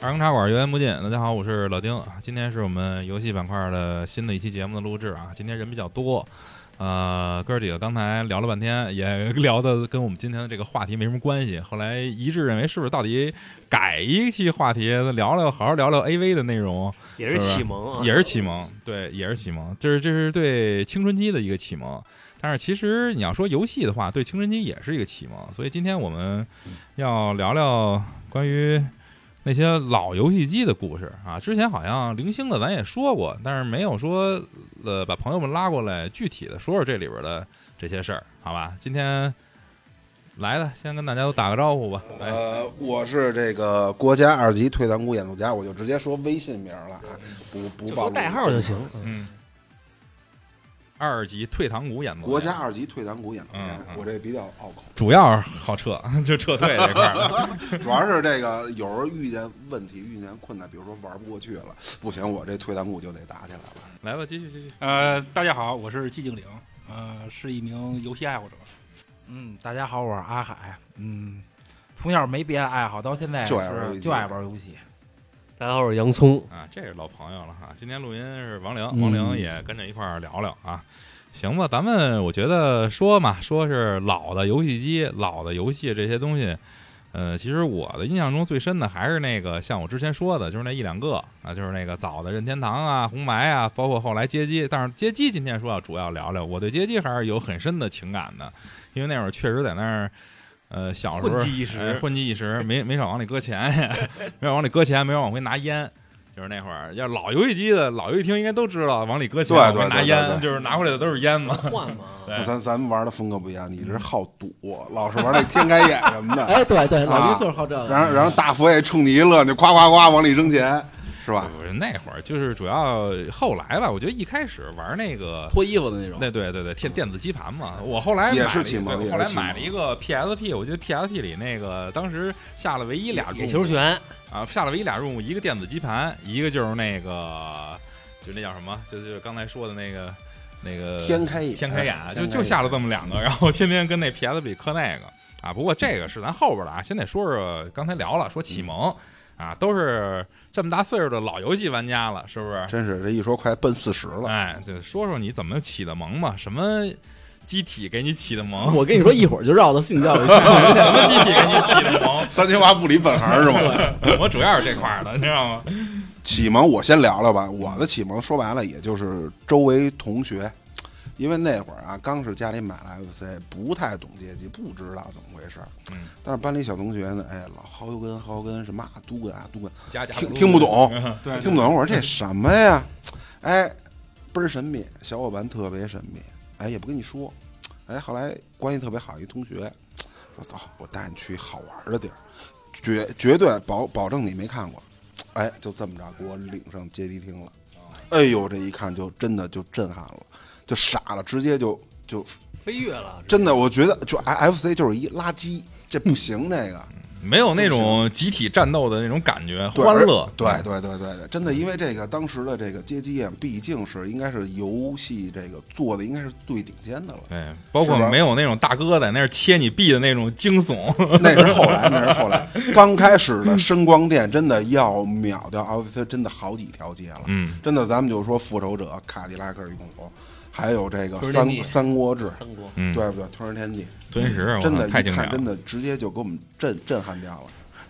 二更茶馆源源不尽。大家好，我是老丁啊，今天是我们游戏板块的新的一期节目的录制啊。今天人比较多，呃，哥儿几个刚才聊了半天，也聊的跟我们今天的这个话题没什么关系。后来一致认为，是不是到底改一期话题，聊聊好好聊聊 AV 的内容，也是启蒙啊，也是启蒙，对，也是启蒙，就是这是对青春期的一个启蒙。但是其实你要说游戏的话，对青春期也是一个启蒙。所以今天我们要聊聊关于那些老游戏机的故事啊。之前好像零星的咱也说过，但是没有说呃把朋友们拉过来具体的说说这里边的这些事儿，好吧？今天来了，先跟大家都打个招呼吧。哎来，呃，我是这个国家二级退堂鼓演奏家，我就直接说微信名了啊，不不就报说露代号就行。嗯嗯，二级退堂鼓演奏国家二级退堂鼓演奏家嗯，嗯我这比较拗口，主要是好撤， 就撤退这块儿。 主要是这个有时候遇见问题、遇见困难，比如说玩不过去了，不行，我这退堂鼓就得打起来了。来吧，继续继续。呃，大家好，我是寂静岭，呃，是一名游戏爱好者。嗯，大家好，我是阿海。嗯，从小没别的爱好，到现在就爱玩游戏是就爱玩游戏。大家好，我是洋葱。啊，这是老朋友了哈。今天录音是王玲，嗯王玲也跟着一块儿聊聊啊。行吧，咱们我觉得说嘛，说是老的游戏机、老的游戏这些东西，呃，其实我的印象中最深的还是那个，像我之前说的，就是那一两个啊，就是那个早的任天堂啊、红白啊，包括后来街机。但是街机今天说要主要聊聊，我对街机还是有很深的情感的，因为那会儿确实在那儿，呃，小时候混迹一时哎混迹一时，没没少往里搁钱， 没少往里搁钱，没少往回拿烟。就是那会儿，要老游戏机的老游戏厅应该都知道，往里搁钱，对往回对拿对对烟，对就是拿回来的都是烟 嘛。换嘛，对咱咱们玩的风格不一样，你这是好赌，老是玩那天开眼什么 的，哎，对对，啊老丁就是好这个。然后然后大佛爷冲你一乐，你夸夸夸往里扔钱，是吧？不是那会儿，就是主要后来吧，我觉得一开始玩那个。脱衣服的那种。那对对对，电电子基盘嘛，我后来也买是了一启蒙对也后来是启买了蒙一个 PSP，我记得 PSP 里那个当时下了唯一俩野任球务拳，啊，下了唯一俩任务，一个电子基盘，一个就是那个，就那叫什么，就就刚才说的那个那个天开眼，嗯天开眼，就天开就下了这么两个，然后天天跟那 PS 比磕那个啊。不过这个是咱后边的啊，先得说说刚才聊了说启蒙啊，都是这么大岁数的老游戏玩家了，是不是？真是这一说快奔四十了，哎，对，说说你怎么起的萌吧，什么机体给你起的萌，我跟你说，一会儿就绕到性教育去了。什么机体给你起的萌，三千八不离本行是吗？我主要是这块儿的，你知道吗？启蒙，我先聊聊吧。我的启蒙说白了，也就是周围同学，因为那会儿啊，刚是家里买了 FC，不太懂街机，不知道怎么回事儿。嗯但是班里小同学呢，哎，老薅油根，薅油根什么啊，嘟根啊，嘟根，家家听户户听不懂， 对，听不懂。我说这什么呀？哎，倍儿神秘，小伙伴特别神秘，哎，也不跟你说。哎，后来关系特别好一同学，说走，我带你去好玩的地儿，绝绝对保保证你没看过。哎，就这么着给我领上街机厅了。哎呦，这一看就真的就震撼了，就傻了，直接就就飞跃了，真的，我觉得就 F C 就是一垃圾，这不行，这个。没有那种集体战斗的那种感觉，对欢乐，。对对对对对，真的，因为这个当时的这个街机啊，毕竟是应该是游戏这个做的应该是最顶尖的了 对，哎包括是吧没有那种大哥在那儿切你臂的那种惊悚， 那是后来，那是后来，刚开始嗯的声光电真的要秒掉奥菲真的好几条街了。嗯。真的，咱们就说复仇者、卡迪拉克与恐龙，还有这个吞食天地三三国志，三国。嗯，对不对？吞食天地，吞食，我嗯真靠的，太一经典看了。真的直接就给我们震震撼掉了。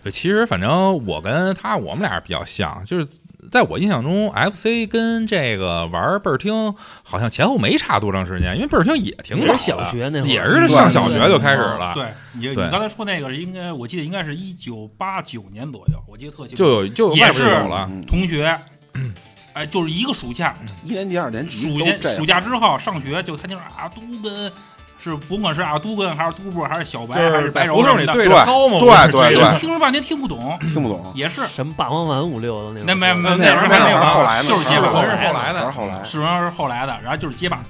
对，其实反正我跟他，我们俩比较像，就是在我印象中，FC 跟这个玩倍儿听好像前后没差多长时间，因为倍儿听也挺早也的，是小学那会儿也是上小学就开始对了，啊对你你对刚才说那个，应该我记得应该是一九八九年左右，我记得特清楚。就有就也外边是有了，嗯，同 学，哎，就是一个暑假，一年级、二年级暑都这假暑样，假之后上学就他就是阿都跟。是，甭管是阿都跟还是都布还是小白就还是白在柔胡什同么里的，对着对骚嘛，对我是对觉对得听了半天听不懂，听不懂。也是什么霸王丸五六的那种。那没没那会儿会儿那还没会有儿啊，后来呢就是结那巴，会儿是后来还的是后来，史文是后来的，然后就是结巴，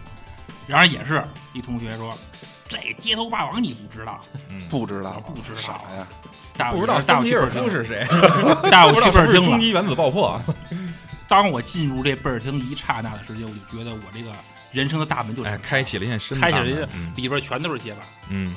然后也是一同学说，这街头霸王你不知道，嗯不知道，不知道傻呀。大不知道大桑我吉去尔贝夫听，是谁，大我不知道去贝是尔不是听终了。极原子爆破，当我进入这贝尔厅一刹那的时间，我就觉得我这个人生的大门就哎，开启了一扇新的开启大了一门扇嗯里边全都是结巴，嗯，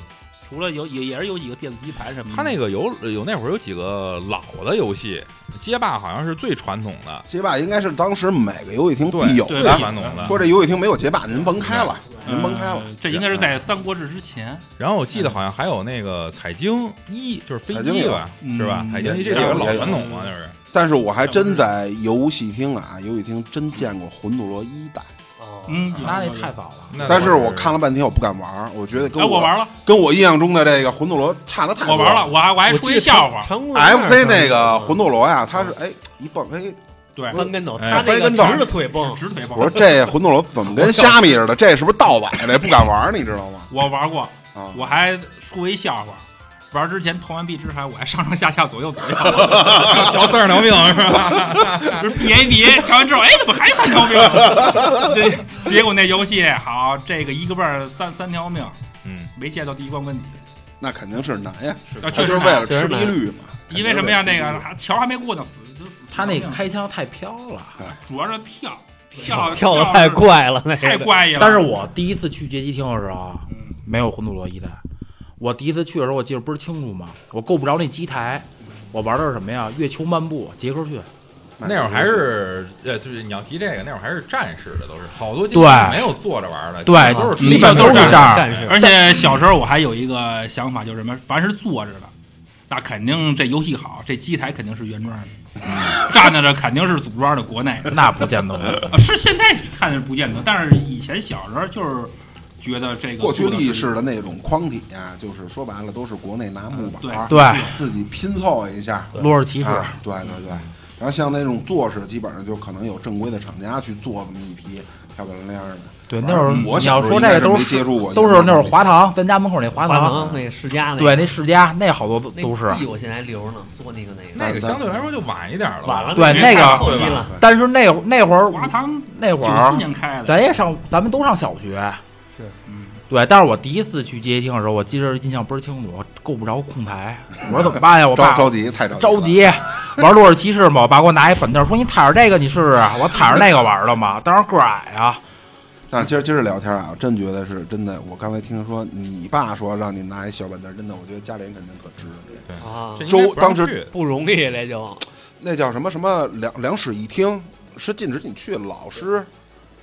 除了有也也是有几个电子棋盘什么的。他那个有有那会儿有几个老的游戏，街霸好像是最传统的，街霸应该是当时每个游戏厅对必有对最必的。传统的。说这游戏厅没有街霸，您甭开了，您甭开了。呃这应该是在三国志之前，然后我记得好像还有那个彩晶一，就是飞彩晶机有吧，是吧？嗯彩晶一也这也是有老也有嗯传统嘛，就是但是我还真在游戏厅啊，游戏厅真见过魂斗罗一代，哦，嗯，那那太早了，那但是是我看了半天，我不敢玩儿，我觉得跟哎，我玩了，跟我印象中的这个魂斗罗差的太我多玩了，。我还我还我说记一得笑话，长棍儿 FC 那个上魂斗罗呀，它是哎一蹦哎，对，翻跟头，哎他那翻个跟头直着腿蹦，直腿我棒。说这魂斗罗怎么跟虾米似的？这是不是盗版的？不敢玩儿，你知道吗？我玩过，啊，我还说一笑话。玩之前投完币之后，我还上上下下左右左右，聊三儿聊病是吧？ 不是 B A B A，调完之后，哎，怎么还三条命？ 这结果那游戏好，这个一个辈儿三三条命，嗯，没见到第一关问题，那肯定是难呀，啊他确就实是为难了吃逼率嘛。因为什么呀？那肯定是为了个吃逼率还桥还没过呢，死就死。他那那个开枪太飘了。主要是跳 跳 跳的的太，快了，那太个。怪异了。但是我第一次去街机厅的时候啊，嗯没有魂斗罗一代。我第一次去的时候，我记得不是清楚吗？我够不着那机台，我玩的是什么呀？月球漫步，杰克逊。那会儿还是呃，就是你要提这个，那会儿还是战士的，都是好多机对没有坐着玩的，对基本都是基本都是站这着样战 士，而且小时候我还有一个想法，就是什么，凡是坐着的，那肯定这游戏好，这机台肯定是原装的，站在这肯定是组装的国内的。那不见 得。啊是现在看着不见得，但是以前小时候就是觉得这个过去做得历是史的那种框体啊，就是说白了都是国内拿木板儿嗯对对自己拼凑一下，洛尔骑士，啊，对对对。然后像那种做式，基本上就可能有正规的厂家去做这么一批漂漂亮亮的。对，那会儿我你小要时候说应这该个是都没是接触过，都是那会儿华堂，咱家门口那华华堂，堂那个世家那个，对，那世家那好多都是。我现在还留着呢，缩那个那那个，个相对来说就晚一点了，晚了，对那个后期了，对但是那那会儿华堂那会九儿四年开的，咱也上，咱们都上小学。嗯，对，但是我第一次去街机厅的时候，我记着印象倍儿清楚，我够不着控台，我说怎么办呀？我着爸着急，太着着急急玩《洛尔骑士》嘛，我爸给我拿一板凳说：“你踩着这个你试试。”我踩着那个玩的嘛，当时个儿矮啊，了。但是今儿今儿聊天啊，我真觉得是真的。我刚才听说你爸说让你拿一小板凳儿，真的，我觉得家里人肯定特支持你。啊这，应该周不让当时去不容易这就那叫什么什么两两室一厅，是禁止你去，老师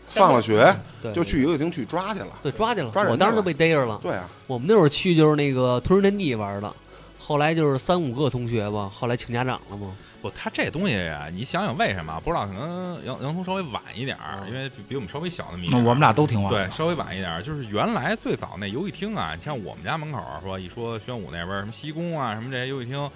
放了学对就去游戏厅去抓去了。对抓去了，抓人去了我当时就被逮着了。对啊，我们那会儿去就是那个吞食天地玩的，后来就是三五个同学吧，后来请家长了嘛，不，他这东西啊，你想想为什么？不知道，可能杨杨聪稍微晚一点儿，因为比比我们稍微小那么一那点儿。我们俩都挺晚。对，稍微晚一点儿，就是原来最早那游戏厅啊，你像我们家门口儿说一说宣武那边儿什么西宫啊，什么这些游戏厅，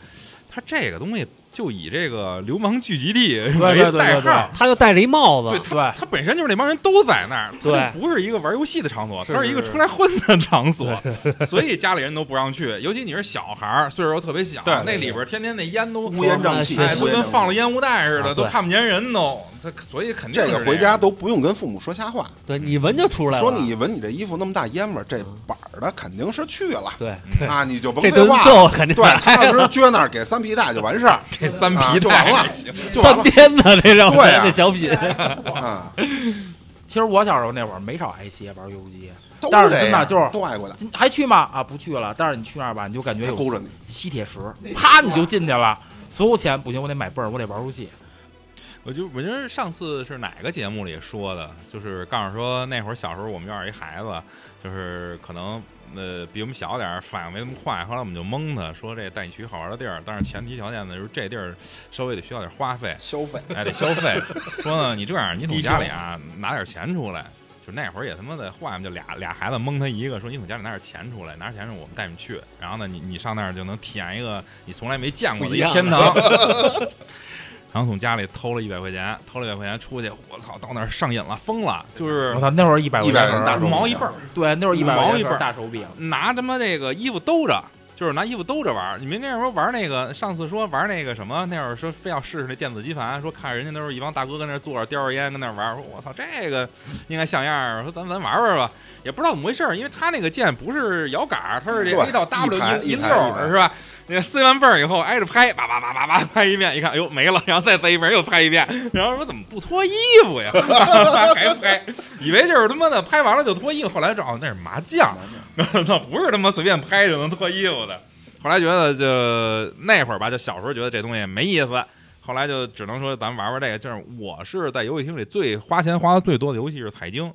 它这个东西就以这个流氓聚集地对为对对代对号儿对，他就戴着一帽啊对子，对它本身就是那帮人都在那儿，它就对不是一个玩游戏的场所，是它是一个是出来混的场所，所以家里人都不让去，尤其你是小孩儿，岁数又特别小，对对那对里边儿天天那烟都乌烟瘴气，对哎，是都乌烟瘴跟气放了烟雾弹似的，啊都对看不见人都。他所以肯定这是个回样家都不用跟父母说瞎话，对你闻就出来了。说你闻你这衣服那么大烟味儿，这板儿的肯定是去了，对对啊，你就甭这废顿话了。揍肯定对，他要是撅那儿给三皮带就完事儿，这三皮啊就带完了行就完三了鞭子，这让我对想啊起那小品，啊，其实我小时候那会儿没少挨歇玩游戏机，都但是这真的样，就是都爱过的，今还去吗？啊，不去了。但是你去那儿吧，你就感觉他有勾着你。吸铁石，啪你就进去了。所有钱不行，我得买泵，我得玩游戏。我就我觉得上次是哪个节目里说的，就是告诉说那会儿小时候我们院儿一孩子，就是可能呃比我们小点儿，反应没那么快。后来我们就蒙他说这带你去好玩的地儿，但是前提条件呢就是这地儿稍微得需要点花费，消费，哎得消费。说呢你这样，你从家里啊拿点钱出来。就那会儿也他妈的坏嘛，就俩俩孩子蒙他一个，说你从家里拿点钱出来，拿点钱出来我们带你去。然后呢，你你上那儿就能体验一个你从来没见过的一个天堂。然后从家里偷了一百块钱，偷了一百块钱出去，我操，到那儿上瘾了，疯了，就是我操，那会儿一百块一百钱元大五手毛笔一倍儿，对，那会儿一百五毛块一钱泵大手柄。拿他妈这个衣服兜着，就是拿衣服兜着玩儿。你们那时候玩那个，上次说玩那个什么，那会儿说非要试试那电子机盘，说看人家都是一帮大哥跟那儿坐着叼着烟跟那儿玩儿，我说我操，这个应该像样儿。我说咱咱玩玩吧。也不知道怎么回事儿，因为他那个键不是摇杆儿，他是这对 A 到一排 W 一银排豆一排儿是吧？那塞完泵儿以后挨着拍，叭叭叭叭叭拍一遍，一看，哎呦没了，然后再塞一遍又拍一遍，然后说怎么不脱衣服呀？还拍，以为就是他妈的拍完了就脱衣服，后来找那是麻将， 那不是他妈随便拍就能脱衣服的。后来觉得就那会儿吧，就小时候觉得这东西没意思，后来就只能说咱们玩玩这个。就是我是在游戏厅里最花钱花的最多的游戏是彩经，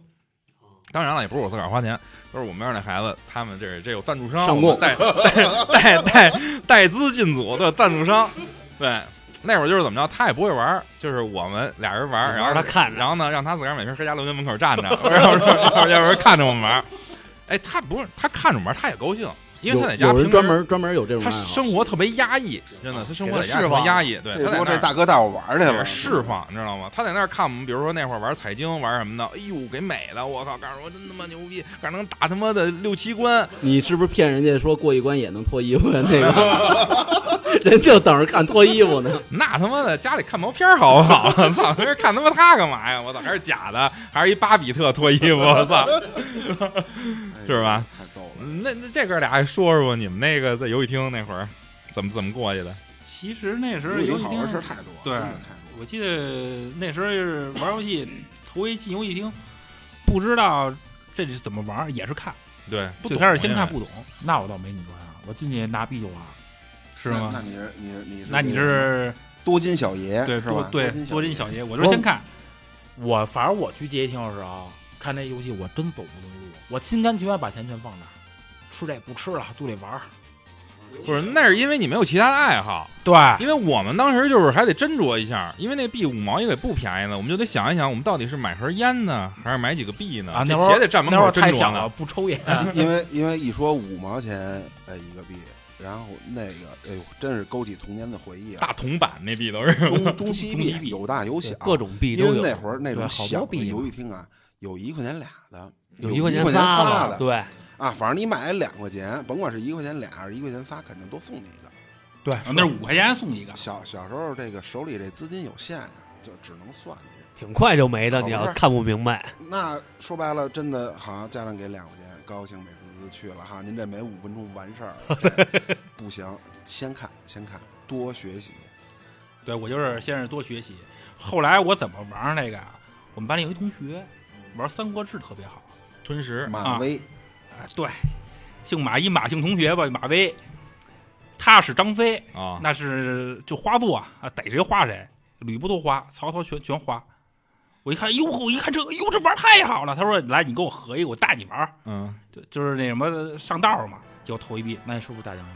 当然了，也不是我自个儿花钱，都是我们院儿那孩子，他们这这有赞助商，上我们供带带带带带资进组的赞助商，对。那会儿就是怎么着，他也不会玩儿，就是我们俩人玩儿，然后让他看着然后呢，让他自个儿每天回家楼跟门口站着，然后说要不然看着我们玩儿。哎，他不是他看着我们玩儿，他也高兴，因为他在家有有平时人专门专门有这种他爱好，生活特别压抑，真的，他生活在压给他释放特别压抑，对，这他在说那儿这大哥带我玩儿去在那了，儿释放，你知道吗？他在那儿看我们，比如说那会儿玩彩经玩什么的，哎呦给美的，我靠，告诉我真他妈牛逼，告诉能打他妈的六七关，你是不是骗人家说过一关也能脱衣服呀？那个人就等着看脱衣服呢。那他妈的家里看毛片儿好不好？ 我操，那边看他妈他干嘛呀？我操，还是假的，还是一巴比特脱衣服，我操！哎呦是吧？太逗了。那那这哥俩说说你们那个在游戏厅那会儿怎么怎么过去的？其实那时候游戏游戏好厅玩儿事儿太多了，对真的太多了。我记得那时候就是玩游戏，头一进游戏厅，不知道这是怎么玩儿，也是看，对，不最懂开始先看因为不懂，那我倒没你多啊样，我进去拿币就挖。是那那吗？你是你是你是那你是多金小爷对是多吧？对多金金小爷，我就是先看，我反正我去街机厅的时候，看那游戏我真走不动路，我心甘情愿把钱全放那儿，吃这不吃了就得玩儿。不是，那是因为你没有其他的爱好，对，因为我们当时就是还得斟酌一下，因为那币五毛也给不便宜呢，我们就得想一想，我们到底是买盒烟呢，还是买几个币呢？啊，这那会儿也得站门那会口儿太斟小酌了，呢。不 抽烟。因为因为一说五毛钱呃一个币，然后那个哎呦，真是勾起童年的回忆啊！大铜板那币都 是，中中西中西币有大有小，各种币因都为有那，会儿那种对好多小的币呢游戏厅啊，有一块钱俩的，有一块钱钱仨的，对，啊，反正你买两块钱，甭管是一块钱俩，还是一块钱仨，肯定都送你一个。对，啊那是五块钱送一个，小小时候这个手里这资金有限啊，就只能算计。挺快就没的。好你玩要儿看不明白，那说白了，真的好像家长给两块钱，高兴美滋滋去了哈。您这每五分钟完事儿了， 不行，先看先看，多学习。对我就是先是多学习，后来我怎么玩儿那个啊？我们班里有一同学玩《三国志》特别好，吞食马威，啊，对，姓马一马姓同学吧，马威，他是张飞，啊，那是就花座啊，啊逮谁花谁，吕布都花，曹操全全花。我一看，哟，我一看这，哟，这玩儿太好了。他说：“来，你跟我合一个，我带你玩儿，嗯，就就是那什么上道嘛。”结果头一逼，那你是不是大酱油？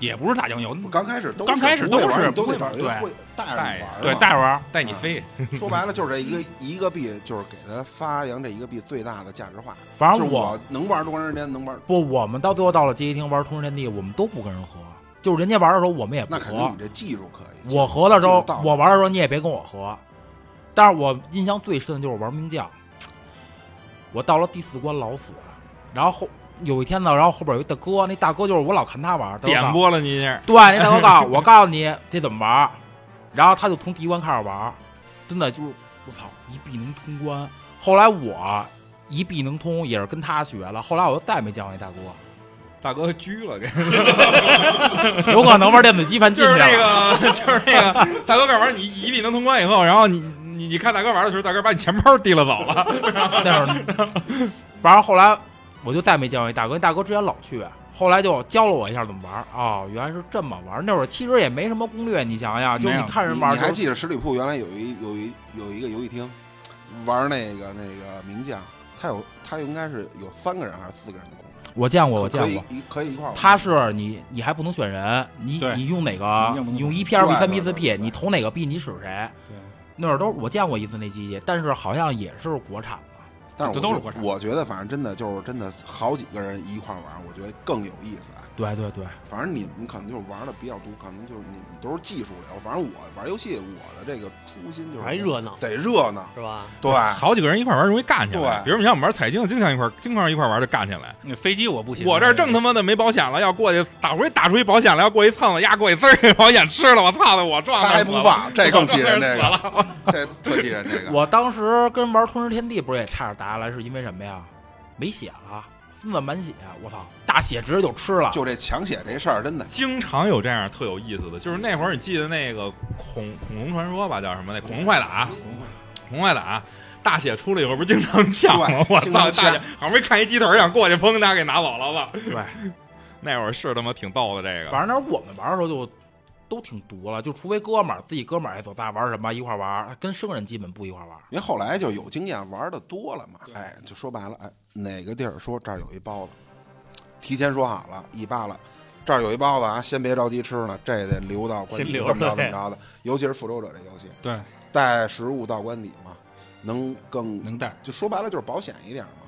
也不是打酱油，我刚开始都是刚开始不会都是玩儿你不都会得找一个玩儿会带着你玩儿对嘛带着玩儿。嗯带你飞，说白了就是这一个一个币，就是给它发扬这一个币最大的价值化。反就正是我能玩多长时间能玩，不，我们到最后到了街机厅玩《同时天地》，我们都不跟人合，就是人家玩的时候我们也不那肯定合你。这技术可以。我合的时技术候到了，我玩的时候你也别跟我合。但是我印象最深的就是玩名将，我到了第四关老死了，然后后有一天呢，然后后边有一大哥，那大哥就是我老看他玩，大哥告点拨了你一下，对，那大哥告诉我，我告诉你这怎么玩儿，然后他就从第一关开始玩儿，真的就是我操，一币能通关。后来我一币能通也是跟他学了，后来我就再也没见过那大哥，大哥狙了给。有可能玩电子机 盘就进去是那了。个， 就是那个，大哥干玩你一臂能通关以后，然后你你你看大哥玩的时候，大哥把你钱包提了走 了。那会儿，反正后来我就再没见过那大哥，那大哥之前老去，后来就教了我一下怎么玩儿。哦，原来是这么玩儿。那会儿其实也没什么攻略，你想想，就是没你有看人你玩儿你都还是，记得十里铺原来有一有一有一个游戏厅，玩那个那个名将，他有他应该是有三个人还是四个人的功能，我见过，我可见以过。一可以一块儿玩。他是你，你还不能选人，你对你用哪你个用不？能你用选一 P、二 P、对三对 P、四对 P，对你投哪个币你使谁？对那会儿都是我见过一次那机器，但是好像也是国产的。但是这我觉都是国产我觉得反正真的就是真的好几个人一块儿玩，我觉得更有意思啊。对对对，反正你们可能就是玩的比较多，可能就是你们都是技术流。反正我玩游戏，我的这个初心就是还热闹得热闹，是吧？对，好几个人一块玩容易干起来，对比如你像我们玩彩镜，经常一块经常一块玩就干起来。那飞机我不行，嗯我这儿正他妈的没保险了，要过去打回打出一保险来，要过去蹭了，呀过去滋儿 保险吃了，我操的我撞他了还不放，这更气人，这死个了。这特气人，这啊个。我当时跟玩《吞食天地》不是也差点打起来，是因为什么呀？没血了，孙子满血，我操，大血直接就吃了。就这抢血这事儿，真的经常有这样特有意思的，就是那会啊儿你记得那个恐恐龙传说吧，叫什么那恐龙快打，恐龙快打。啊大写出来以后不是经常抢吗？我经操，常大抢写好不容易看一鸡腿儿想过去，砰，他给拿走了吧？对，那会儿是他妈挺逗的这个，反正那会儿我们玩的时候就都挺毒了，就除非哥们儿自己哥们儿哎走大玩什么一块儿玩，跟生人基本不一块儿玩。因为后来就有经验，玩的多了嘛，哎，就说白了，哎，哪个地儿说这儿有一包子，提前说好了，一扒拉，这儿有一包子啊，先别着急吃呢，这得留到关先底，留怎么着着怎么着的，尤其是复仇者这游戏，对，带食物到关底嘛，能更能带。就说白了就是保险一点嘛，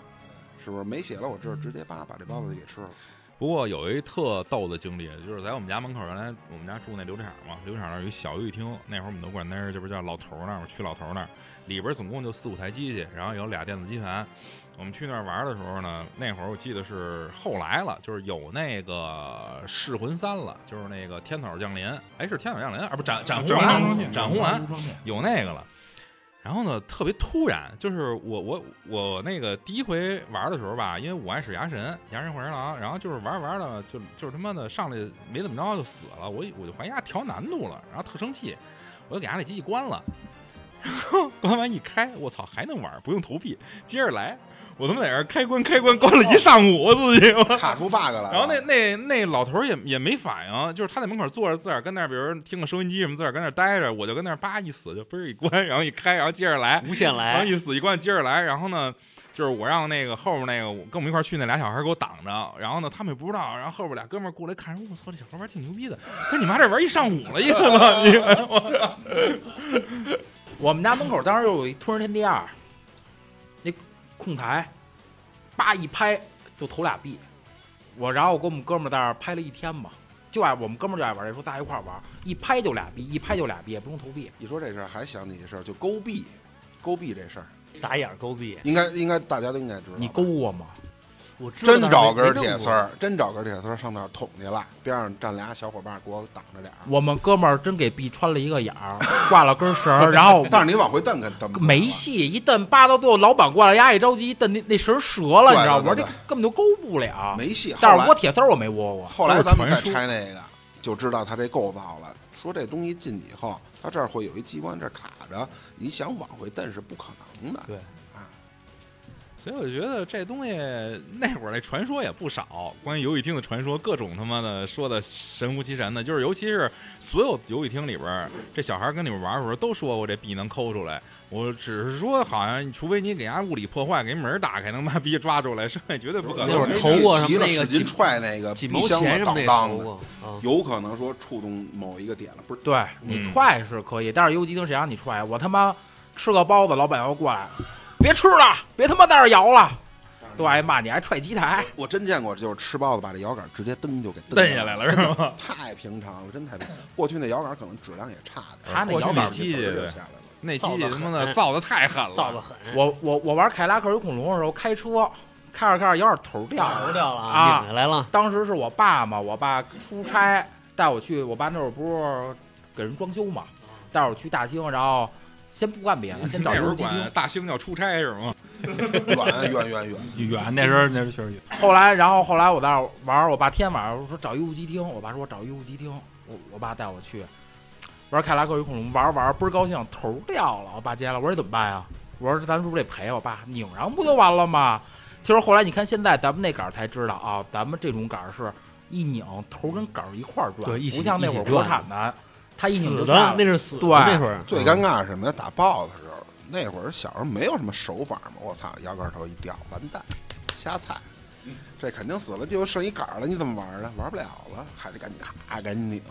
是不是？没血了，我这直接扒把这包子给吃了，不过有一特逗的经历，就是在我们家门口，原来我们家住那流水厂嘛，流水厂那儿有一小游戏厅，那会儿我们都管那儿就是叫老头儿那儿，我去老头儿那儿，里边儿总共就四五台机器，然后有俩电子机盘。我们去那儿玩的时候呢，那会儿我记得是后来了，就是有那个《噬魂三》了，就是那个天草降临，哎，是天草降临啊，不斩斩红斩红蓝，蓝斩红蓝，有那个了。然后呢，特别突然，就是我我我那个第一回玩的时候吧，因为我爱使牙神，牙神火神狼，然后就是玩着玩的，就就是他妈的上来没怎么着就死了，我我就怀疑他调难度了，然后特生气，我就给他那机器关了， 然后关完一开，我操还能玩，不用投币，接着来，我他妈在这儿开关开关关了一上午，我自己我卡出 bug 来了。啊然后那那那老头儿也也没反应，就是他在门口坐着，自个儿跟那儿，比如听个收音机什么，自个儿跟那儿待着，我就跟那儿叭一死就嘣儿一关，然后一开，然后接着来，无限然后来，一死一关接着来，然后呢，就是我让那个后面那个我跟我们一块儿去那俩小孩儿给我挡着，然后呢他们也不知道，然后后边俩哥们儿过来看，说我操这小孩玩儿挺牛逼的，跟你妈这玩儿一上午了一个了，你 我我们家门口当时有一《突然天地二》，那控台，叭一拍就投俩币。我然后我跟我们哥们儿在那儿拍了一天嘛，就爱我们哥们儿就爱玩这，说大家一块儿玩，一拍就俩币，一拍就俩币，也不用投币。一说这事儿，还想起一事儿，就勾币，勾币这事儿，打眼儿勾臂，应该应该大家都应该知道吧。你勾我吗？我知道真找根但是没铁弄丝过儿，真找根铁丝儿上那儿捅去了，边上站俩小伙伴给我挡着点儿。我们哥们儿真给币穿了一个眼儿，挂了根绳儿，然后但是你往回蹬，可蹬不了没戏，一蹬扒到最后，老板过来，丫一着急，一蹬那那绳儿折了，对你知道吗？对对我说这对根本就勾不了。没戏。后但是来窝铁丝儿我没窝过，后来咱们再拆那个，就知道它这构造了。说这东西进去以后，它这儿会有一机关，这儿卡着，你想往回蹬是不可能的。对啊，所以我觉得这东西那会儿那传说也不少，关于游戏厅的传说，各种他妈的说的神乎其神的，就是尤其是所有游戏厅里边儿，这小孩儿跟你们玩儿的时候都说过这币能抠出来，我只是说好像除非你给人家物理破坏，给门儿打开能把币抓出来，剩下绝对不可那会能儿。投过什么急了那个使劲几踹那个几冰毛箱钱子什么的也当当投的，过啊。有可能说触动某一个点了，不是对你嗯踹是可以，但是游戏机厅谁让你踹？我他妈吃个包子，老板要过来，别吃了，别他妈在这儿摇了，都挨骂，你还踹机台。我真见过，就是吃包子把这摇杆直接蹬就给蹬蹬下来了是吗真的 太平常了，真太平常。过去那摇杆可能质量也差点，他那过去摇那杆机器就对下来了。那机造器得他妈的狠造的太狠了，造的很，我我我玩凯拉克与恐龙的时候，开车开着开着摇点头掉了。头掉了啊拧下来了，当时是我爸嘛，我爸出差带我去，我爸那会儿不是给人装修嘛，带我去大兴，然后先不干别的，先那找会游儿戏机管厅。大兴叫出差是吗？远远远远， 远那时候那时候确实远，后来，然后后来我在那儿玩儿，我爸天天晚上说找游戏机厅，我爸说我找游戏机厅，我我爸带我去玩凯拉克与恐龙，玩儿玩儿倍儿高兴，头儿掉了，我爸接了，我说你怎么办呀？我说咱是不是得赔啊？我爸拧上不就完了吗？其实后来你看现在咱们那杆儿才知道啊，咱们这种杆儿是一拧头儿跟杆儿一块儿转，对一起不像那会儿一起转国产的，它一拧死就的下那来了。是死的，对那会儿最尴尬是什么呀？打豹子的时候，那会儿小时候没有什么手法嘛，我操，摇杆头一掉，完蛋，瞎菜，这肯定死了，就剩一杆儿了，你怎么玩儿啊？玩不了了，还得赶紧咔，赶紧拧。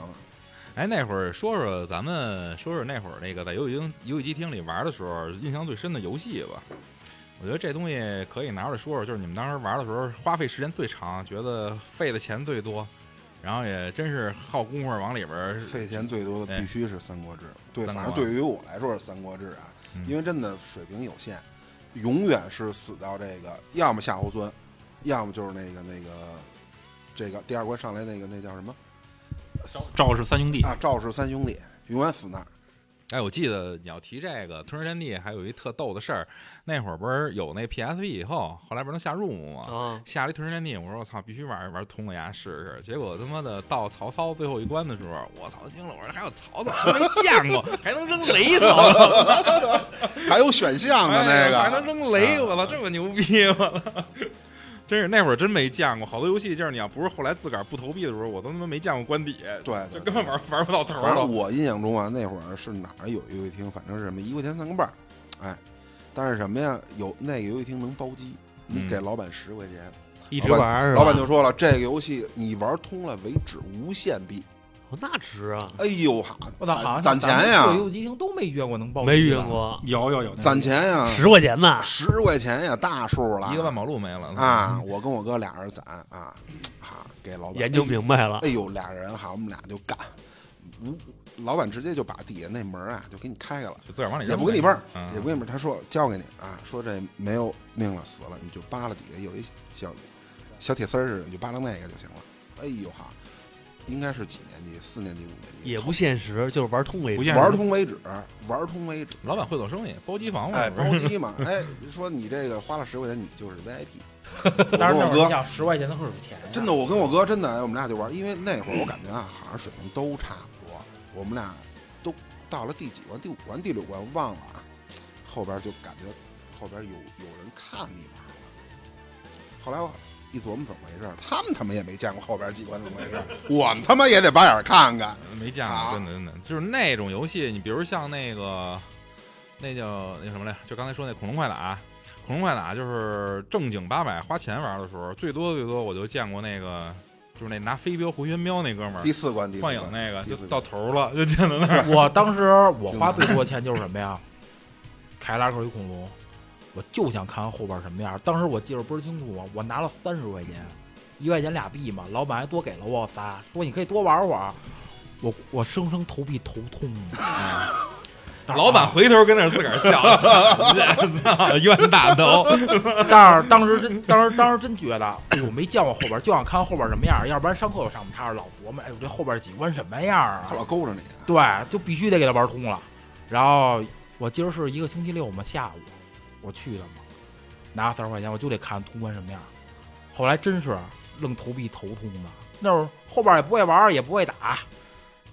哎，那会儿说说咱们说说那会儿那个在游戏厅游戏机厅里玩的时候，印象最深的游戏吧。我觉得这东西可以拿出来说说，就是你们当时玩的时候花费时间最长，觉得费的钱最多，然后也真是耗功夫往里边儿费钱最多的哎必须是《三国志》对，三反国啊正对于我来说是《三国志》啊，嗯因为真的水平有限，永远是死到这个，要么夏侯惇，要么就是那个那个这个第二关上来那个那叫什么啊赵氏三兄弟啊？赵氏三兄弟，永远死那儿。哎，我记得你要提这个《吞食天地》，还有一特逗的事儿。那会儿不是有那 PSP 以后，后来不是能下入目吗？啊，下了一《吞食天地》，我说我操，必须玩玩通了呀，试试。结果他妈的到曹操最后一关的时候，我操惊了，我说还有曹操没见过，还能扔 雷曹操，还有选项呢，哎那呀还能个嗯扔雷，我操，这么牛逼，我操！ 真是那会儿真没见过，好多游戏就是你要不是后来自个儿不投币的时候，我都他妈没见过关底，对，就对根本玩玩不到头反了正。我印象中啊，那会儿是哪儿有游戏厅，反正是什么一块钱三个半儿，哎，但是什么呀，有那个游戏厅能包机，你嗯给老板十块钱，一直玩是吧？老板就说了，这个游戏你玩通了为止，无限币。哦那值啊，哎呦哈，我操，好像攒攒咱们钱呀所有机型都没约过能包，没遇，过，有有有，攒钱呀，十块钱呢，啊嗯十块钱呀，大数了，一个万宝路没了啊！我跟我哥俩人攒啊，啊，给老板研究明白了哎呦，俩人哈，我们俩就干，无老板直接就把底下那门啊就给你开开了。就自个儿往里也扔不给你蹦儿，嗯也不给你蹦儿。他说交给你啊，说这没有命了，死了你就扒拉底下有一小小铁丝儿似的，你就扒拉那个就行了。哎呦哈，应该是几年级？四年级、五年级？也不现实，就是哦玩通为不止。见玩通为止，玩通为止。老板会做生意，包机房嘛，哎，不包是机嘛，哎，说你这个花了十块钱，你就是 VIP。我跟但是我那会儿你哥想十块钱的喝水钱呀，真的，我跟我哥真的，哎我们俩就玩，因为那会儿我感觉啊，好像水平都差不多，我们俩都到了第几关，第五关、第六关忘了啊，后边就感觉后边有有人看你玩了。后来我一琢磨怎么回事儿，他们他妈也没见过后边几关怎么回事儿，我们他妈也得把眼儿看看。没见过，啊真的真的，就是那种游戏，你比如像那个，那叫那什么来，就刚才说那恐龙快打，恐龙快打就是正经八百花钱玩的时候，最多最多我就见过那个，就是那拿飞镖回旋镖那哥们儿第，四关，第四幻关影那个第就四关到头了，就见到那 儿，我当时我花最多钱就是什么呀？凯拉克与恐龙，我就想看看后边什么样。当时我记得倍儿清楚，我拿了三十块钱，一块钱俩币嘛，老板还多给了我仨，说你可以多玩会儿。我我生生头皮头痛啊！ 老板回头跟那儿自个儿笑， 操，冤大头，啊 但是当时真，当时当时真觉得，哎呦，没见过后边，就想看看后边什么样，要不然上课我上不踏实，老琢磨，哎呦，这后边几关什么样他啊？老勾着你，对，就必须得给他玩通了。然后我记得是一个星期六嘛，下午我去的嘛，拿三十块钱我就得看通关什么样。后来真是愣头皮头痛的，那会儿后边也不会玩，也不会打，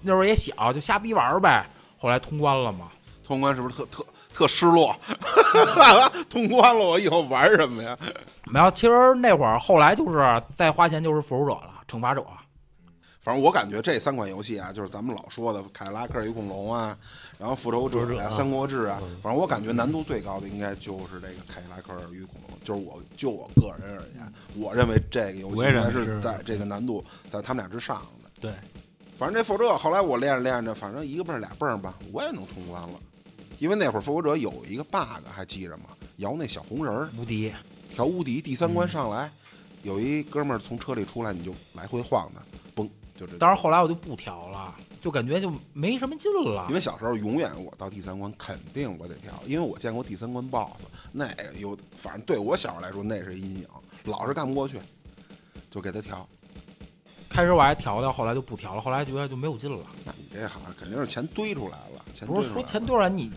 那会儿也小，就瞎逼玩呗。后来通关了嘛，通关是不是特特特失落？ 通关了，我以后玩什么呀？没有。其实那会儿后来就是再花钱就是复仇者了，惩罚者。反正我感觉这三款游戏啊，就是咱们老说的《凯拉克与恐龙》啊，然后《复仇者复》仇者啊，啊《三国志》啊，反正我感觉难度最高的应该就是这个《凯拉克与恐龙》，就是我就我个人而言，我认为这个游戏我也应认该为是是在这个难度在他们俩之上的。对，反正这《复仇者》后来我练着练着，反正一个蹦儿俩蹦儿吧，我也能通关了。因为那会儿《复仇者》有一个 bug 还记着吗？摇那小红人儿，无敌，调无敌，第三关上来，有一哥们儿从车里出来，你就来回晃他，嘣就这。但是后来我就不调了，就感觉就没什么劲了因。为小时候永远我到第三关肯定我得跳，因为我见过第三关 BOSS，那个有反正对我小时候来说那是阴影，老是干不过去，就给他调。开始我还调调，后来就不调了，后来觉得就没有劲了。那你这好像肯定是钱堆出来了，钱堆不出是来说了钱多少你，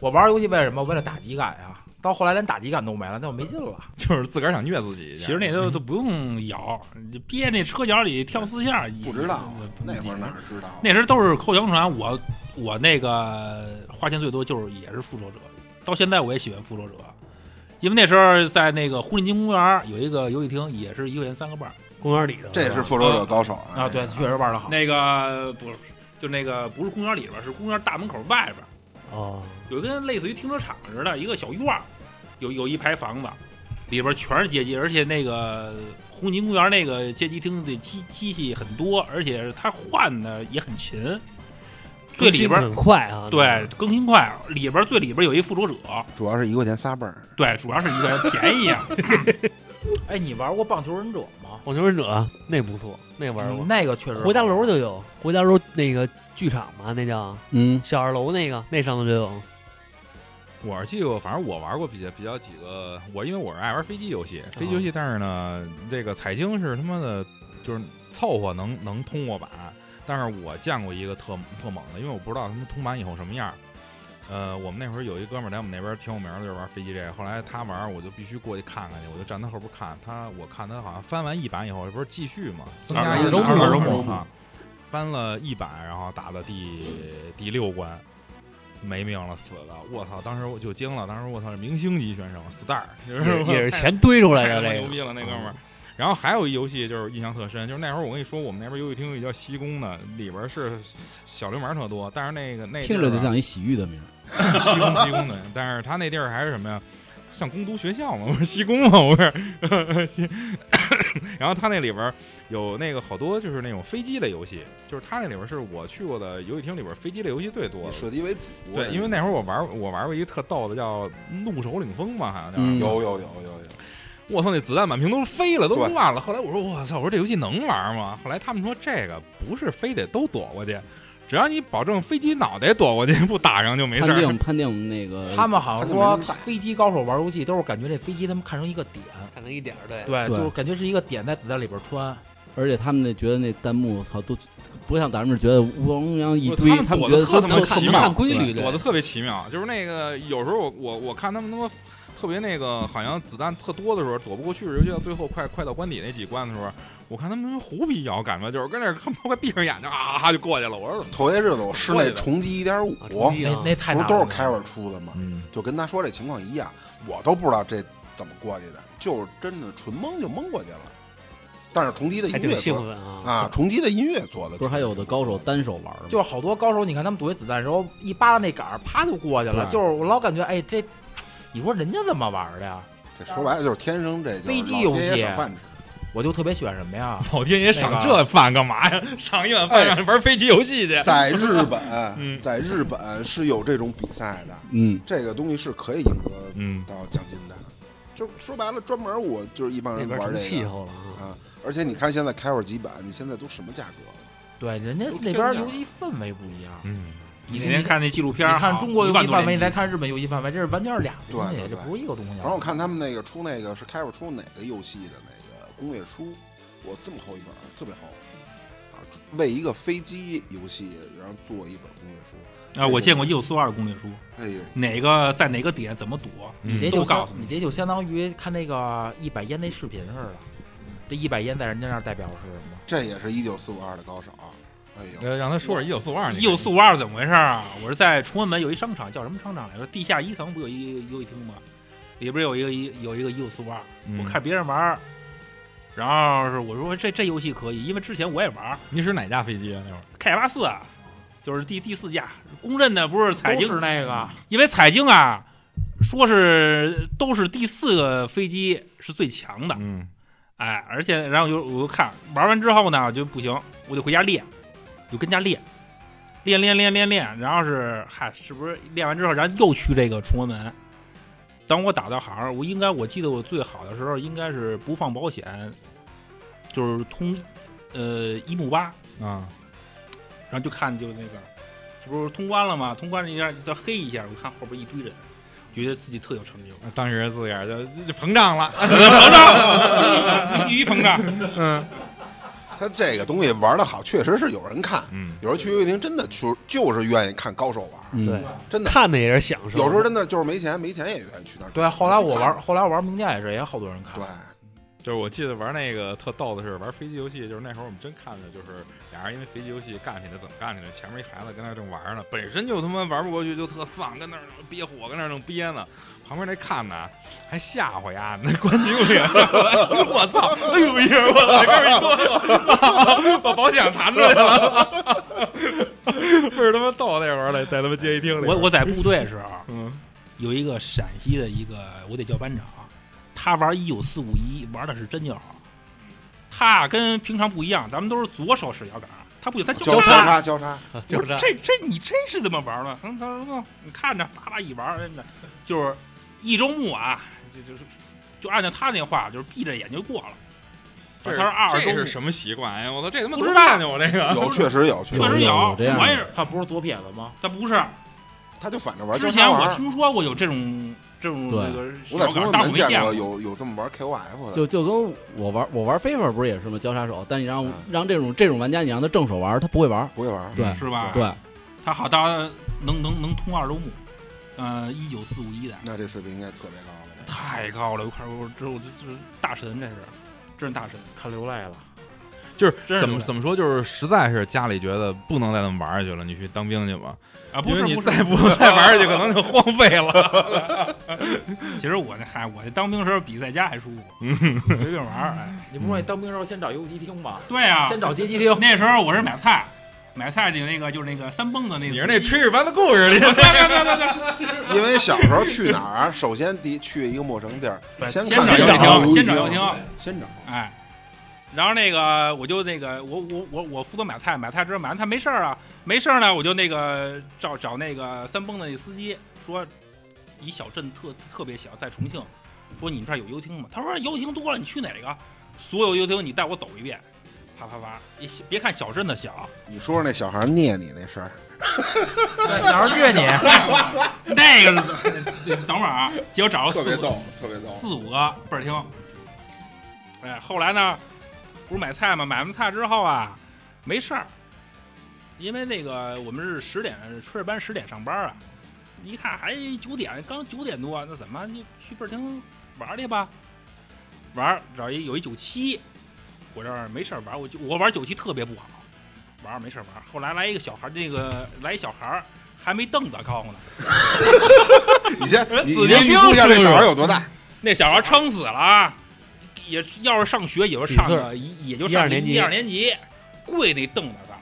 我玩游戏为什么？为了打击感呀。到后来连打击感都没了，那我没劲了。 就是自个儿想虐自己一下。其实那都都不用咬，你憋那车角里跳四下，不知道啊也，那会儿哪儿知道啊？那时候都是扣洋船，我我那个花钱最多就是也是复仇者，到现在我也喜欢复仇者，因为那时候在那个婚礼金公园有一个游戏厅，也是一块钱三个半儿，公园里的这是复仇者高手啊，对，确实玩的好。那个不是就那个不是公园里边儿，是公园大门口外边儿哦，有一跟类似于停车场似的一个小院儿，有有一排房子，里边全是街机，而且那个红金公园那个街机厅的机机器很多，而且它换的也很勤。最里边很快啊，对，更新快，里边最里边有一复仇者，主要是一块钱仨蹦儿，对，主要是一 个便宜啊，哎，你玩过棒球忍者吗？网球忍者那不错，那玩过。嗯那个确实。回家楼就有，回家楼那个剧场嘛，那叫嗯，小二楼那个，那上头就有。我是记得，反正我玩过比较比较几个，我因为我是爱玩飞机游戏，飞机游戏，但是呢，这个彩晶是他妈的，就是凑合能能通过把，但是我见过一个特特猛的，因为我不知道他们通版以后什么样儿。呃，我们那会儿有一哥们儿在我们那边儿挺有名儿的，就是玩飞机这个。后来他玩儿，我就必须过去看看去，我就站他后边儿看他。我看他好像翻完一版以后，这不是继续嘛，增加一二周目二周二周目目啊，翻了一版，然后打到第第六关，没命了，死了。我操！当时我就惊了，当时我操，是明星级选手，star，就是 也是钱堆出来太他的妈这牛个。嗯逼了，那哥们儿。然后还有一游戏就是印象特深，就是那会儿我跟你说，我们那边游戏厅有一叫西宫的，里边是小流氓特多，但是那个那地儿听着就啊像一洗浴的名儿。 西宫西宫的，但是他那地儿还是什么呀？像工读学校嘛， 我是西宫嘛，我是西。然后他那里边儿有那个好多就是那种飞机类游戏，就是他那里边儿是我去过的游戏厅里边儿飞机类游戏最多以的。射击为主。对，因为那会儿我玩我玩过一个特逗的叫怒手领风吧，好像叫。嗯有有有有有，我操，那子弹满屏都飞了，都对乱了。后来我说，我操，我说这游戏能玩吗？后来他们说这个不是非得都躲过去，只要你保证飞机脑袋躲过去不打上就没事判儿。定判定我们那个他们好像说他就没那么大飞机高手玩游戏都是感觉这飞机他们看成一个点，看成一点儿对，对，对就是感觉是一个点在子弹里边穿。而且他们那觉得那弹幕，我操，都不像咱们觉得乌泱乌泱一不堆，他他们躲们觉得得特他妈特奇特妙棒看规律对对躲得特别奇妙，就是那个有时候我我我看他们他妈特别那个，好像子弹特多的时候躲不过去，尤其到最后快快到关底那几关的时候，我看他们虎皮摇杆吧，就是跟那儿他妈快闭上眼睛啊就过去了。我说怎么？头些日子我室内重击一点五，啊不冲击那啊那太是难都是了开尔出的吗？嗯，就跟他说这情况一样，我都不知道这怎么过去的，就是真的纯蒙就蒙过去了。但是重击的还音挺乐兴做奋啊！啊，重击的音乐做的不是还有的高手单手玩吗？就是好多高手，你看他们躲一子弹的时候，一扒拉那杆儿，啪就过去了。对就是我老感觉，哎，这你说人家怎么玩的呀？这说白了就是天生这就是飞机游老戏天爷赏饭吃。我就特别喜欢什么呀？老天爷赏这饭干嘛呀？ 赏一碗饭哎让你玩飞机游戏去。在日本，哎嗯在日本是有这种比赛的，嗯，这个东西是可以赢得嗯，到奖金的。就说白了，专门我就是一帮那人边玩成这气个候了啊！啊，而且你看现在开尔几版，你现在都什么价格？对，人家都天那价边游戏氛围不一样。嗯，你那天看那纪录你片儿，看中国一游万戏多范围，年你再看日本游戏范围，这是完全是俩东对西，对这对不是一个东西啊。反正我看他们那个出那个是开尔出哪个游戏的那个攻略书，我这么厚一本，特别厚啊，为一个飞机游戏然后做一本攻略书。啊，我见过一九四二攻略书，哎呦，哪个在哪个点怎么躲，嗯你这都就告相诉你你这就相当于看那个一百烟那视频似的。这一百烟在人家那儿代表是什么？这也是一九四五二的高手啊！哎呦，呃，让他说说一九四五二，一九四五二怎么回事儿啊？我是在崇文门有一商场，叫什么商场来着？地下一层不有一个游戏厅吗？里边有一个一有一个一九四五二，嗯我看别人玩儿，然后是我说这这游戏可以，因为之前我也玩儿你使哪架飞机啊？那会儿 K 八四，就是第第四架，公认的不是彩都晶是那个，因为彩晶啊，说是都是第四个飞机是最强的，嗯哎，而且然后我就我就看玩完之后呢，我就不行，我就回家练，就跟家练，练练练练练，然后是嗨，是不是练完之后，然后又去这个崇文门。当我打到行儿，我应该我记得我最好的时候应该是不放保险，就是通，呃一木八，啊，然后就看就那个，这不是通关了吗？通关了一下就黑一下，我看后边一堆人，觉得自己特有成就， 当时自个儿就就膨胀了。必须膨胀。他这个东西玩的好，确实是有人看，嗯，有时候去游戏厅真的去就是愿意看高手玩，嗯对，真的。看的也是享受。有时候真的就是没钱，没钱也愿意去那儿。对。啊后来我去玩，后来我玩名将也是，也有好多人看看，。对，就是我记得玩那个特逗的是玩飞机游戏，就是那会儿我们真看的，就是俩人因为飞机游戏干起来，怎么干起来？前面一孩子跟那儿正玩呢，本身就他妈玩不过去，就特丧，跟那儿憋火，跟那儿正憋呢。旁边那看呢，还吓唬呀，那关机不灵， 我操！哎呦一声，我操！哥们儿一哆嗦， 把保险弹出来了， 倍儿他妈逗那会儿来，在他妈街机厅里边，我我在部队的时 候，嗯有一个陕西的一个，我得叫班长，他玩一九四五一玩的是真就好。他跟平常不一样，咱们都是左手使摇杆，他不行，他就哦交他。叉交叉，我说这这你这是怎么玩的？嗯他说嗯你看着，啪啪一玩，真的就是一周目啊，就就是就按照他那话，就是闭着眼就过了。这他说二十这周是目，什么习惯哎呀？我操，这他妈不知道呢，我这个有确实有，确确实实有有这样哎的我也是，他不是左撇子吗？他不是。他就反着玩。之交前叉玩我听说过有这种这种对那个我在小图岗书但馆我没没见过过。有有这么玩 KOF 的，就就跟我玩我玩 FIFA 不是也是吗？交叉手，但你让啊嗯让这种这种玩家，你让他正手玩，他不会玩。不会玩。对是啊吧？对，他好，他能能能通二周目，呃，一九四五一的，那这水平应该特别高了。太高了，我看我这我这这大神这是，真是大神。看流泪了。就是真是怎有么点怎么说，就是实在是家里觉得不能再那么玩下去了，你去当兵去 吧。啊，不因是为你不再是，不再玩下去，可能就荒废了。其实我那嗨，我那当兵时候比在家还舒服，随便玩儿。哎，你不嗯是说你当兵时候先找游戏厅吗？对啊，先找街机厅。那时候我是买菜，买菜里那个就是那个三蹦子那。你是那炊事班的故 事里，因为小时候去哪儿，首先第一去一个陌生地儿，先看找看游有戏没有厅，先找游戏厅，先找。哎，然后那个我就那个我我我我负责买菜，买菜之后买完菜没事儿啊，没事儿呢，我就那个找找那个三蹦的那司机说，一小镇特特别小，在重庆，说你们这儿有游艇吗？他说游艇多了，你去哪个？所有游艇你带我走一遍，啪啪啪！也别看小镇的小，你说说那小孩虐你那事儿，对，小时候虐你， 那个是对等会儿啊，结果找了四特五别逗，特别 逗。四五个倍儿听。哎，后来呢，不是买菜吗？买完菜之后啊，没事儿，因为那个我们是十点炊事班十点上班啊，一看还九点，刚九点多，那怎么就去倍儿听玩儿去吧？玩儿找一有一九七，我这儿没事儿玩儿，我就我玩儿九七特别不好，玩儿没事儿玩儿。后来来一个小孩儿，那个来一小孩儿还没凳子高呢，你先，你子你先弟预兵估一下是不这是小孩有多大？那小孩撑死了啊，也要是上学，也就上个一也就啊一二上个年级一二年级，跪那凳子上，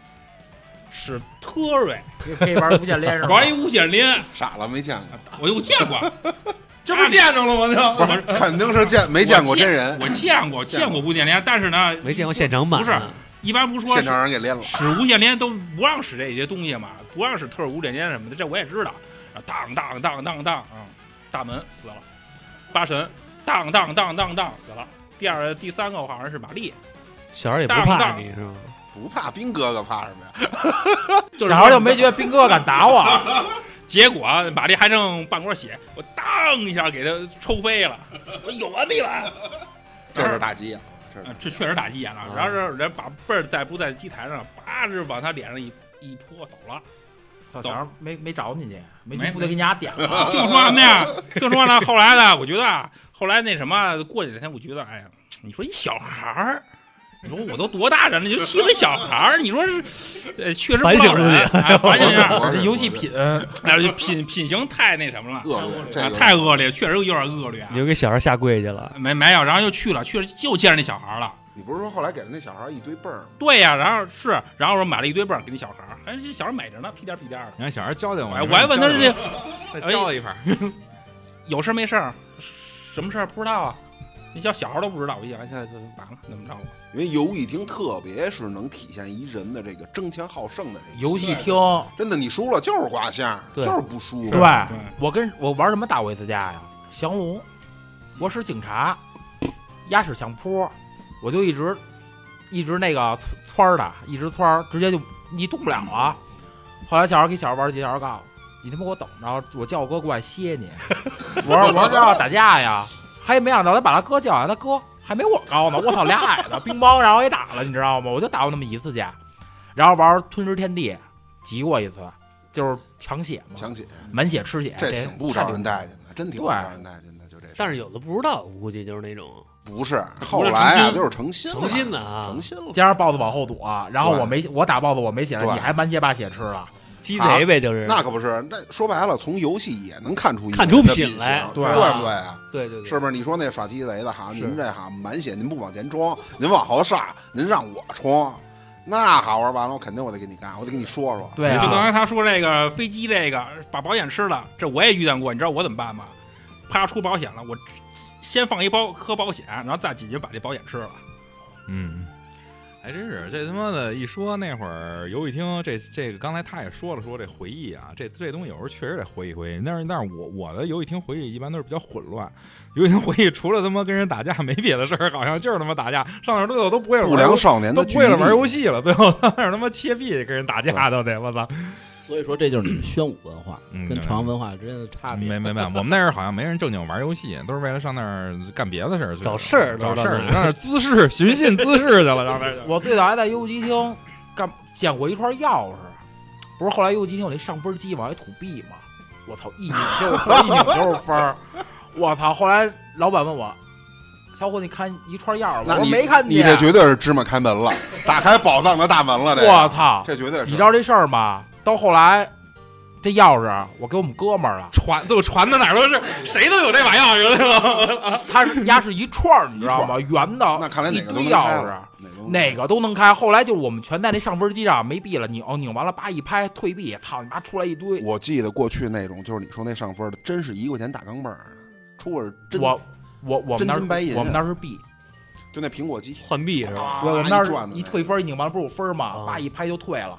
使特瑞可以玩无限连是吧？ 玩一无限林，傻了，没见过，我就见过，这不是见着了吗？就不是，肯定是见没见过真人，我见过见过无限连，但是呢，没见过现场啊版，不是一般不说现场让人给练了。使无线连都不让使这些东西嘛，不让使特种无线连什么的，这我也知道。然后当当当当当，嗯，大门死了，八神当当当当当死了。第二第三个我好像是玛丽，小孩也不当怕当你是吧？不怕兵哥哥怕什么呀？啊就是小时候就没觉得兵哥敢打 我，结果啊玛丽还剩半锅血，我当一下给他抽飞了，我有完没完？这是打急眼，这啊是这确实打急眼了。然后这人把倍儿在不在机台上，叭就往他脸上一一泼走了。小时候没没找你去，没没去部队给你家点了。啊听我说什么呀？听我说呢？后来呢？我觉得啊，后来那什么，过几天我觉得，哎呀，你说一小孩儿，你说我都多大人了，你就欺负小孩儿，你说是，呃，确实不反省落人，哎反省一下，我这是游戏品，哎就品品行太那什么了，恶劣，这啊，个太恶劣，确实有点恶劣啊。你就给小孩下跪去了，没没有，然后又去了，去了又见着那小孩儿了。你不是说后来给那小孩一堆泵儿吗？对呀、然后是，然后我买了一堆棒给那小孩儿，还这小孩儿美着呢，屁颠儿屁颠儿的。你让小孩教教我，哎，我还问他这哎这教一盘，有事儿没事儿，什么事儿不知道啊？你叫小孩儿都不知道，我一想现在就完了，怎么着吧？因为游戏厅特别是能体现一人的这个争强好胜的这个游心戏厅，真的你输了就是挂相，对就是不输。对对，我跟我玩什么大 V 斯家呀？降龙，我使警察，压使相扑，我就一直一直那个窜儿的，一直窜儿，直接就你动不了了。后来小孩给小孩玩儿去，小孩告诉我，你他妈给我等着，我叫我哥过来歇你。我说我说这要打架呀，还没想到他把他哥叫来，他哥还没我高呢，我操俩矮子，乒乓，然后也打了，你知道吗？我就打过那么一次架，然后玩儿吞食天地，急过一次，就是抢血嘛，想起满血吃血，这挺不招人待见的，真挺不招人待见的，就这事儿。但是有的不知道，我估计就是那种不是后来啊，就是诚心了诚心的啊诚，心了。加上豹子往后躲，然后对我没我打豹子我没血了，对你还满血把血吃了，鸡贼呗，就是啊那可不是，那说白了，从游戏也能看出一个看出人的品行来对对不对啊？对对对，是不是？你说那耍鸡贼的哈，是您这哈满血，您不往前冲，您往后上，您让我冲，那好玩完了，我肯定我得跟你干，我得跟你说说。对就刚才啊，他说这个飞机这个把保险吃了，这我也遇见过，你知道我怎么办吗？啪出保险了，我先放一包磕保险，然后再紧接着把这保险吃了。嗯，还真是这他妈的一说那会儿游戏厅，这这个刚才他也说了说这回忆啊，这这东西有时候确实得回忆回忆。但是但是我我的游戏厅回忆一般都是比较混乱，游戏厅回忆除了他妈跟人打架没别的事儿，好像就是他妈打架，上哪儿都有都不会玩不良少年都的不会了玩游戏，戏了，最后上那儿他妈切币跟人打架都得，我操！所以说这就是你们宣武文化嗯跟朝阳文化之间的差别。没没没，我们那儿好像没人正经玩游戏，都是为了上那儿干别的事儿去，找事儿找都事是儿，上那儿滋事、寻衅滋事去了，上那儿去。我最早还在游戏机厅干捡过一串钥匙，不是后来游戏机厅有那上分机往外吐币吗？我操，一拧就是分儿，一拧就是分儿。我操！后来老板问我，小伙，你看一串钥匙吗？那我你说没看你见。这绝对是芝麻开门了，打开宝藏的大门了，这个我操！这绝对是。你知道这事儿吗？到后来，这钥匙我给我们哥们儿了， 传都传啊到哪儿都是，谁都有这把钥匙对吧？他是压是一串儿，你知道吗？圆的，那看来一哪个都堆能开钥匙了，，哪个都能哪个都能开。后来就是我们全在那上分机上没币了，拧哦拧完了，叭一拍退币，操你妈出来一堆。我记得过去那种，就是你说那上分的，真是一块钱大钢镚儿，出的是真，我我我们真那金白银儿啊我们那儿是币，就那苹果机，换币是吧？我我们那一转儿的一那退分一拧完了不是有分吗？啊叭一拍就退了，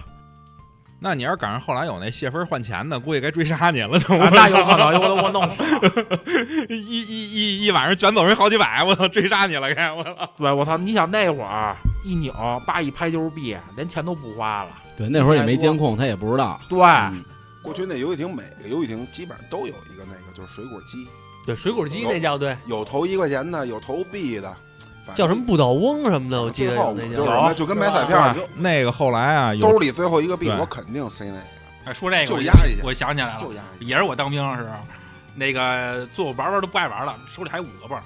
那你要是赶上后来有那泄分换钱的，估计该追杀你了，都啊那有可能有可能我弄 死了。 一一一一晚上卷走人好几百，我操，追杀你了，该我操！对，我操！你想那会儿一拧叭一拍就是币，连钱都不花了。对，那会儿也没监控，他也不知道。对，哎嗯过去那游戏厅每个游戏厅基本上都有一个那个就是水果机，对，水果机那叫对，有投一块钱的，有投币的，反正叫什么不倒翁什么的，我记得最有后那就是叫什。么，就跟买彩票，就那个后来啊，有兜里最后一个币，啊对我肯定塞那个，哎，说这个就我压一下我想起来了就，压 一也是我当兵的时候，那个做我玩玩都不爱玩了，手里还有五个泵，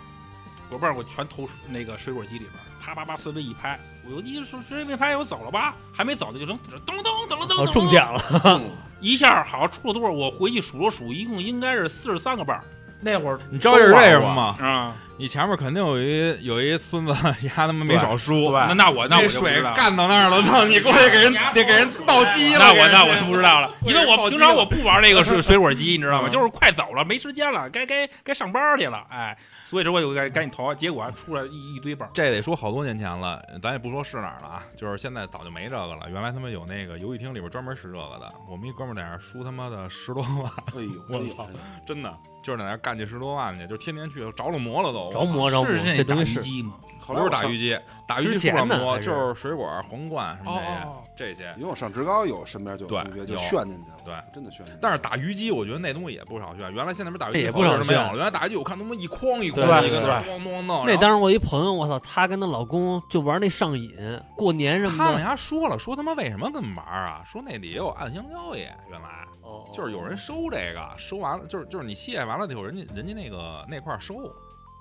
五个泵我全投那个水果机里边，啪啪啪随便一拍，我就一手随便拍，我走了吧，还没走呢就能噔噔噔噔哦噔，噔，中奖了，个。一下好像出了多少？我回去数了数，一共应该是四十三个泵那会儿你知道这是为什么吗？啊！你前面肯定有一有一孙子， 丫他妈没少输，对那那我那那我就不知水道了干到那儿了，操！ 你过去 给人得给人倒机了，啊那我给人那我就不知 道了，因为我平常我不玩那个水水果机，你知道吗？嗯就是快走了，没时间了，该该该上班去了，哎，所以说我就该赶紧投，结果出来一一堆泵。这得说好多年前了，咱也不说是哪儿了啊，就是现在早就没这个了。原来他们有那个游戏厅里边专门是这个的，我们一哥们儿在那儿输他妈的十多万，哎呦，我真有操哎呦真的就是在那儿干去十多万去，就天天去着了魔了都。着魔着魔，是这那打东鱼西是机吗？后来不是我打上鱼机，打鱼之机前不了呢魔，还是就是水果、皇冠哦什么哦这些这些。因为我上职高有身边就有对同学就有炫进去了，对，真的炫进去了。但是打鱼机，我觉得那东西也不少炫。原来现在不是打鱼机哎也不少是没有炫了，原来打鱼机我看他妈一筐一筐对一个对那儿咣咣弄。那然后当时我一朋友，我操，她跟她老公就玩那上瘾，过年什他么们的，家说了，说他妈为什么这么玩儿啊？说那里也有暗箱交易，原来哦就是有人收这个，收完了就是就是你卸完了以后，人家人家那个那块儿收，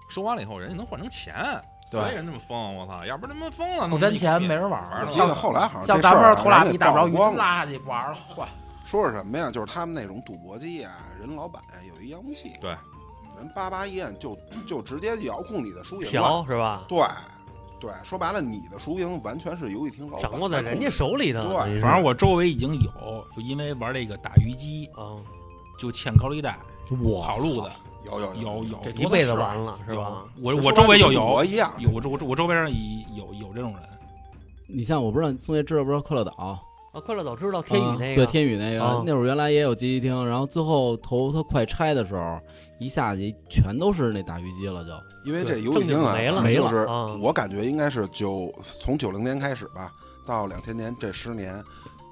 收完了以后人家能换成钱，对所以人这么疯，我操，要不然他妈疯了，不那么沾一钱逼没人玩儿玩我了。了记得后来好像像这咱事们儿这啊投俩人币给打不着曝鱼，光了。垃圾玩了，换说是什么呀？就是他们那种赌博机啊，人老板有一遥控器，对，人叭叭一按就就直接遥控你的输赢了。嫖是吧？对，对，说白了，你的输赢完全是游戏厅老板掌握在来人控制家手里头，对等于是反正我周围已经有，就因为玩那个打鱼机嗯就欠高利贷我跑路的，有有有有这一多大辈子事儿完了是啊有吧？？我就我说周白围了有跟赌博有一样，有我周我周我周围上有有这种人，你像我不知道宋爷知道不知道快乐岛，啊，快乐早知道天宇那个，啊对天宇那个、啊那会儿原来也有街机厅，然后最后投他快拆的时候，一下去全都是那打鱼机了就，因为这对游戏厅啊，正经没了反正就没是了啊我感觉应该是九从九零年开始吧，到两千年这十年，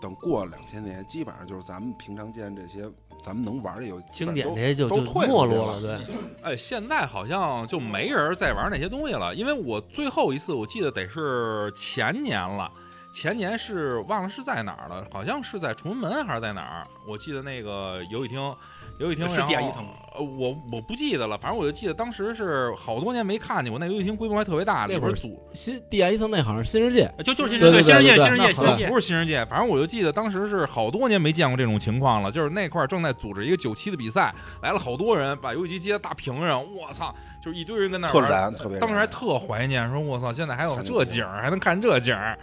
等过两千年，基本上就是咱们平常见这些咱们能玩的游戏，经典基这本些就都就都退没出去落了了，对，哎，现在好像就没人再玩那些东西了，因为我最后一次我记得得是前年了，前年是忘了是在哪儿了，好像是在崇文门还是在哪儿，我记得那个游戏厅，游戏厅是地下然后一层吗呃，我我不记得了，反正我就记得当时是好多年没看见过，那游戏厅规模还特别大，那里会儿边组新地下一层那好像是新世界，就就是新对世界对新世界新对对世界对新世界不是新世界，反正我就记得当时是好多年没见过这种情况了，就是那块儿正在组织一个九七的比赛，来了好多人，把游戏机接到大屏上，我操，就是一堆人跟那儿特玩，燃，特别当时还燃特怀念，说我操，现在还有看这这景儿，还能看这景儿，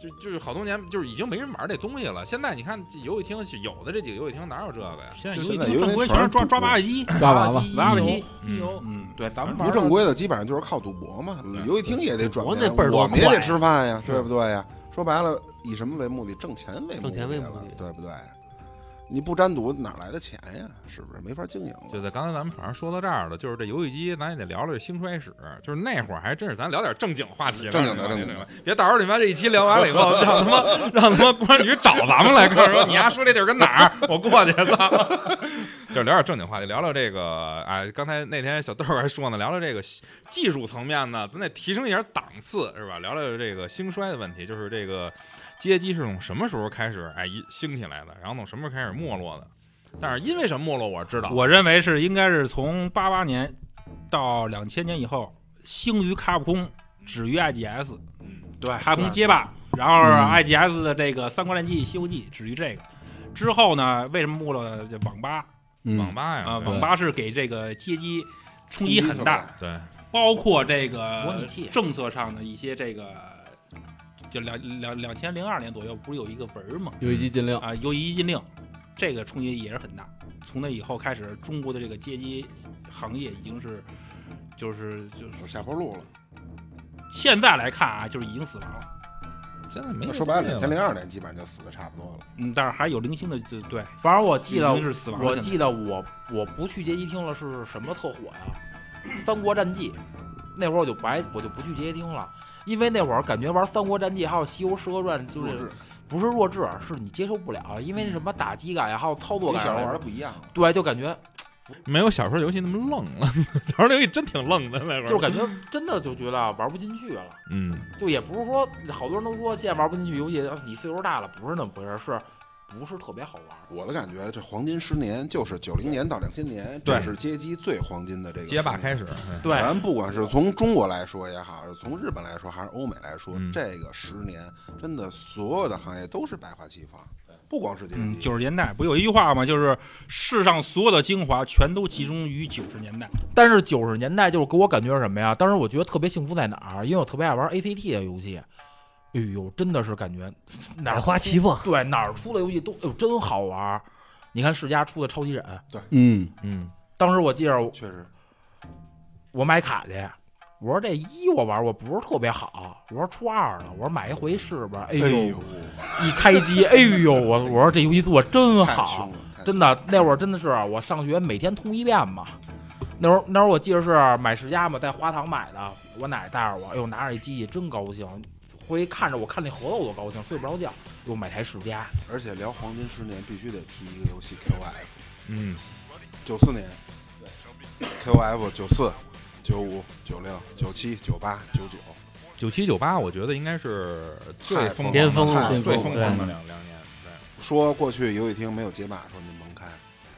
就就是好多年就是已经没人玩这东西了。现在你看这游戏厅有的这几个游戏厅哪有这个呀？现在就游戏现在厅游戏正厅规全全是是抓赌抓博娃娃机、抓娃娃娃娃嗯机、嗯机油，嗯，对，咱们玩不正规的基本上就是靠赌博嘛，游戏厅也得转赌博变，那辈儿多我们也快得啊吃饭呀，是对不对呀？说白了，以什么为目的？挣钱为目挣钱为的目了的，对不对？你不沾赌哪来的钱呀？是不是没法经营就了？在刚才咱们反正说到这儿了，就是这游戏机，咱也得聊聊这兴衰史。就是那会儿还真是，咱聊点正经话题了，正经你知的道吗正经的，别到时候你妈这一期聊完了以 后，让他妈让他妈公安局找咱们来，跟我说你丫说这地儿跟哪儿，我过去操。 就是聊点正经话题，聊聊这个哎，刚才那天小豆儿还说呢，聊聊这个技术层面呢，咱得提升一下档次，是吧？聊聊这个兴衰的问题，就是这个街机是从什么时候开始哎一兴起来的，然后从什么时候开始没落的？但是因为什么没落，我知道，我认为是应该是从八八年到两千年以后，兴于卡普空，止于 IGS，嗯，对，嗯卡普空街霸，然后是 IGS 的这个《三国战记》《西游记》止于这个。之后呢，为什么没落了这网吧网吧呀，啊？对网吧是给这个街机冲击很大，对，包括这模个拟器政策上的一些这个，就两两两千零二年左右不是有一个文儿吗？嗯游戏机禁令，啊，游戏禁令，这个冲击也是很大。从那以后开始，中国的这个街机行业已经是，就是就是走下坡路了。现在来看啊，就是已经死亡了。现在没那说白了，这个两千零二年基本上就死的差不多了。嗯，但是还有零星的，就对，反正我记已得经是死亡了。我现在记得我我不去街机厅了，是什么特火呀？《三国战记》，那会儿我就不爱，我就不去街机厅了，因为那会儿感觉玩《三国战记》还有《西游轱辘传》就弱是智，不是弱智，是你接受不了，啊因为什么打击感呀，还有操作跟感小时呀，候玩的不一样了。对，就感觉没有小时候游戏那么愣了， 小时候游戏真挺愣的那会儿，就是感觉真的就觉得玩不进去了。嗯，就也不是说好多人都说现在玩不进去游戏，啊你岁数大了，不是那么回事儿，是不是特别好玩？我的感觉，这黄金十年就是九零年到两千年，对这是街机最黄金的这个街霸十年开始，对，咱不管是从中国来说也好，是从日本来说，还是欧美来说，嗯这个十年真的所有的行业都是百花齐放，不光是街嗯，机，九十年代不有一句话吗？就是世上所有的精华全都集中于九十年代。但是九十年代就是给我感觉是什么呀？当时我觉得特别幸福在哪儿？因为我特别爱玩 ACT 的游戏，哎呦，真的是感觉哪百儿花出齐放。对哪儿出的游戏都哎呦真好玩儿。你看世嘉出的超级忍，嗯，嗯，当时我记着我确实我买卡去，我说这一我玩我不是特别好，我说初二了，我说买一回试吧。哎呦，一开机，哎呦，我我说这游戏做得真太好凶，了，太真的，那会儿真的是啊我上学每天通一遍嘛。那会儿那会儿我记得是买世嘉嘛，在花堂买的，我奶奶带着我，哎呦拿着一机器真高兴，回去看着我看那盒子我都高兴，睡不着觉，又买台世嘉。而且聊黄金十年必须得提一个游戏 QF，嗯，九四年，QF 九四、九五、九六、九七、九八、九九，九七九八，我觉得应该是最太疯狂的巅峰了最太最疯疯了狂的两两年，对，说过去游戏厅没有解码，说您甭开，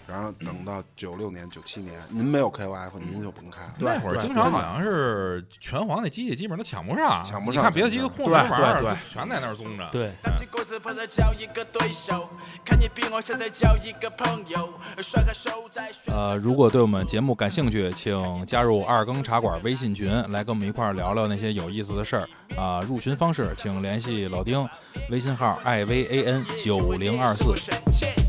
然后等到九六年、九七年，您没有 KOF，您就甭开了。对那会儿对经常好像是拳皇那机器基本上都抢不上，抢不上你看别的机器控制不对玩儿，对对就全在那儿宗着，对，拿起锅子泡在交一个对手，看你比我像在交一个朋友，甩开手在选。呃，如果对我们节目感兴趣，请加入二更茶馆微信群，来跟我们一块儿聊聊那些有意思的事儿啊、入群方式请联系老丁，微信号 i v a n 九零二四。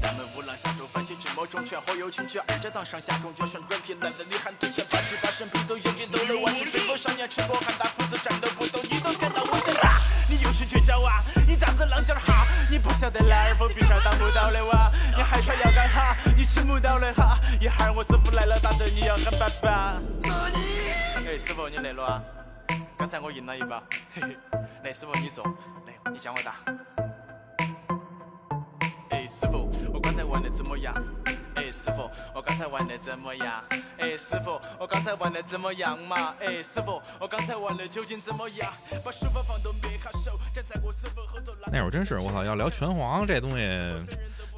咱们无浪下中翻新指谋中却后有情却二战当上下中决选专题懒得你喊对线把尺把身皮都用尽都能完成追风少年吃过汉大父子战斗不动你都看到我在打你有时绝招啊你咋是浪尖儿哈你不晓得来风比上当不到了哇啊你还说要干哈你吃不到了哈一会儿我师傅来了打的你要喊爸爸哎师傅你来了啊刚才我赢了一把嘿嘿来师傅你走来你讲我打哎，师傅，我刚才玩的怎么样？哎，师傅，我刚才玩的怎么样？哎，师傅，我刚才玩的怎么样嘛？哎，师傅，我刚才玩的究竟怎么样？把书包放到灭下手，站在我师傅后头拉。那会儿真是我操，要聊拳皇这东西，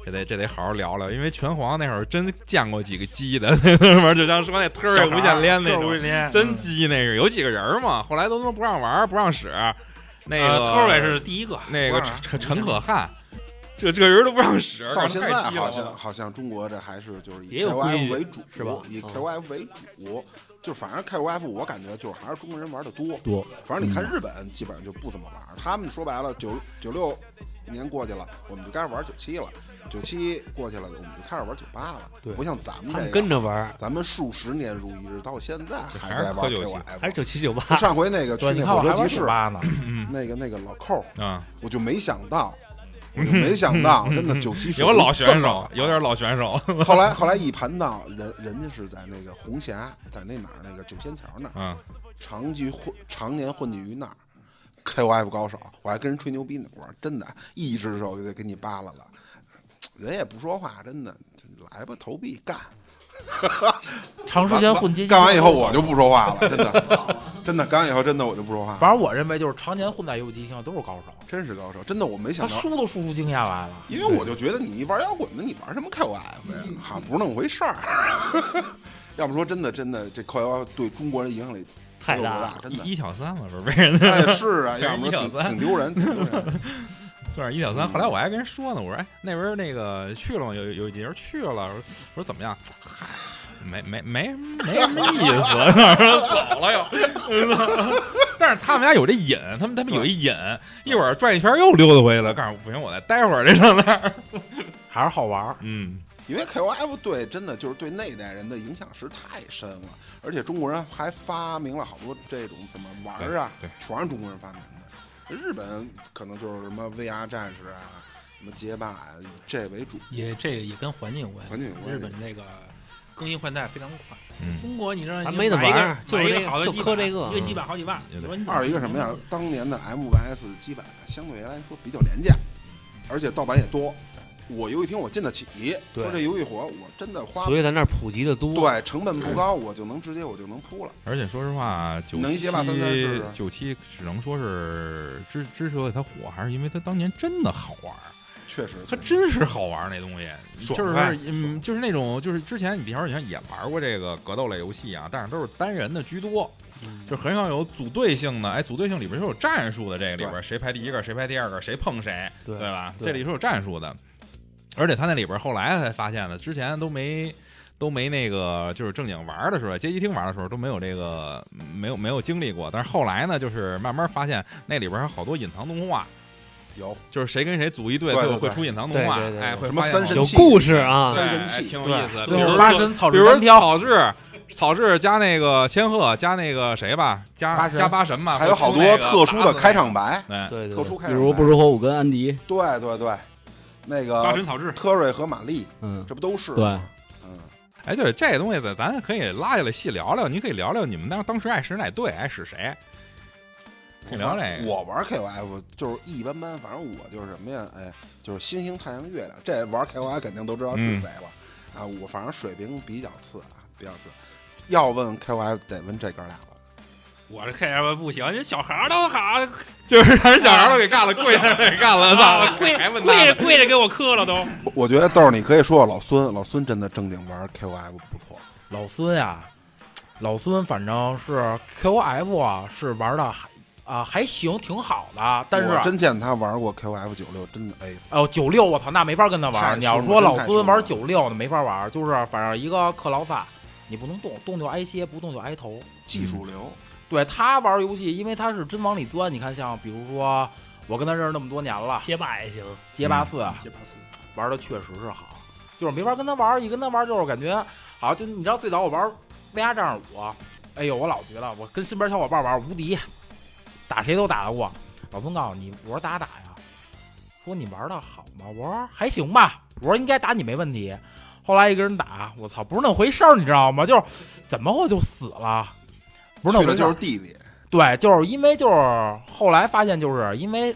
这得这得好好聊聊，因为拳皇那会儿真见过几个鸡的， 那玩就像说那特儿无限连那特无种限，连嗯真鸡那个有几个人儿嘛，后来都他妈不让玩儿，不让使，那个呃特伟是第一个，那个不让陈陈可汗，啊这这人都不让使，到现在太鸡了好像好像中国这还是就是以也有规 KOF 矩为主，是吧以嗯 KOF 为主，就反正 KOF 我感觉就是还是中国人玩的多多。反正你看日本基本上就不怎么玩，他们说白了九九六年过去了，我们就开始玩九七了，九七过去了，我们就开始玩九八了。对不像咱们他这们个，跟着玩儿，咱们数十年如一日，到现在还是在喝玩酒去 KOF。哎还是九七九八就，上回那个去对，你那看我火 嗯车还玩集酒市，吧呢，那个那个老寇，啊， 我就没想到我就没想到，真的九七水嗯有老选这么啊手，有点老选手，嗯 后来后来一盘道，人人家是在那个红峡，在那哪儿那个九仙桥那儿嗯，长居混常年混迹于那儿，KOF 高手，我还跟人吹牛逼呢，我说真的，一只手就得给你扒拉了，人也不说话，真的，就来吧，投币干。长时间混街机，干完以后我就不说话了，真的，真的干完以后真的我就不说话了，反正我认为就是常年混在游戏厅都是高手，真是高手，真的我没他想到。输都输出惊讶来了。因为我就觉得你一玩摇滚的，你玩什么 KOF 呀？嗯哈，不是那么回事儿。 要不说真的，真的这 KOF 对中国人影响力太大大了，了真的。一挑三嘛，不是被人 哎，是 啊，一要不说挑挺三挺丢人，挺丢人。算是一挑嗯三。后来我还跟人说呢，我说哎，那边那个去了吗？有有几人去了，我说怎么样？嗨，没没没没什么意思，然后走了又。 但是他们家有这瘾，他们他们有一瘾，一会儿转一圈又溜达回去了。告诉我不行，我再待会儿这上那儿。还是好玩儿。嗯，因为 KOF 对真的就是对那一代人的影响实太深了，而且中国人还发明了好多这种怎么玩儿啊对对，全是中国人发明的。日本可能就是什么 VR 战士啊，什么街霸啊，以这为主。也这个也跟环境有关系。环境有关系日本这个更新换代非常快。嗯中国你让还你没得买一个玩儿就是买一这个个好的就基磕板这个一个基板好几万有。点你说你二一个什么呀？当年的 M 八 S 基板啊相对来说比较廉价，而且盗版也多。我游戏厅我进得起，对说这游戏火，我真的花所以咱这儿普及的多。，对成本不高，我就能直接我就能铺了。而且说实话，啊九能一街霸三三试七试九七只能说是之之所以它火，还是因为它当年真的好玩儿。确实，它真是好玩儿那东西，爽就是快嗯，就是那种就是之前你比方说你看也玩过这个格斗类游戏啊，但是都是单人的居多，就很少有组队性的。哎，组队性里边是有战术的，这个里边谁排第一个，谁排第二个，谁碰谁，对对吧？对这里是有战术的，而且他那里边后来才发现的，之前都没。都没那个，就是正经玩儿的时候，街机厅玩儿的时候都没有这个，没有没有经历过。但是后来呢，就是慢慢发现那里边还有好多隐藏动画，有就是谁跟谁组一队，对最后对会对出隐藏动画，对对对哎，会什么发现三神有器故事啊，三对神器哎挺有意思。比最如后说八神草比人如单挑，草雉，草雉加那个千鹤加那个谁吧，加八神加八神嘛，还有好多特殊的开场白，哎，对对特殊对，开场白，比如不知火舞跟安迪，对对对，那八个神草雉，特瑞和玛丽，嗯，这不都是对吗？嗯，哎，对这东西，咱咱可以拉下来细聊聊。你可以聊聊你们当当时爱使哪队，爱使谁，可以聊这个。我玩 KOF 就是一般般，反正我就是什么呀，哎，就是星星、太阳、月亮，这玩 KOF 肯定都知道是嗯谁了、啊。我反正水平比较次啊，比较次。要问 KOF 得问这哥俩了，我这 K F 不行，这小孩儿都好，就是让人小孩都给干了，跪下给干了，啊操！跪还问跪他着呢跪着给我磕了都。我我觉得豆儿你可以说说老孙，老孙真的正经玩 KOF 不错，老孙呀，老孙反正是 QF 啊，是玩的还啊还行，挺好的。但我是真见他玩过 KOF 九六，真的哎，哦，九六我操，那没法跟他太玩。凶你要说了真老太孙凶了玩九六，那没法玩，就是反正一个克劳萨，你不能动，动就挨歇，不动就挨头。技嗯术流，对他玩游戏，因为他是真往里钻。你看，像比如说我跟他认识那么多年了，街霸也行，嗯街霸四、啊这把死玩的确实是好，就是没法跟他玩儿，一跟他玩儿就是感觉好，就你知道最早我玩儿 VR 战士五，哎呦，我老觉得我跟身边小伙伴玩儿无敌，打谁都打得过。老孙告诉你，我说打打呀，说你玩的好吗？我说还行吧，我说应该打你没问题。后来一个人打，我操，不是那回事儿，你知道吗？就是怎么我就死了，不是那去回了事就儿是。弟弟，对，就是因为就是后来发现，就是因为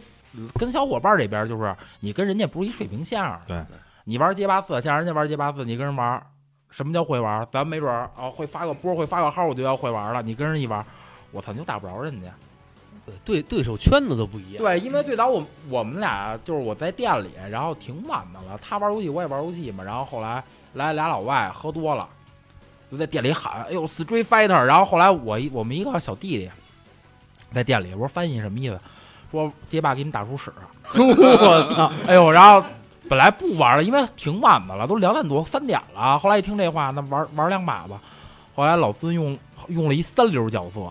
跟小伙伴这边，就是你跟人家不是一水平线上。对，你玩街霸四，像人家玩街霸四，你跟人玩，什么叫会玩？咱没准儿啊会发个波，会发个号，我就要会玩了。你跟人一玩，我操，你就打不着人家。对对对手圈子都不一样。对，因为最早我我们俩就是我在店里，然后挺晚的了，他玩游戏我也玩游戏嘛，然后后来来俩老外喝多了，就在店里喊：“哎呦，Street Fighter！” 然后后来我一我们一个小弟弟在店里，我说翻译什么意思？说街霸给你打出屎，啊我操，哎呦，然后本来不玩了，因为挺晚的了，都两点多三点了。后来一听这话，那玩玩两把吧。后来老孙用用了一三流角色，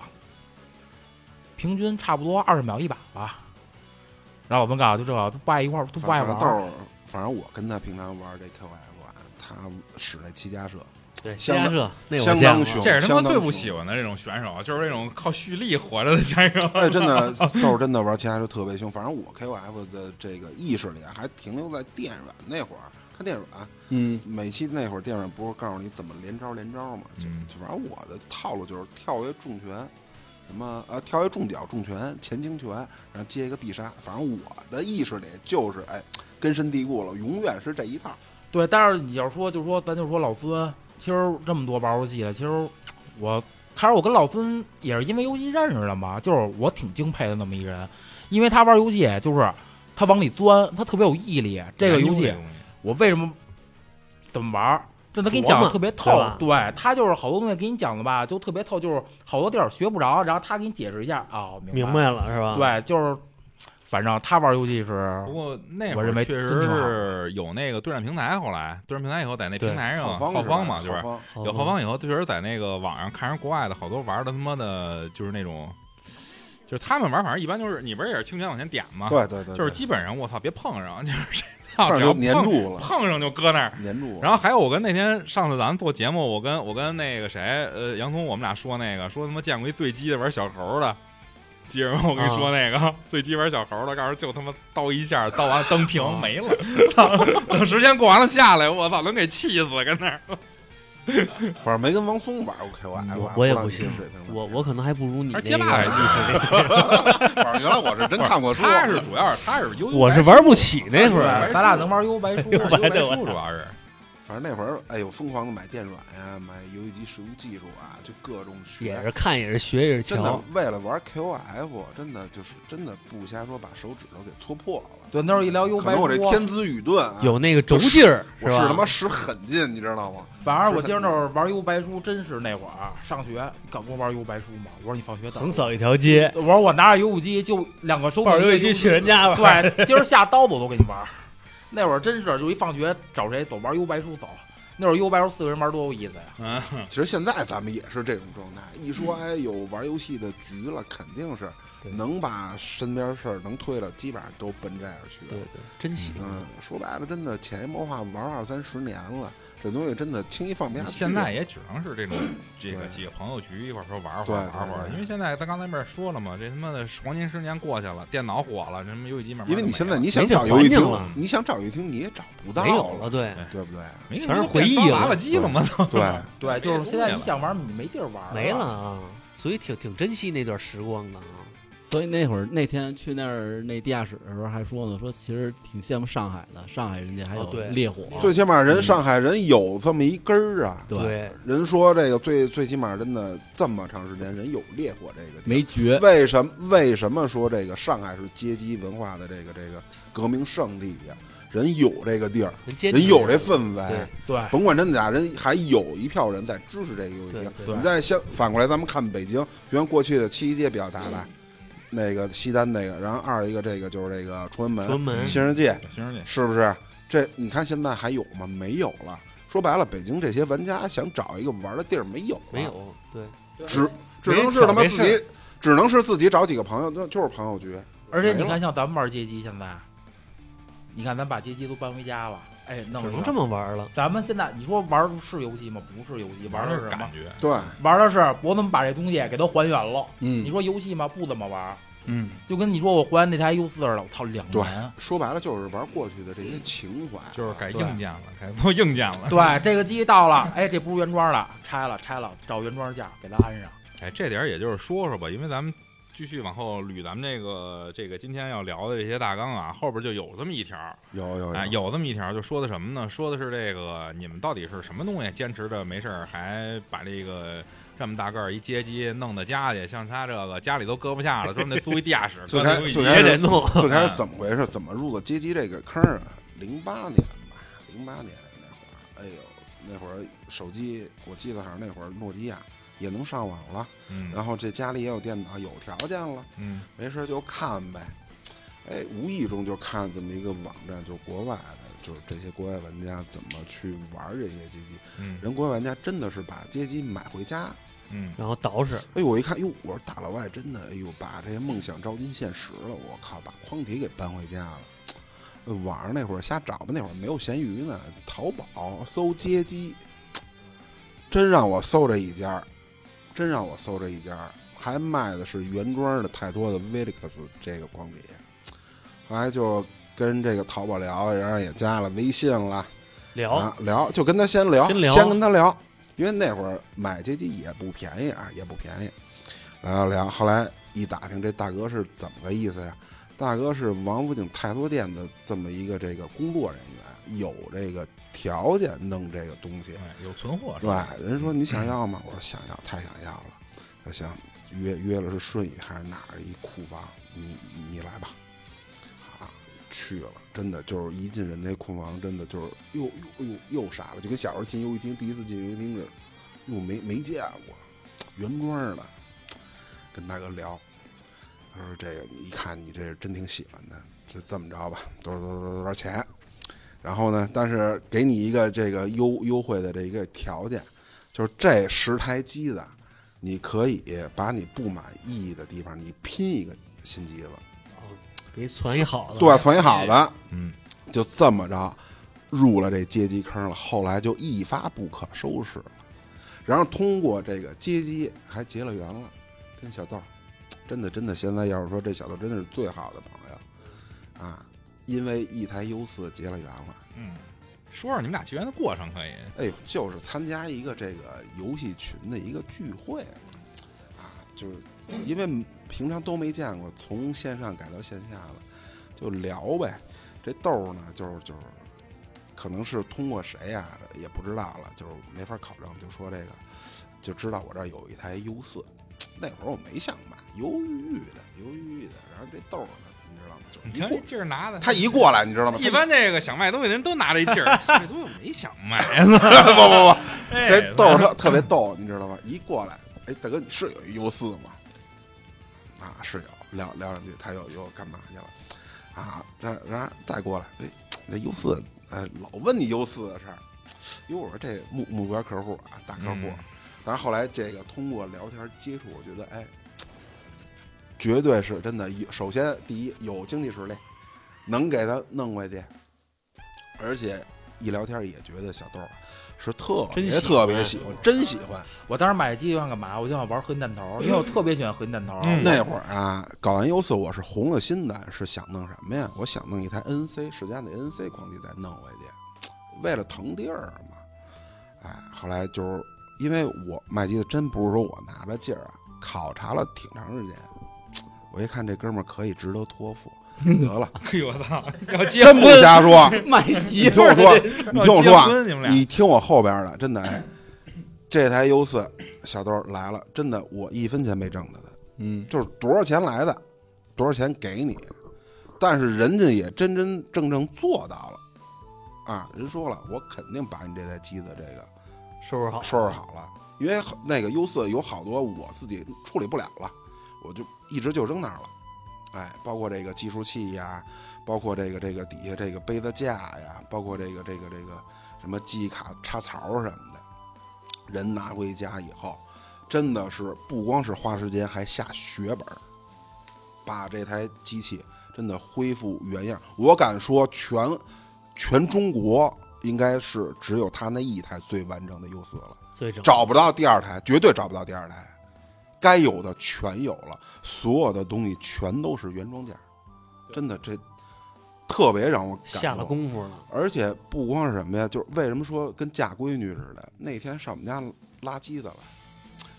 平均差不多二十秒一把吧。然后老孙告诉我就这个都不爱一块儿，都不爱反玩正儿。豆儿，反正我跟他平常玩这 KOF 啊，他使那七家社，对，相家当社那我相见当过凶，这是他妈相当最不凶喜欢的这种选手，就是那种靠蓄力活着的选手。 哎，真的，豆儿真的玩其他就特别凶。反正我 KOF 的这个意识里啊，还停留在电软那会儿，看电软，嗯，每期那会儿电软不是告诉你怎么连招连招吗？就嗯就反正我的套路就是跳跃重拳，什么呃跳跃重脚重拳前倾拳，然后接一个必杀。反正我的意识里就是哎根深蒂固了，永远是这一套。对，但是你要说，就说咱就说老孙，其实这么多玩游戏的，其实我开始我跟老孙也是因为游戏认识的嘛，就是我挺敬佩的那么一人，因为他玩游戏就是他往里钻，他特别有毅力。这个游戏东我为什么怎么玩？就他给你讲的特别透琢磨，对对他就是好多东西给你讲的吧，就特别透，就是好多地儿学不着，然后他给你解释一下，哦，明白白了是吧？，对，就是反正他玩游戏是西。不过那我会认儿为确实真挺好是有那个对战平台，后来对战平台以后在那对平台上方浩啊是方吧嘛，就是浩方好有吧后方以后，确实在那个网上看人国外的好多玩的他妈的，就是那种，就是他们玩，反正一般就是你不是也是轻拳往前点吗？，对对对，啊就是对基本上我操，别碰上， 就是谁操，碰只上就要粘碰住了，碰上就搁那儿。粘住了。然后还有，我跟那天上次咱们做节目，我跟我跟那个谁，呃，洋葱，我们俩说那个，说他妈见过一对鸡的玩小猴的，记着吗？我跟你说那个对鸡玩小猴的，告诉就他妈刀一下，刀完蹬平没了， 操！等时间过完了下来，我操，能给气死，跟那儿。反正没跟王松玩过 KOF，我啊我也知道不你行的水平，怎么我样我可能还不如你而那街霸还个，行，反正原来我是真 看过书，他是主要是他是优，我是玩不起那会白儿。书咱俩能玩幽白书，白白的我叔主要是反正那会儿，哎呦，疯狂的买电软呀、买游戏机使用技术啊，就各种也学。是看，也是学，也是真的瞧。为了玩 KOF，真的就是真的不瞎说，把手指头给搓破了。对，那时候一聊幽可白能书，啊我这天资语钝啊，有那个轴劲儿，我是吧？他妈使狠劲，你知道吗？反正我记着那会儿玩《幽白书》，真是那会儿啊上学，你敢跟我玩《幽白书》吗？我说你放学等横。扫一条街，我说我拿着游戏机就两个手柄，抱着游戏机去人家玩。对，今儿下刀子我都给你玩儿。那会儿真是就一放学找谁走玩《幽白书》走。那会儿《幽白书》四个人玩多有意思呀！啊 嗯其实现在咱们也是这种状态，一说哎有玩游戏的局了，肯定是对能把身边事儿能推了，基本上都奔这儿去。对对，真行。嗯，说白了，真的潜移默化玩二三十年了，这东西真的轻易放不下去。啊现在也只能是这种这个对几个朋友局一块儿说玩会对儿对玩会儿，对因为现在他刚才不是说了嘛，这他妈的黄金十年过去了，电脑火了，什么游戏机慢慢因为你就现没在了你想没这找游戏厅环境了，你想找游戏厅你也找不到没有了，对，对不对？啊没全是回忆了娃娃机了吗？对，对，就是现在你想玩，你没地儿玩儿没了。啊，所以挺挺珍惜那段时光的啊。所以那会儿那天去那儿那地下室的时候还说呢，说其实挺羡慕上海的，上海人家还哦有对烈火，最起码人上海人有这么一根儿啊。对，人说这个最最起码真的这么长时间人有烈火这个地儿没 绝，为什么为什么说这个上海是阶级文化的这个这个革命圣地呀、人有这个地儿，人坚持人有这氛围对，对甭管真的假，啊人还有一票人在支持这个游戏对厅。对你再相反过来，咱们看北京，就像过去的七一街比较大吧，那个西单那个，然后二一个这个就是这个崇文门、专门新世界，行兄弟，是不是？这你看现在还有吗？没有了。说白了，北京这些玩家想找一个玩的地儿没有了，没，有，对，只只没人能是挑他妈这自事儿己，只能是自己找几个朋友，那就是朋友局。而且你没了看，像咱们玩街机现在，你看咱把街机都搬回家了，哎，弄只一能个这么玩了。咱们现在你说玩儿是游戏吗？不是游戏，玩儿的的是是什么感？觉，对，玩的是我怎么把这东西给它还原了。嗯你，说游戏嘛，不怎么玩，嗯，就跟你说我还原那台 U 四了，我操，两对年。说白了就是玩过去的这些情怀，就是改对硬件了，改做硬件了。对，这个机到了，哎，这不是原装的，拆了拆了，找原装价给它安上。哎，这点儿也就是说说吧，因为咱们继续往后捋咱们这个这个今天要聊的这些大纲啊，后边就有这么一条儿，有有哎，有这么一条儿就说的什么呢？说的是这个你们到底是什么东西坚持着没事儿还把这个。这么大个儿一街机弄到家去，像他这个家里都搁不下 了，专门租一地下室，最搁开那游戏最机开也始得弄，最开嗯始怎么回事？怎么入的街机这个坑儿啊？零八年吧，零八年那会儿，哎呦，那会儿手机我记得好像那会儿诺基亚也能上网了，嗯然后这家里也有电脑，有条件了，嗯，没事儿就看呗。哎，无意中就看这么一个网站，就是国外的，就是这些国外玩家怎么去玩这些街机。嗯人国外玩家真的是把街机买回家，嗯，然后捯饬，哎呦，我一看，哟，我说大老外真的，哎呦，把这些梦想照进现实了，我靠，把筐体给搬回家了。呃网上那会儿瞎找吧，那会儿没有闲鱼呢，淘宝搜街机，真让我搜着一家，真让我搜着一家，还卖的是原装的太多的威利克斯这个光碟。后来就跟这个淘宝聊，然后也加了微信了，聊啊聊，就跟他先聊，先聊跟他聊，因为那会儿买这机也不便宜啊，也不便宜。然后聊，后来一打听，这大哥是怎么个意思呀？大哥是王府井太多店的这么一个这个工作人员，有这个条件弄这个东西。哎有存货是对，吧？嗯人说你想要吗？我说想要，太想要了。他想约约了是顺义还是哪儿一库房？你你来吧，啊，去了，真的就是一进人那库房，真的就是又又又又傻了，就跟小时候进游戏厅第一次进游戏厅似的，又没没见过，原装的。跟大哥聊，他说这个你一看你这是真挺喜欢的，就这么着吧，多少多少多少多少钱？然后呢，但是给你一个这个优优惠的这一个条件，就是这十台机子，你可以把你不满意的地方，你拼一个新机子，给攒一好的，对，存一好的，嗯，就这么着入了这街机坑了，后来就一发不可收拾了。然后通过这个街机还结了缘了，跟小豆儿，真的真的，现在要是说这小豆儿真的是最好的朋友啊，因为一台 U 四结了缘了。嗯，说说你们俩结缘的过程 可以。哎呦，就是参加一个这个游戏群的一个聚会，啊，就是因为平常都没见过，从线上改到线下了，就聊呗。这豆儿呢，就是就是，可能是通过谁呀、也不知道了，就是没法考证，就说这个，就知道我这儿有一台 U 四，那会儿我没想买，犹豫豫的，犹豫豫的。然后这豆儿呢，你知道吗？就是你一看这过劲儿拿的，他一过来，你知道吗？一他般这个想卖东西的人都拿这劲 儿，操这东西我没想卖啊呢。不不不，哎这豆儿特特别逗，你知道吗？一过来，哎，大哥，你是有一 U 四吗？啊，是有，聊聊两句，他又又干嘛去了？啊，然然后再过来，哎，这 U 四，哎，老问你 U 四的事儿。因为我说这目目标客户啊，大客户嗯，但是后来这个通过聊天接触，我觉得哎，绝对是真的。有首先第一有经济实力，能给他弄回去，而且一聊天也觉得小豆儿是特真喜别欢特别喜欢，真喜欢。我当时买机想干嘛？我就想玩核心弹头，因为我特别喜欢核心弹头。嗯那会儿啊，搞完 U 四，我是红了心的，是想弄什么呀？我想弄一台 NC，世嘉那 NC 光碟再弄回去，为了腾地儿嘛。哎，后来就是因为我卖机子，真不是说我拿着劲儿啊，考察了挺长时间。我一看这哥们儿可以值得托付，得了， 哎呦我操，要结真不婚瞎说，卖媳哦你妇听我说，你听儿，我说要结啊婚你们，俩你听我后边的，真的，哎，这台 U 四小豆儿来了，真的，我一分钱没挣他的。嗯，就是多少钱来的，多少钱给你。但是人家也真真正正做到了，啊，人说了，我肯定把你这台机子这个收拾好，收拾好了，因为好那个 U 四有好多我自己处理不了了，我就一直就扔那儿了。哎，包括这个计数器呀，包括这个这个底下这个杯子架呀，包括这个这个这个什么记忆卡插槽什么的，人拿回家以后，真的是不光是花时间，还下血本儿，把这台机器真的恢复原样。我敢说全，全中国应该是只有他那一台最完整的 U 四了，最整找不到第二台，绝对找不到第二台。该有的全有了，所有的东西全都是原装件儿，真的这特别让我感动。下了功夫了，而且不光是什么呀，就是为什么说跟嫁闺女似的？那天上我们家拉机子来，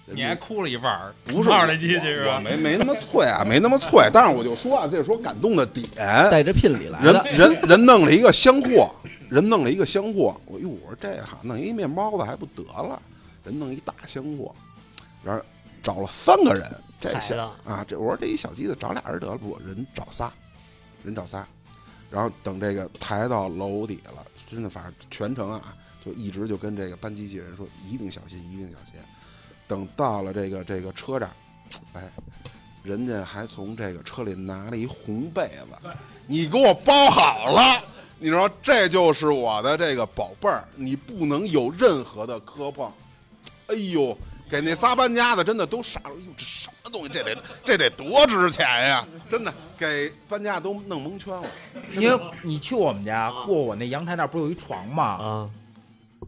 人你家还哭了一半儿，不是抱我着机器是我吧？没没那么脆啊，没那么脆。但是我就说啊，这是说感动的点，带着聘礼来人的，人人弄了一个箱货，人弄了一个箱货。我哟，我说这哈弄一面包子还不得了，人弄一大箱货，然后找了三个人，这孩小子啊，这我说这一小机子找俩人得了，不人找仨，人找仨，然后等这个抬到楼底了，真的反正全程啊，就一直就跟这个搬机器人说一定小心，一定小心。等到了这个这个车站，哎，人家还从这个车里拿了一红被子，你给我包好了。你说这就是我的这个宝贝儿，你不能有任何的磕碰。哎呦，给那仨搬家的真的都傻了，哟，这什么东西？这得这得多值钱呀！真的给搬家都弄蒙圈了。因为你去我们家过我那阳台那儿不是有一床吗？啊，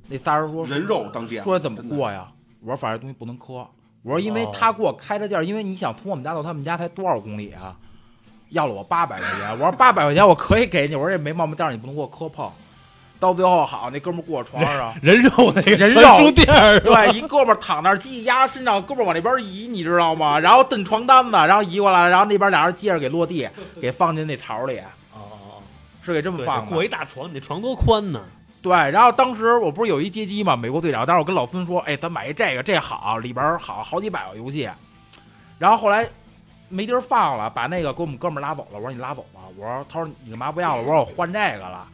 那仨人说人肉当店，说怎么真的过呀？我说反正东西不能磕。我说因哦为他给我开的价，因为你想从我们家到他们家才多少公里啊？要了我八百块钱，我说八百块钱我可以给你，我说这没毛病，但是你不能给我磕碰。到最后好，那哥们儿给我床上，人肉那个人肉传输店儿，对，一哥们儿躺那儿，鸡压身上，哥们儿往那边儿移，你知道吗？然后蹬床单子，然后移过来，然后那边俩人接着给落地，给放进那槽里，哦，是给这么对放，的。过一大床，你那床多宽呢？对，然后当时我不是有一街机嘛，美国队长，当时我跟老孙说，哎，咱买一这个，这好，里边儿好好几百个游戏。然后后来没地儿放了，把那个给我们哥们儿拉走了。我说你拉走吧，我说他说你干嘛不要了？我说我换这个了。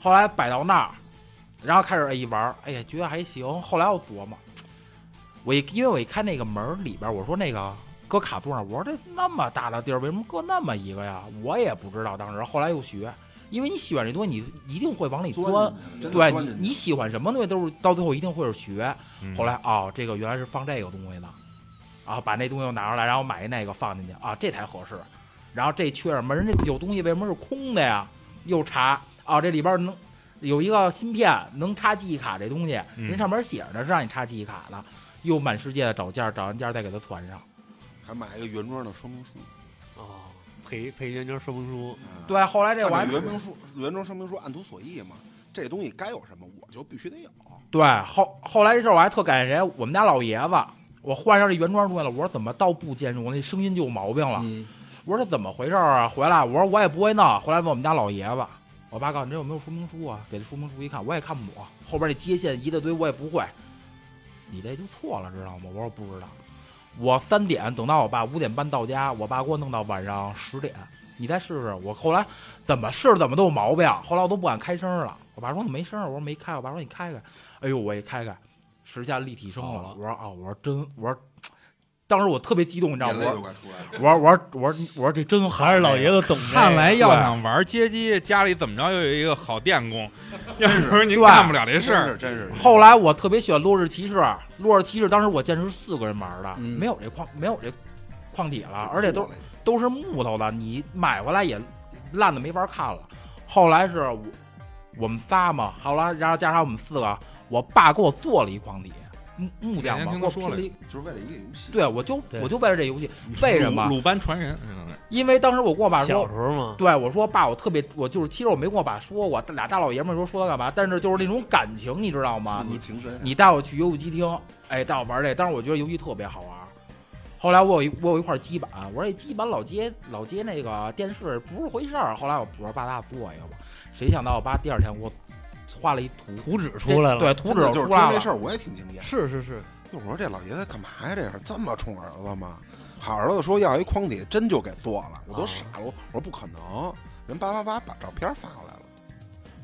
后来摆到那儿，然后开始哎一玩儿，哎呀觉得还行。后来我琢磨，我一因为我一开那个门儿里边儿，我说那个搁卡座上，我说这那么大的地儿，为什么搁那么一个呀？我也不知道当时。后来又学，因为你喜欢这东西，你一定会往里钻钻。进去了真的对钻你进去了你喜欢什么东西都是到最后一定会是学。后来哦，这个原来是放这个东西的，啊，把那东西又拿出来，然后买一那个放进去啊，这才合适。然后这缺什么？人家有东西为什么是空的呀？又查啊，这里边能有一个芯片能插记忆卡这东西，嗯人上面写着呢是让你插记忆卡的，又满世界的找件儿，找完件儿再给它攒上。还买一个原装的说明书，哦，陪陪人家说明书，啊，对，后来这按玩照意原明书、原装说明书按图索骥嘛，这东西该有什么我就必须得有。对，后后来这事儿我还特感谢谁，我们家老爷子，我换上这原装东西了，我说怎么到不兼容，那声音就有毛病了。嗯，我说这怎么回事儿啊？回来我说我也不会闹，回来问我们家老爷子，我爸告诉你这有没有说明书啊？给这说明书一看，我也看不懂，后边这接线一大堆我也不会，你这就错了，知道吗？我说不知道，我三点等到我爸五点半到家，我爸给我弄到晚上十点，你再试试。我后来怎么试怎么都有毛病，后来我都不敢开声了。我爸说你没声儿，我说没开，我爸说你开开，哎呦我一开开，实现立体声好了了。我说啊，我说真，我说。当时我特别激动，你知道眼吗？泪我就该出来了。我说我说我说我说这真好，还是老爷子懂这 个。看来要对想玩街机，家里怎么着又有一个好电 工，要不然您对干不了这事真儿。是真是，后来我特别喜欢《落日骑士》，《落日骑士》当时我见识四个人玩的，嗯没有这矿没有这矿体了，啊而且都都是木头的，你买回来也烂的没法看了。后来是我我们仨嘛，后来然后加上我们四个，我爸给我做了一筐底木木匠那天嘛，听给我他说拼了了一。就是为了一个游戏。对，我就对我就为了这游戏，为什么鲁鲁班传人，嗯因为当时我跟我爸说小，时候嘛，对，我说爸，我特别，我就是其实我没跟我爸说过，俩大老爷们儿说说他干嘛，但是就是那种感情，你知道吗？父你子情深，你带我去游戏机厅，哎，带我玩这，但是我觉得游戏特别好玩。后来我有一我有一块基板，我说这基板老接老接那个电视不是回事儿。后来我我说爸大做一个吧，谁想到我爸第二天给我画了一图，图纸这出来了，对，图纸真的就是出听来这了事。儿我也挺惊艳。是是是，就我说这老爷子干嘛呀？这是这么宠儿子吗？好儿子说要一筐底，真就给做了，我都傻了。哦我我说不可能，人叭叭叭把照片发过来了，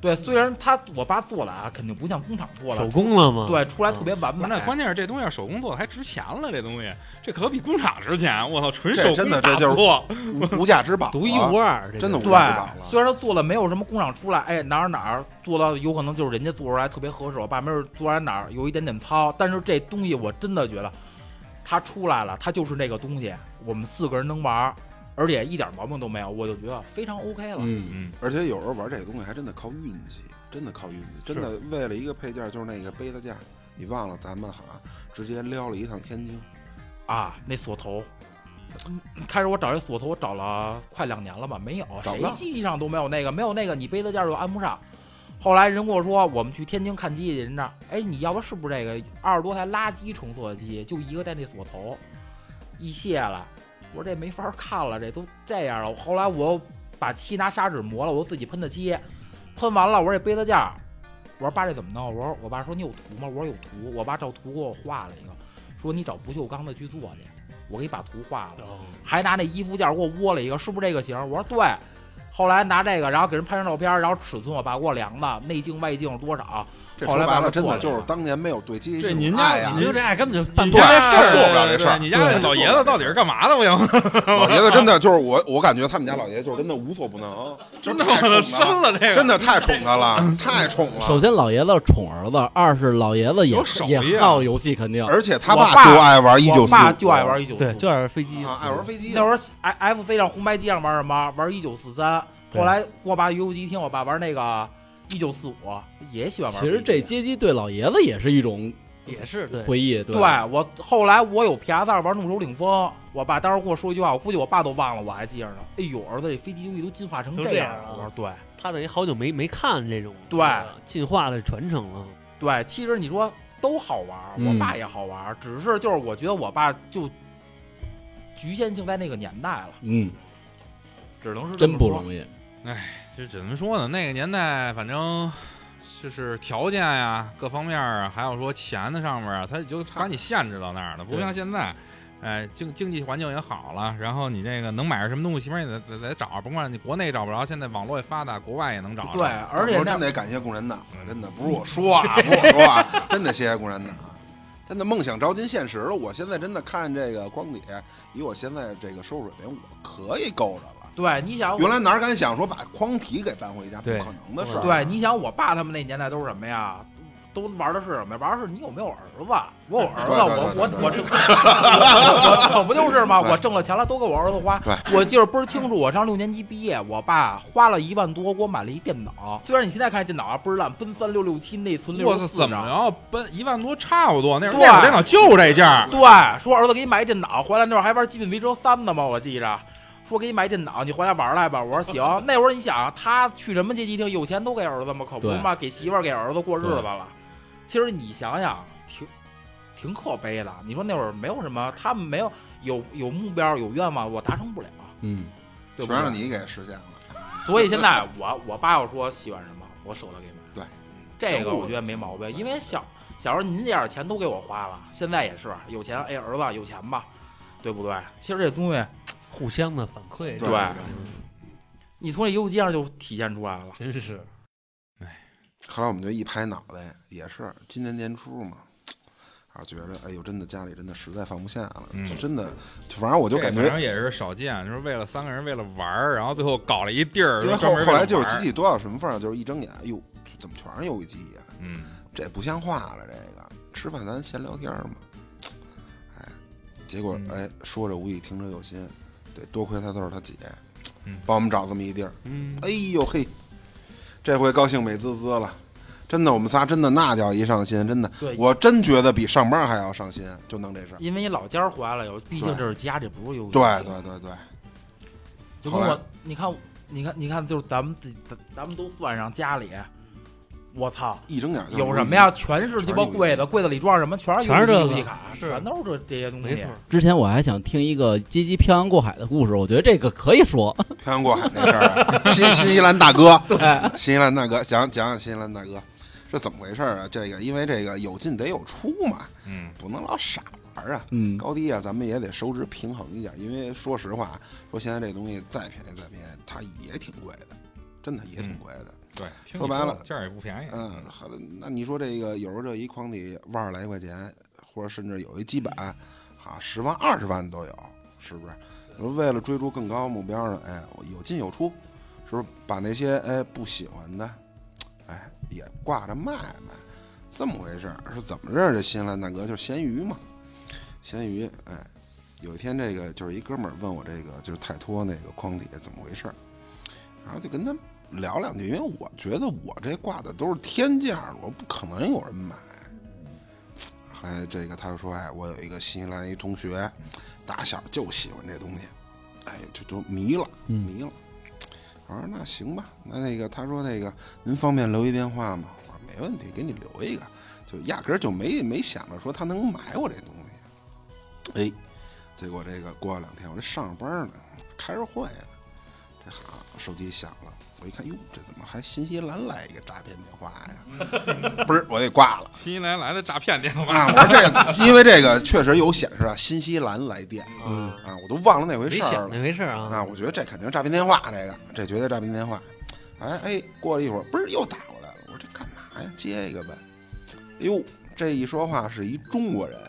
对，虽然他我爸做的啊，肯定不像工厂做手的，工了嘛。对，出来特别完不美是，。那关键是这东西要手工做的还值钱了，这东西这可比工厂值钱。我操，纯这手真工的打这就是做， 无无价之宝啊，独一无二，这真的个无对价之宝了，。虽然他做的没有什么工厂出来，哎，哪儿哪儿做到有可能就是人家做出来特别合适，我爸没准做出来哪儿有一点点糙，但是这东西我真的觉得它出来了，它就是那个东西，我们四个人能玩儿，而且一点毛病都没有，我就觉得非常 OK 了。嗯，嗯，而且有时候玩这个东西还真的靠运气，真的靠运气，真的为了一个配件，就是那个杯子架，你忘了咱们好像直接撩了一趟天津，啊，那锁头。嗯开始我找这锁头，我找了快两年了吧，没有，找谁不到机器上都没有那个，没有那个你杯子架就安不上。后来人跟我说，我们去天津看机器，人那儿，哎，你要的是不是这个二十多台垃圾乘坐机，就一个带那锁头，一卸了，我说这没法看了，这都这样了。后来我把漆拿砂纸磨了，我自己喷的漆，喷完了，我说这杯子架，我说爸这怎么弄？我说我爸说你有图吗？我说有图，我爸照图给我画了一个，说你找不锈钢的去做去，我给你把图画了，哦，还拿那衣服架给我窝了一个，是不是这个型？我说对。后来拿这个，然后给人拍张照片，然后尺寸我爸给我量的，内径外径多少，这后说来把白它了，真做的了就是当年没有对机器这种您家爱啊呀你，就这爱根本就办你不家到。这做不了这事对对对儿你家这老爷子到底是干嘛的？我想老爷子真啊的就是我，我感觉他们家老爷子就是真的无所不能，真的太宠他生了这个，真的太宠他了，太宠首了。先老爷子宠儿子，二是老爷子也有手艺也啊好游戏，肯定而且他我爸就爱玩一九我四，爸就爱玩一九四，对，就爱飞机啊，爱玩飞机那。会儿 F F C 上红白机上玩什么？玩一九四三。对后来我爸游戏机厅，我爸玩那个一九四五也喜欢玩其笔记。实这街机对老爷子也是一种也是对，回忆，对对我后来我有 PS 二玩《怒手领风》，我爸当时跟我说一句话，我估计我爸都忘了，我还记着呢。哎呦，儿子，这飞机游戏都进化成都这这样样了！啊我说对他等于好久没没看这种对呃进化的传承了。对，其实你说都好玩，嗯我爸也好玩，只是就是我觉得我爸就局限性在那个年代了，嗯，只能是这真么不说容易。这怎么说呢？那个年代，反正就是条件呀、各方面啊，还有说钱的上面啊，他就把你限制到那儿了，不像现在。哎，经经济环境也好了，然后你这个能买着什么东西，起码也得得得找，甭管你国内找不着，现在网络也发达，国外也能找啊着。对，而且我那真得感谢共产党啊！真的不是我说啊，不是我说啊，真得谢谢共产党。真的梦想照进现实了，我现在真的看这个光底，以我现在这个收入水平，我可以够着了。对，你想我原来哪敢想说把框体给搬回家，不对可能的事儿。啊对，你想我爸他们那年代都是什么呀？都玩的是什么呀？玩的是你有没有儿子？我有儿子，对对对我我对我对这 我可不就是吗？对我挣了钱了都给我儿子花。我记得倍儿清楚，我上六年级毕业，我爸花了一万多给我买了一电脑。虽然你现在看电脑啊倍儿烂，奔三六六七内存六我十操，四怎么张。着奔一万多差不多？那会儿对那会儿电脑就这价儿，对，说儿子给你买一电脑，回来那会儿还玩《极品飞车三》呢嘛，我记着。说给你买电脑，你回来玩来吧。我说行。那会儿你想，他去什么街机厅？有钱都给儿子嘛，可不对嘛，给媳妇儿给儿子过日子了。其实你想想，挺挺可悲的。你说那会儿没有什么，他们没有有有目标有愿望，我达成不了，嗯，对不全让对？你给实现了。所以现在我我爸要说喜欢什么，我舍得给买。对，这个我觉得没毛病，因为小小时候您这点钱都给我花了，现在也是有钱，哎，儿子有钱吧，对不对？其实这东西，互相的反馈，对对你从这游戏机上就体现出来了。真是后来我们就一拍脑袋，也是今年年初嘛，啊，觉着哎呦，真的家里真的实在放不下了，嗯就真的，就反正我就感这觉反，正也是少见，就是为了三个人为了玩儿，然后最后搞了一地儿，因为专后门后来为了就是玩儿机器多到什么份儿上，就是一睁眼，哎呦，怎么全是游戏啊机呀、嗯，这不像话了，这个吃饭咱闲聊天儿嘛，哎，结果嗯哎说着无意听者有心，得多亏他都是他姐嗯，帮我们找这么一地儿，嗯哎呦嘿，这回高兴美滋滋了。真的，我们仨真的那叫一上心，真的对，我真觉得比上班还要上心，就弄这事儿。因为你老家回来了，有，毕竟这是家，这不是游戏。对对，对对，就跟后我来，你看，你看，你看，就是咱们自己，咱咱们都算上家里，我操，一睁眼就是有什么呀？？全是鸡全巴是游戏柜子，柜子里装什么？全是全是这游个戏卡，是全都是这这些东没西。错，之前我还想听一个街机漂洋过海的故事，我觉得这个可以说。 漂洋过海那事儿 啊，新新西兰大哥，新西兰大哥，讲讲讲新西兰大哥是怎么回事儿啊？这个因为这个有进得有出嘛，嗯，不能老傻玩儿啊。嗯，高低啊，咱们也得收支平衡一下，因为说实话，说现在这东西再便宜再便宜，它也挺贵的，真的也挺贵的。对，听你说白了价儿也不便宜，嗯，好的，那你说这个有时候这一筐里万儿来块钱，或者甚至有一基本，啊，十万、二十万都有，是不是？你说为了追逐更高目标呢，哎，我有进有出，是不是？把那些哎不喜欢的，哎，也挂着卖卖，这么回事儿。是怎么认识这新西兰大哥？就是咸鱼嘛，咸鱼，哎。有一天，这个就是一哥们儿问我这个就是泰托那个筐底怎么回事儿，然后就跟他聊两句，因为我觉得我这挂的都是天价儿，我不可能有人买。后来这个他就说：“哎，我有一个新西兰一同学，打小就喜欢这东西，哎，就就迷了，嗯迷了。嗯我说：“那行吧，那那个他说那个您方便留一电话吗？”我说：“没问题，给你留一个。”就压根儿就没没想着说他能买我这东西。哎，结果这个过了两天，我这上着班呢，开着会呢，这好，手机响了，我一看，哟，这怎么还新西兰来一个诈骗电话呀？ 不是，我得挂了。新西兰来的诈骗电话，啊，我说这个，因为这个确实有显示啊，新西兰来电嗯啊，我都忘了那回没事想儿那了回事儿啊，啊。我觉得这肯定是诈骗电话，这个这绝对诈骗电话。哎哎，过了一会儿，不是又打过来了，我说这干嘛呀？接一个呗。哎呦，这一说话是一中国人，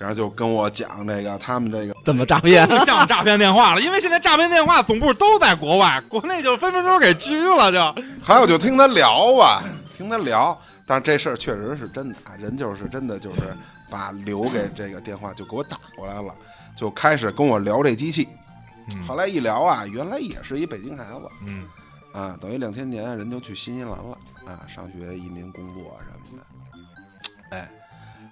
然后就跟我讲这个他们这个怎么诈骗？不像诈骗电话了，因为现在诈骗电话总部都在国外，国内就分分钟给拘了就。还有就听他聊吧，听他聊。但是这事儿确实是真的啊，人就是真的就是把留给这个电话就给我打过来了，就嗯开始跟我聊这机器。后来一聊啊，原来也是一北京孩子，嗯，啊，等于两千年人就去新西兰了啊，上学、移民、工作什么的，哎，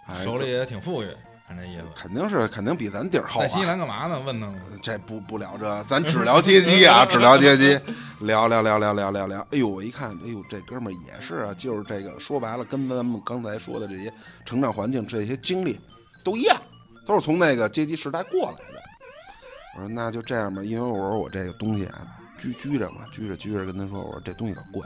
哎手里也挺富裕，看这意思。肯定是肯定比咱底儿厚、啊。在新西兰干嘛呢？问呢？这不不聊这，咱只聊阶级啊，只聊阶级，聊聊聊聊聊聊聊。哎呦，我一看，哎呦，这哥们儿也是啊，就是这个，说白了，跟咱们刚才说的这些成长环境、这些经历都一样，都是从那个阶级时代过来的。我说那就这样吧，因为我说我这个东西啊，拘拘着嘛，拘着拘着，跟他说，我说这东西可贵，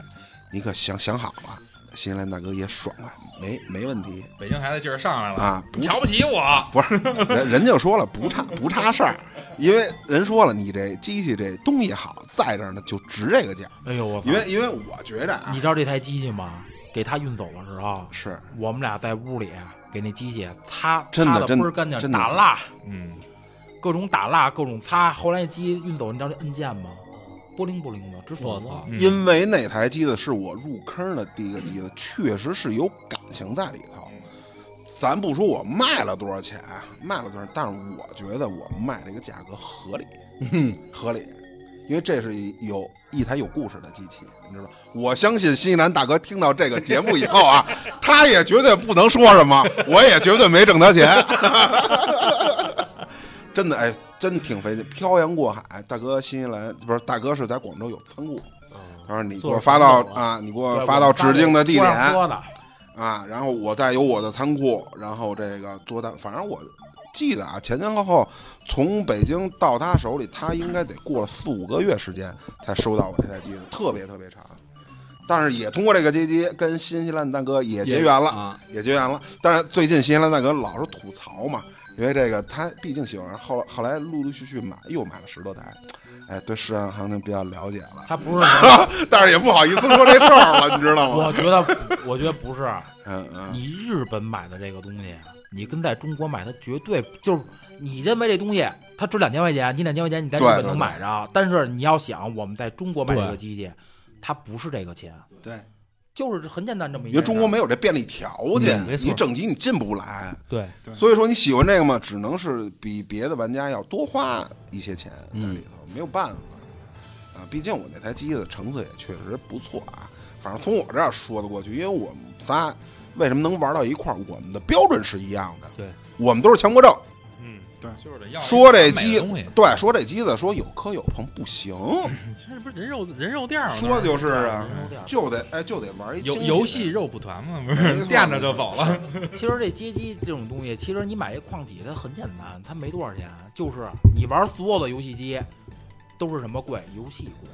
你可想想好了。新西兰大哥也爽快，没没问题北京孩子劲儿上来了，啊，不瞧不起我， 不是，人人就说了不差不差事儿，因为人说了你这机器这东西好，在这儿呢就值这个价。哎呦我操因！为因为我觉着啊你，知道这台机器吗？给他运走的时候，是我们俩在屋里啊给那机器擦，真的擦得真的倍儿干净，真的打蜡，嗯，各种打蜡，各种擦。后来那机器运走，你知道那按键吗？波灵波灵的，直我粉操了。嗯因为那台机子是我入坑的第一个机子，确实是有感情在里头。咱不说我卖了多少钱，啊卖了多少，但是我觉得我卖这个价格合理，合理，因为这是一有一台有故事的机器，你知道吧？我相信新西兰大哥听到这个节目以后啊， 他也绝对不能说什么，我也绝对没挣他钱。 真的，哎，真挺费劲，漂洋过海。大哥，新西兰不是大哥是在广州有仓库，他说你给我发到坐着船走啊，你给对我我发到指定的地桌点上搁的啊，然后我再有我的仓库，然后这个做单，反正我记得啊，前前后后从北京到他手里，他应该得过了四五个月时间才收到我这台机子，特别特别长。但是也通过这个机机跟新西兰大哥也结缘了，啊，也结缘了。但是最近新西兰大哥老是吐槽嘛，因为这个他毕竟喜欢，后来后来陆陆续续买又买了十多台，哎，对市场行情比较了解了，他不是什么，但是也不好意思说这事儿了，你知道吗？我觉得，我觉得不是。嗯嗯，你日本买的这个东西，啊你跟在中国买它绝对就是你认为这东西它值两千块钱，你两千块钱你在日对本对能对买着，但是你要想我们在中国买这对个机器，它不是这个钱，对，就是很简单这么因为一件事。啊中国没有这便利条件嗯没，错你整机你进不来，对，所以说你喜欢这个嘛，只能是比别的玩家要多花一些钱在里头，嗯没有办法啊。毕竟我那台机子成色也确实不错啊，反正从我这儿说得过去，因为我们仨为什么能玩到一块儿，我们的标准是一样的，对，我们都是强迫症，嗯，对，就是得要说这机机东西，对，说这机子说有磕有碰不行，这不是人肉人肉店儿吗？说的就是啊人肉店，就得哎就得玩一游经济的游戏肉蒲团嘛，不没是错垫着就走了。其实这街机这种东西，其实你买一矿体它很简单，它没多少钱，就是你玩所有的游戏机都是什么贵，游戏贵。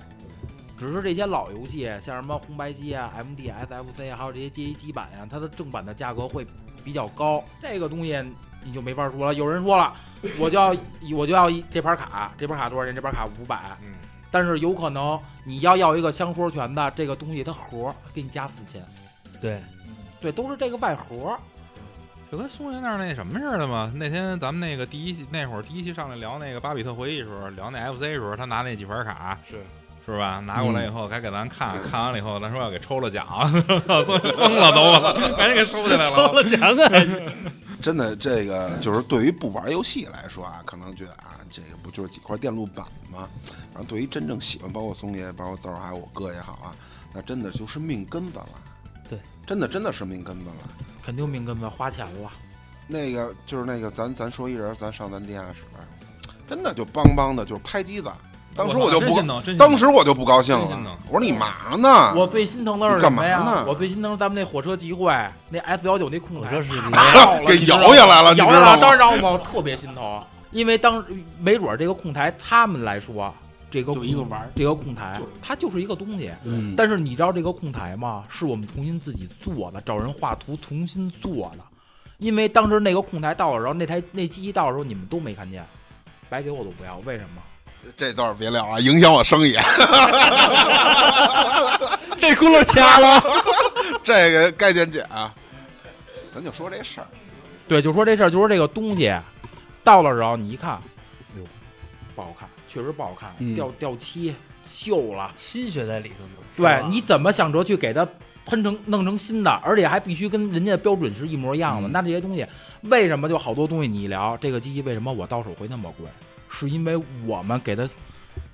只是这些老游戏，像什么红白机啊、MD、SFC，还有这些街机基板啊呀、它的正版的价格会比较高。这个东西你就没法说了。有人说了，我就要我就要一这盘卡，这盘卡多少钱？这盘卡五百。嗯，但是有可能你要要一个香说拳的这个东西，它盒给你加四千。嗯对，对，都是这个外盒。就跟松云那儿那什么似的嘛。那天咱们那个第一期那会儿第一期上来聊那个巴比特回忆的时候，聊那 FC 的时候，他拿那几盘卡是是吧？拿过来以后还给咱看、看完了以后，咱说要给抽了奖， 都疯了都了，赶紧给收起来抽 了。了奖啊！真的，这个就是对于不玩游戏来说啊，可能觉得啊，这个不就是几块电路板吗？然后对于真正喜欢，包括松爷，包括豆儿，还有我哥也好啊，那真的就是命根子了。对，真的真的是命根子了。肯定命根子花钱了。那个就是那个，咱咱说一人，咱上咱地下室，真的就邦邦的，就是拍机子。 当时我就不真心，疼，真心疼当时我就不高兴真心疼了。我说你嘛呢？我最心疼的是啊你什干么嘛呀呢？我最心疼是咱们那火车集会，那 S 幺九那控我台， 说是你啪爆了 给你知道吗摇下来了你知摇道下来了，吗当时让我特别心疼，因为当没准儿这个控台他们来说，这个就一个玩儿这个控台，它就是一个东西。嗯，但是你知道这个控台吗？是我们重新自己做的，找人画图重新做的。因为当时那个控台到的时候，那台那机器到的时候，你们都没看见，白给我都不要，为什么？这段儿别聊啊，影响我 生意。这轱辘掐了， 这个该减减啊。咱就说这事儿，对，就说这事儿，就说这个东西到了时候，你一看，哎呦，不好看，确实不好看，嗯掉掉漆、锈了。心血在里头呢。是吧对，你怎么想着去给它喷成弄成新的，而且还必须跟人家标准是一模一样的？嗯那这些东西为什么就好多东西你一聊这个机器为什么我到手会那么贵？是因为我们给它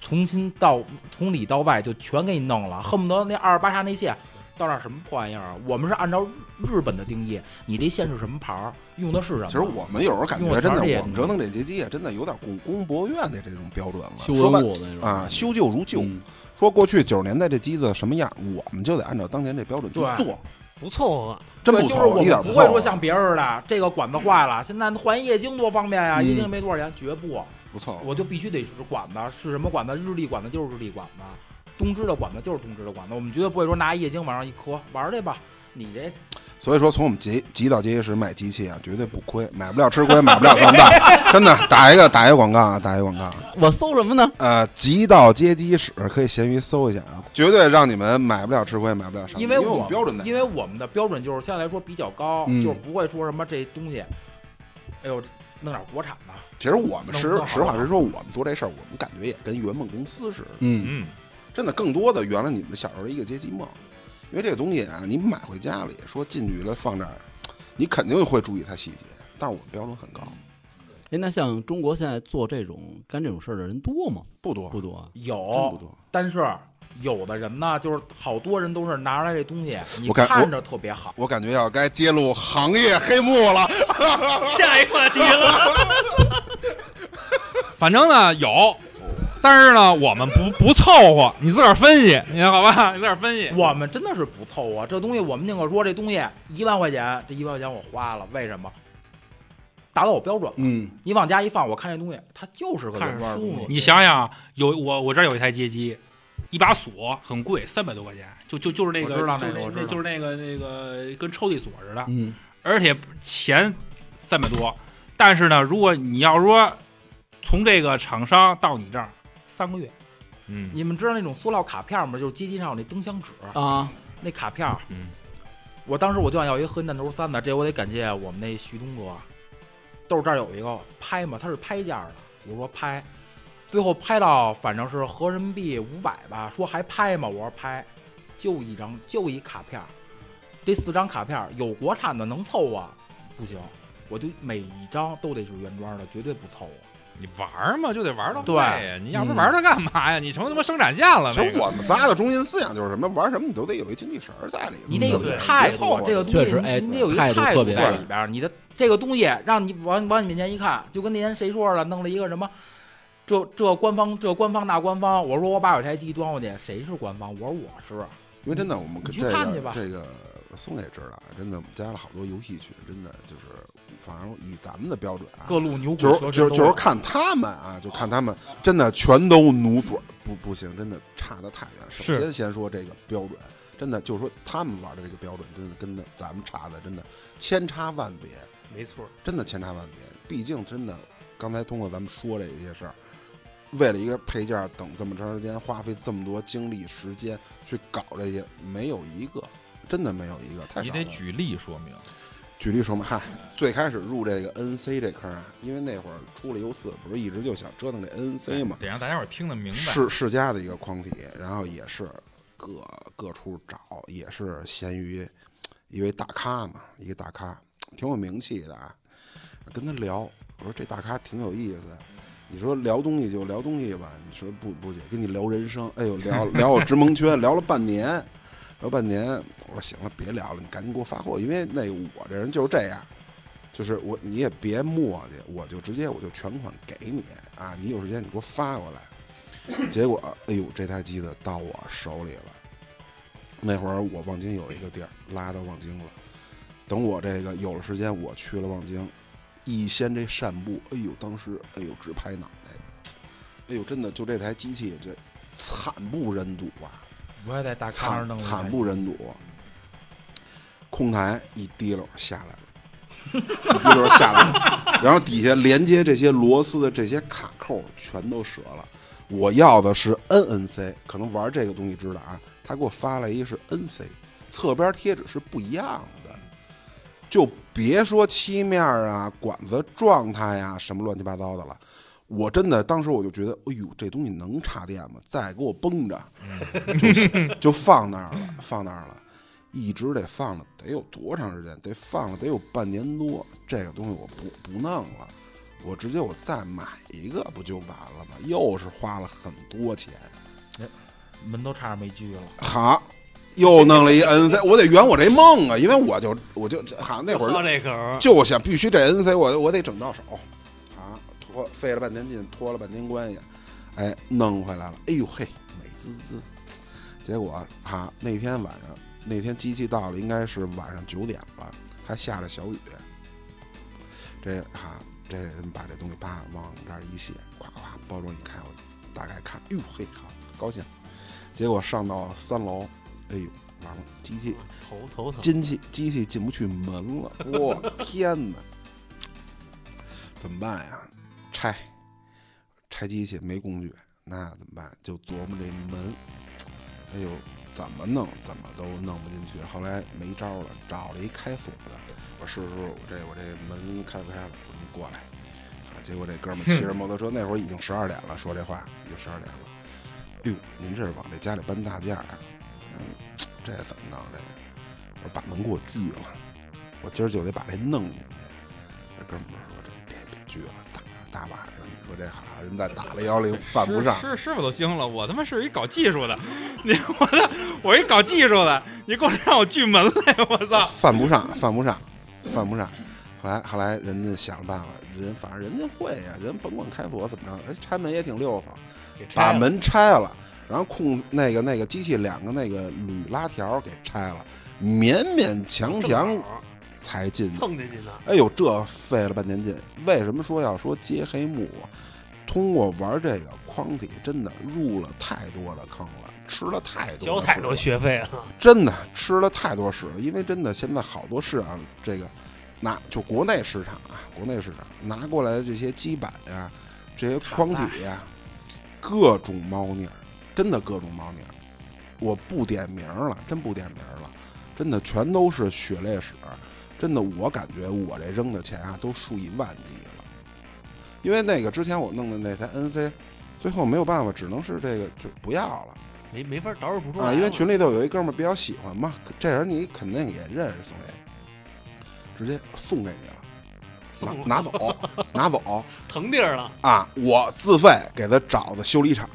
从新到从里到外就全给你弄了，恨不得那二十八杀那线到那儿什么破玩意儿啊？我们是按照日本的定义，你这线是什么牌儿，用的是什么？其实我们有时候感用觉我真这的，也我们折腾这阶级啊，真的有点故宫博院的这种标准了。修说白文物的那种啊，修旧如旧。嗯说过去九十年代这机子什么样，我们就得按照当年这标准去对做， 不凑合，真对不就是错，我一点们不错会。说像别人似的，这个管子坏了，现在换液晶多方便呀，嗯液晶也没多少钱，绝不，不错，我就必须得是管子，是什么管子？日历管子就是日历管子，东芝的管子就是东芝的管子，我们绝对不会说拿液晶往上一磕，玩儿去吧，你这所以说从我们集集到结业时买机器啊，绝对不亏，买不了吃亏，买不了上 当，真的打一个打一个广告啊，打一个广告啊。我搜什么呢？呃，极道街机史可以闲鱼搜一下啊，绝对让你们买不了吃亏，买不了上当，因因为我我们标准在因为我们的标准就是相对来说比较高，嗯就是不会说什么这东西，哎呦，弄点国产的，其实我们实弄不好实话实说，我们做这事儿，我们感觉也跟圆梦公司似的，嗯，嗯，真的更多的圆了你们小时候的一个街机梦。因为这个东西啊，你买回家里说进去了放这儿，你肯定会注意它细节，但是我们标准很高，嗯哎，那像中国现在做这种干这种事儿的人多吗？不多，不多啊，真不有，多。但是有的人呢，就是好多人都是拿出来这东西，你我看看着特别好，我感觉要该揭露行业黑幕了。下一话题了。反正呢有，但是呢我们不不凑合，你自个儿分析，你好吧，你自个儿分哎析。我们真的是不凑合，啊这东西我们宁可说这东西一万块钱，这一万块钱我花了，为什么？达到我标准了，嗯，你往家一放，我看这东西，它就是个看着原味儿的舒东服西。你想想，有我我这儿有一台街机，一把锁很贵，三百多块钱，就就就是那个，我知道就是那个我知道就是那个那个跟抽屉锁似的，嗯，而且钱三百多。但是呢，如果你要说从这个厂商到你这儿三个月，嗯，你们知道那种塑料卡片吗？就是街机上有那灯箱纸啊，那卡片儿，嗯我当时我就想要一个《合金弹头三》的，这我得感谢我们那徐东哥，啊豆儿这儿有一个拍嘛，他是拍价的，我说拍，最后拍到反正是合人民币五百吧，说还拍吗？我说拍，就一张就一卡片儿，这四张卡片儿有国产的能凑合、不行，我就每一张都得是原装的，绝对不凑合、啊你玩儿嘛，就得玩到对会呀，你要嗯不玩它干嘛呀？你成他妈生产线啊了。其这实个我们仨的中心思想就是什么，玩什么你都得有一经济神儿在里头，你得有一对个态别度凑，合这个东西确实哎你得有一个态度度特别在对里边儿。你的这个东西让你往往你面前一看，就跟那天谁说了，弄了一个什么，这这官方这官方那官方，我说我把我这台机端过去，谁是官方？我说我是，因为真的，我们跟你去这看去个吧这个松也知道，真的我们加了好多游戏群，真的就是，反正以咱们的标准啊，各路牛就鬼是就蛇神是都就有是看他们啊，就看他们真的全都努嘴儿，不不行，真的差的太远。首是先先说这个标准，真的就是说他们玩的这个标准，真的跟的咱们差的真的千差万别，没错，真的千差万别。毕竟真的，刚才通过咱们说这些事儿。为了一个配件儿等这么长时间，花费这么多精力时间去搞这些，没有一个，真的没有一个。太你少得了举例说明。举例说嘛，嗨，最开始入这个 NC 这坑啊，因为那会儿出了 U 四，不是一直就想折腾这 NC 嘛，得让大家伙儿听得明白。世世嘉的一个框体，然后也是各各处找，也是闲鱼一位大咖嘛，一个大咖挺有名气的啊，跟他聊，我说这大咖挺有意思。你说聊东西就聊东西吧，你说不不行，跟你聊人生，哎呦聊聊我直蒙圈，聊了半年，聊半年，我说行了，别聊了，你赶紧给我发货，因为那我这人就是这样，就是我你也别磨叽，我就直接我就全款给你啊，你有时间你给我发过来， 结果，哎呦，这台机子到我手里了。那会儿我望京有一个地儿，拉到望京了。等我这个有了时间，我去了望京，一掀这扇布，哎呦，当时哎呦直拍脑袋，哎呦，真的就这台机器这惨不忍睹啊！我也在大炕上惨弄了惨不忍睹。空台一滴溜下 来了，一滴溜下来了，然后底下连接这些螺丝的这些卡扣全都折了。我要的是 NNC，可能玩这个东西知道啊，他给我发来一是 NC，侧边贴纸是不一样的，就别说漆面啊、管子状态呀、什么乱七八糟的了。我真的当时我就觉得，哎呦，这东西能插电吗？再给我绷着，就放那儿了， 放那儿了，一直得放了，得有多长时间？得放了得有半年多。这个东西我不不弄了，我直接我再买一个不就完了吗？又是花了很多钱。门都差点没锯了。好，又弄了一 NC，我得圆我这梦啊，因为我就我就好那会喝儿这口儿，就想必须这 NC 我我得整到手啊，拖费了半天劲，拖了半天关系，哎，弄回来了，哎呦嘿，美滋滋。结果啊，那天晚上那天机器到了，应该是晚上九点了，还下着小雨。这哈、这人把这东西叭往我们这儿一卸，咵咵包装一开，我大概看，哟嘿，好高兴。结果上到三楼，哎呦，完了，机器头头疼。机器机器进不去门了，我天哪！怎么办呀？拆，拆机器没工具，那怎么办？就琢磨这门，哎呦，怎么弄怎么都弄不进去。后来没招了，找了一开锁的，我试试我这我这门开不开了，我说你过来。啊结果这哥们儿骑着摩托车，那会儿已经十二点了，说这话已经十二点了。哎呦，您这是往这家里搬大件儿啊？嗯，这怎么弄这个？我说把门给我锯了，我今儿就得把这弄进去。这哥们儿说这别别锯了，大大晚上你说这好人再打了幺零犯不上，师师师傅都惊了，我他妈是一搞技术的，你我的我一搞技术的，你给我让我锯门来，我 操！犯不上，犯不上，犯不上。后来后来人家想了办法，人反正人家会呀、人甭管开锁怎么着，哎拆门也挺溜索，把门拆了，然后控那个那个机器两个那个铝拉条给拆了，勉勉强强才进去。蹭进去呢，哎呦，这费了半天劲。为什么说要说揭黑幕啊？通过玩这个框体，真的入了太多的坑了，吃了太多的交太屎多了学费啊了。真的吃了太多屎了，因为真的现在好多市场，这个拿就国内市场啊，国内市场拿过来的这些基板呀、这些框体呀、各种猫腻儿，真的各种猫腻儿，我不点名儿了，真不点名儿了，真的全都是血泪史，真的我感觉我这扔的钱啊都数以万计了，因为那个之前我弄的那台 NC，最后没有办法，只能是这个就不要了。没没法捯饬不出来啊，因为了群里头有一哥们儿比较喜欢嘛，这人你肯定也认识宋爷，直接送给你了，拿拿走，拿走腾地儿了，啊！我自费给他找的修理厂，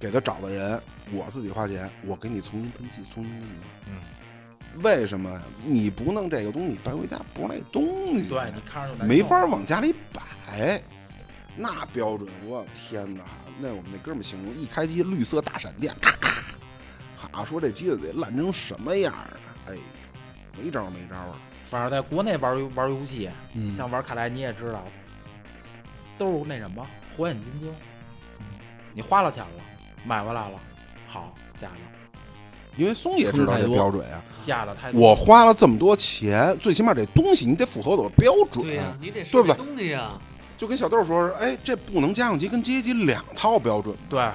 给他找的人，我自己花钱，我给你重新喷漆，重新给你。嗯，为什么呀你不弄这个东西，你搬回家不是那东西？对你看着就难没受法往家里摆。那标准，我天哪！那我们那哥们儿形容，一开机绿色大闪电，咔咔，好说这机子得烂成什么样儿啊？哎，没招儿没招儿啊！反正在国内玩游玩游戏，嗯，像玩卡莱你也知道，都是那什么火眼金睛。你花了钱了，买回来了，好假的，因为松也知道这标准啊，假的太多。我花了这么多钱，最起码这东西你得符合我的标准。对呀，你得对收不对东西呀，就跟小豆说，哎，这不能家用机跟街机两套标准，对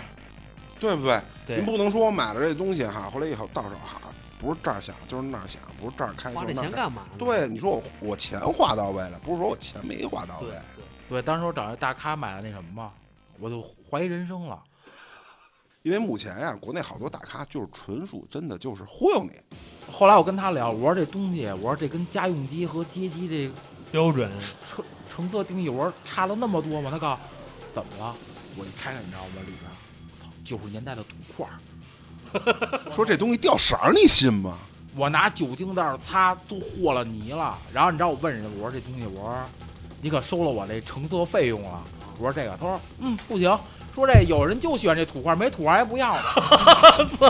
对不对？对您不能说我买了这东西哈，后来以后到手哈，不是这儿想就是那儿想，不是这儿哎开就花这是那钱儿开。干嘛呢？对，你说我我钱花到位了，不是说我钱没花到位对。对，当时我找一大咖买了那什么嘛，我就怀疑人生了。因为目前呀、国内好多大咖就是纯属真的就是忽悠你，后来我跟他聊，我说这东西，我说这跟家用机和街机这标准成成色定义，我说差了那么多吗？他告诉我怎么了？我一开开，你知道吗？里边，操，九十年代的土块儿，说这东西掉色儿，你信吗？我拿酒精袋儿擦都和了泥了。然后你知道我问人家，我说这东西，我说你可收了我这成色费用了。我说这个，他说嗯不行，说这有人就喜欢这土块儿，没土块儿还 不要呢。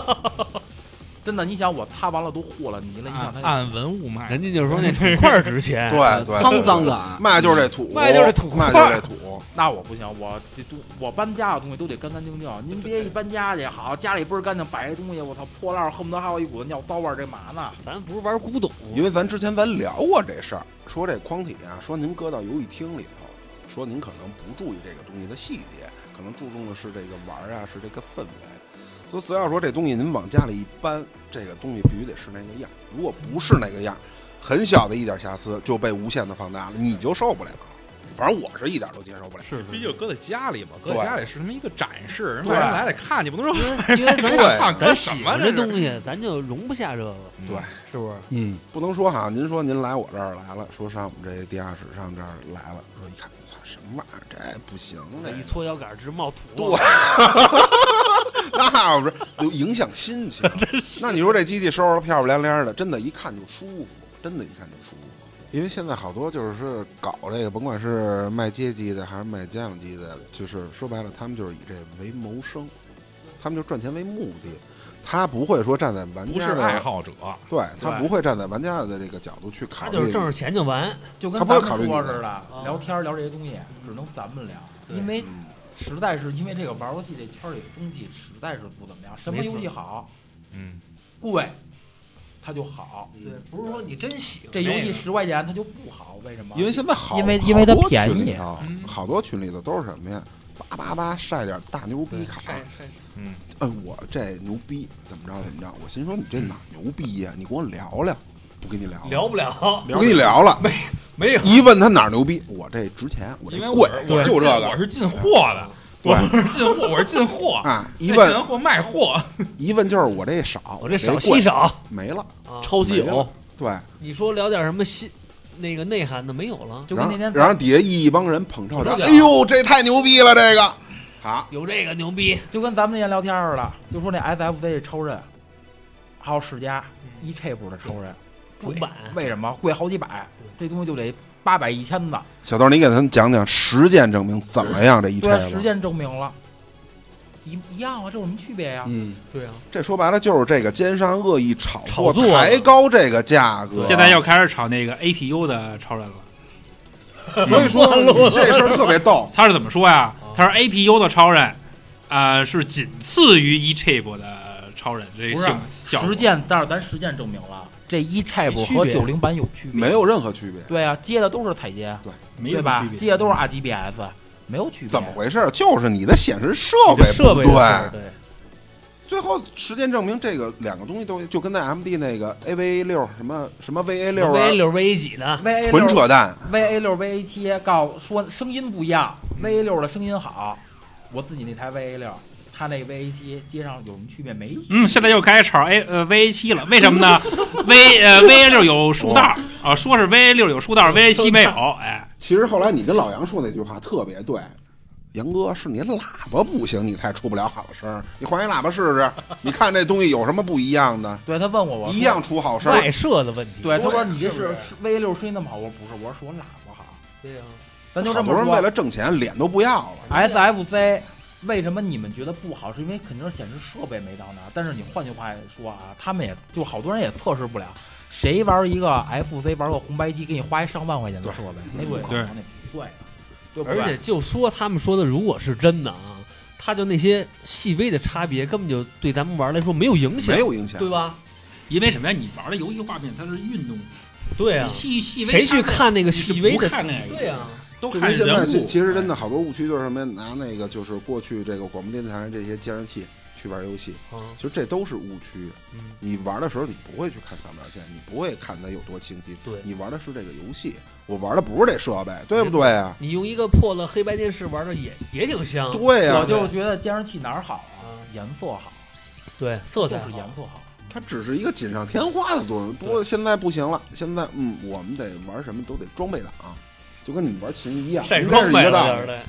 真的，你想我擦完了都和了泥了，你想他按文物卖，人家 就说那土块儿值钱，对对，沧桑 感，卖就是这土，卖就是这土卖就是这土。那我不行，我这都我搬家的东西都得干干净净。您别一搬家去，好家里倍儿干净，摆一东西，我操破烂儿，恨不得还有一股子尿骚味儿，这嘛呢？咱不是玩古董，因为咱之前咱聊过这事儿，说这框体啊，说您搁到游戏厅里头，说您可能不注意这个东西的细节，可能注重的是这个玩儿啊，是这个氛围。所以只要说这东西您往家里一搬，这个东西必须得是那个样儿，如果不是那个样儿，很小的一点瑕疵就被无限的放大了，你就受不了。反正我是一点都接受不了。是毕竟搁在家里嘛，搁在对家里是他妈一个展示，人对外人来得看，你不能说因为咱 对看咱什喜么欢这东西，咱就容不下这个，西对，是不是？嗯，不能说哈，您说您来我这儿来了，说上我们这地下室上这儿来了，说一看，操，什么玩意儿，这不行这一搓腰杆儿直冒土。对， 那不是有影响心情。那你说这机器收拾的漂漂亮亮的，真的，一看就舒服，真的，一看就舒服。因为现在好多就是是搞这个，甭管是卖街机的还是卖家用机的，就是说白了，他们就是以这为谋生，他们就赚钱为目的，他不会说站在玩不家是的爱，好者。对他对不会站在玩家的这个角度去他考虑。就是挣着钱就完，就跟他不会咱们考虑说你啊似的，聊天儿聊这些东西只能咱们聊，对因为嗯实在是因为这个玩儿游戏这圈儿里风气实在是不怎么样，什么没错游戏好嗯，贵，它就好，嗯嗯对不是说你真喜欢这游戏十块钱它就不好，为什么？嗯因为现在好，因为好因为它多便群里宜头嗯好多群里头都是什么呀？叭叭叭晒点大牛逼卡，嗯，我这牛逼怎么着怎么着？我心说你这哪牛逼呀、你跟我聊聊，不跟你聊，聊不了，不跟你聊了。没有一问他哪儿牛逼，我这值钱，我这因为贵我是，我是就这进我个是进货的，对我不是进货，我是进货，啊。一进问货卖货，一问就是我这少，我这这少贵嗯稀少。没了，啊超稀没有了。对，你说聊点什么新那个内涵的没有了，就然跟后那天然后底下一帮人捧臭脚，哎呦，这太牛逼了，这个好，有这个牛逼，就跟咱们那天聊天似的，就说那 SFC 这超人，还有世嘉嗯一 chip 的超人，主贵板为什么贵好几百？这东西就得八百一千的，小豆，你给他们讲讲实践证明怎么样？这一拆对啊，实吧，践证明了，一一样啊，这有什么区别呀、嗯，对啊，这说白了就是这个奸商恶意炒炒作抬高这个价格，现在又开始炒那个 APU 的超人 了。所以说这事儿特别逗。他是怎么说呀？哦他说 APU 的超人，呃，是仅次于 eChip 的超人，这不性是啊效果实践，但是咱实践证明了，这一 chip 没区和别九零版有区别，没有任何区别，对啊，接的都是彩接，没对有吧区？别接的都是 RGBS，没有区别。怎么？回事？就是你的显示设备这设备不的对事，儿对，最后实践证明这个两个东西都就跟那 MD 那个 AVA 六什么什么 VA 六 V 啊，六 V 几的， VA 纯六扯淡。 VA 六 VA 七告说声音不一样，VA 嗯六的声音好，我自己那台 VA 六，它那 VA 七接上有什么区别没？嗯，现在又开始炒 A 呃 VA 七了，为什么 呢？V 呃 VA 六有竖道啊，说是 VA 六有竖道，VA 七没有。哎，其实后来你跟老杨说那句话特别对。杨哥，是你喇叭不行，你才出不了好声儿。你换一喇叭试试，你看这东西有什么不一样的？对他问我，我说一样。出好声儿。外设的问题，对，他对说你这是不是是 VA 六声音那么好，我说不是，我说是我喇叭好。对啊呀，咱就好这多么人为说了挣钱，脸都不要了。 ，SFC 为什么你们觉得不好？是因为肯定是显示设备没到那儿。但是你换句话说啊，他们也就好多人也测试不了。谁玩一个 FC 玩个红白机，给你花一上万块钱的设备，那不可能，那不贵啊，对不对？而且就说他们说的，如果是真的啊，他就那些细微的差别，根本就对咱们玩儿来说没有影响没，有影响，对吧？因为什么呀？你玩的游戏画面它是运动，对啊你，细细微谁去看看那个那个？你细是微不的？看那个，对啊呀，都就看跟现在人其物。其实真的好多误区就是什么呀？拿那个就是过去这个广播电台这些监视器去玩游戏，啊，其实这都是误区。嗯，你玩的时候你不会去看扫描线，你不会看它有多清晰，对你玩的是这个游戏，我玩的不是这设备，对不对啊？你用一个破了黑白电视玩的也也挺香，对呀、啊我就是觉得监视器哪儿好啊嗯？颜色好，对，色就彩是好颜色好。它只是一个锦上添花的作用。不过现在不行了，现在嗯，我们得玩什么都得装备党，就跟你们玩琴一样，晒应该装是备一个了道点理儿，嘞，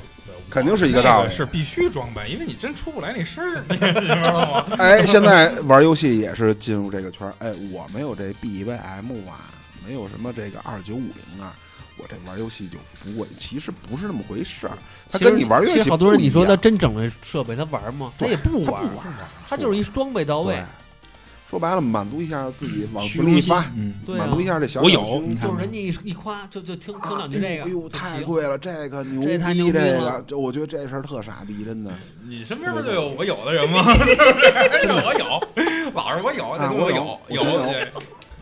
肯定是一个道那理。是必须装备，因为你真出不来那声 儿，你知道吗？ 哎，现在玩游戏也是进入这个圈儿。哎，我没有这 B V M 啊，没有什么这个二九五零啊，我这玩游戏就不过瘾。其实不是那么回事儿，它跟你玩乐其器实好多人，你说他他真整了设备，他玩吗？他对也不他玩不儿，玩儿啊，他就是一装备到不玩位儿。。对说白了，满足一下自己，往群里一发，嗯，对啊满，足一下这小我小有虚荣你心看就是人家一一夸，就就听听啊两句这个，哎呦，就太行。贵了，这个牛这太逼，牛逼这了个，这我觉得这事儿特傻逼，真的。你身边不就有我 有的人吗？是不是？我有，老是我有，啊那我有有我有真有对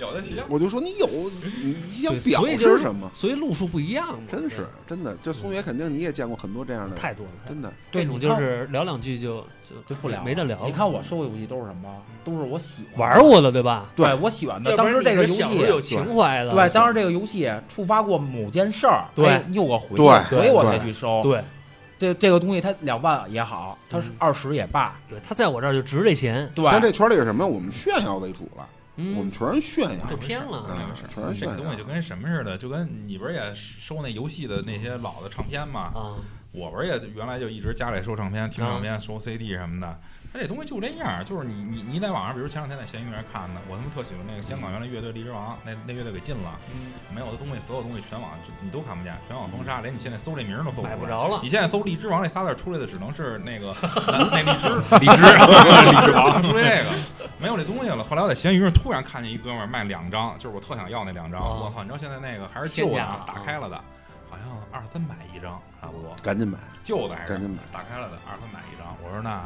有的骑。我就说你有，你想对表所以就示是什么？所以路数不一样嘛，真是真的，这松野肯定你也见过很多这样的，太多了。真的。对这种你就看是聊两句就就就不聊了，啊没得聊了。你看我收的游戏都是什么？都是我喜欢的玩，过的对吧？对我喜欢的。要不当然时这个游你是戏小时候有情怀的，对，当时这个游戏触发过某件事儿，对哎又我回去对所以我才对去收。对这这个东西它两万也好，它是嗯二十也罢，对，他在我这儿就值这钱，对，像这圈里是什么？我们炫耀为主了，我们嗯，全是炫耀这，偏了，嗯，全是这炫个东西就耀。跟什么似的，就跟你不是也收那游戏的那些老的唱片嘛？嗯啊，我不是也原来就一直家里收唱片、听嗯唱片、收 CD 什么的。它这东西就这样，就是你你你在网上，比如前两天在闲鱼上看的，我他妈特喜欢那个香港原来乐队荔枝王，那那乐队给禁了，嗯没有的东西，所有东西全网就你都看不见，全网封杀，连你现在搜这名儿都搜买不不着。着了你现在搜荔枝王那仨字儿出来的只能是那 个那荔枝荔枝荔枝王出来这个，没有这东西了。后来我在闲鱼上突然看见一哥们儿卖两张，就是我特想要那两张，我哦操！你知道现在那个还是旧的天价啊了，打开了的，好像二三百一张差不多，赶紧买，旧的还是赶紧买。打开了的二三百一张。我说那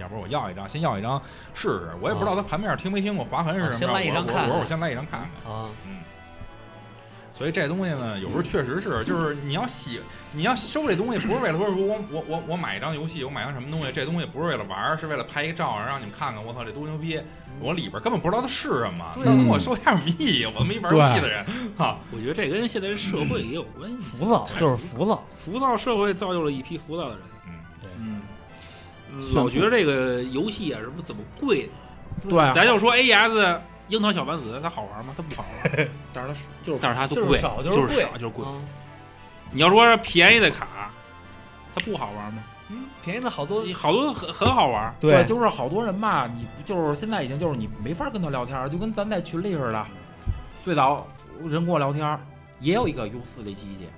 要不然我要一张，先要一张试试。我也不知道他盘面听没听过划痕是什么样。啊先来一张我看我看我说我先来一张看看。啊，嗯，所以这东西呢，有时候确实是，就是你要喜，你要收这东西，不是为了说我我我我买一张游戏，我买张什么东西，这东西不是为了玩儿，是为了拍一照，让你们看看，我操，这多牛逼！我里边根本不知道它是什么，那跟我收有什么意义？我他妈一玩游戏的人，我觉得这跟现在社会也有关系。嗯浮躁就是浮躁，浮躁社会造就了一批浮躁的人，嗯，嗯，老觉得这个游戏啊是不怎么贵的。啊对，嗯咱就说 AES 樱桃小丸子，它好玩吗？它不好玩， 但是它就是，但是它就是贵，少就就是是贵少就是贵。啊你要说便宜的卡，它不好玩吗？嗯，便宜的好多，好多很很好玩，对，就是好多人吧，你就是现在已经就是你没法跟他聊天儿，就跟咱在群里似的。最早人跟我聊天儿，也有一个 U 四这机器。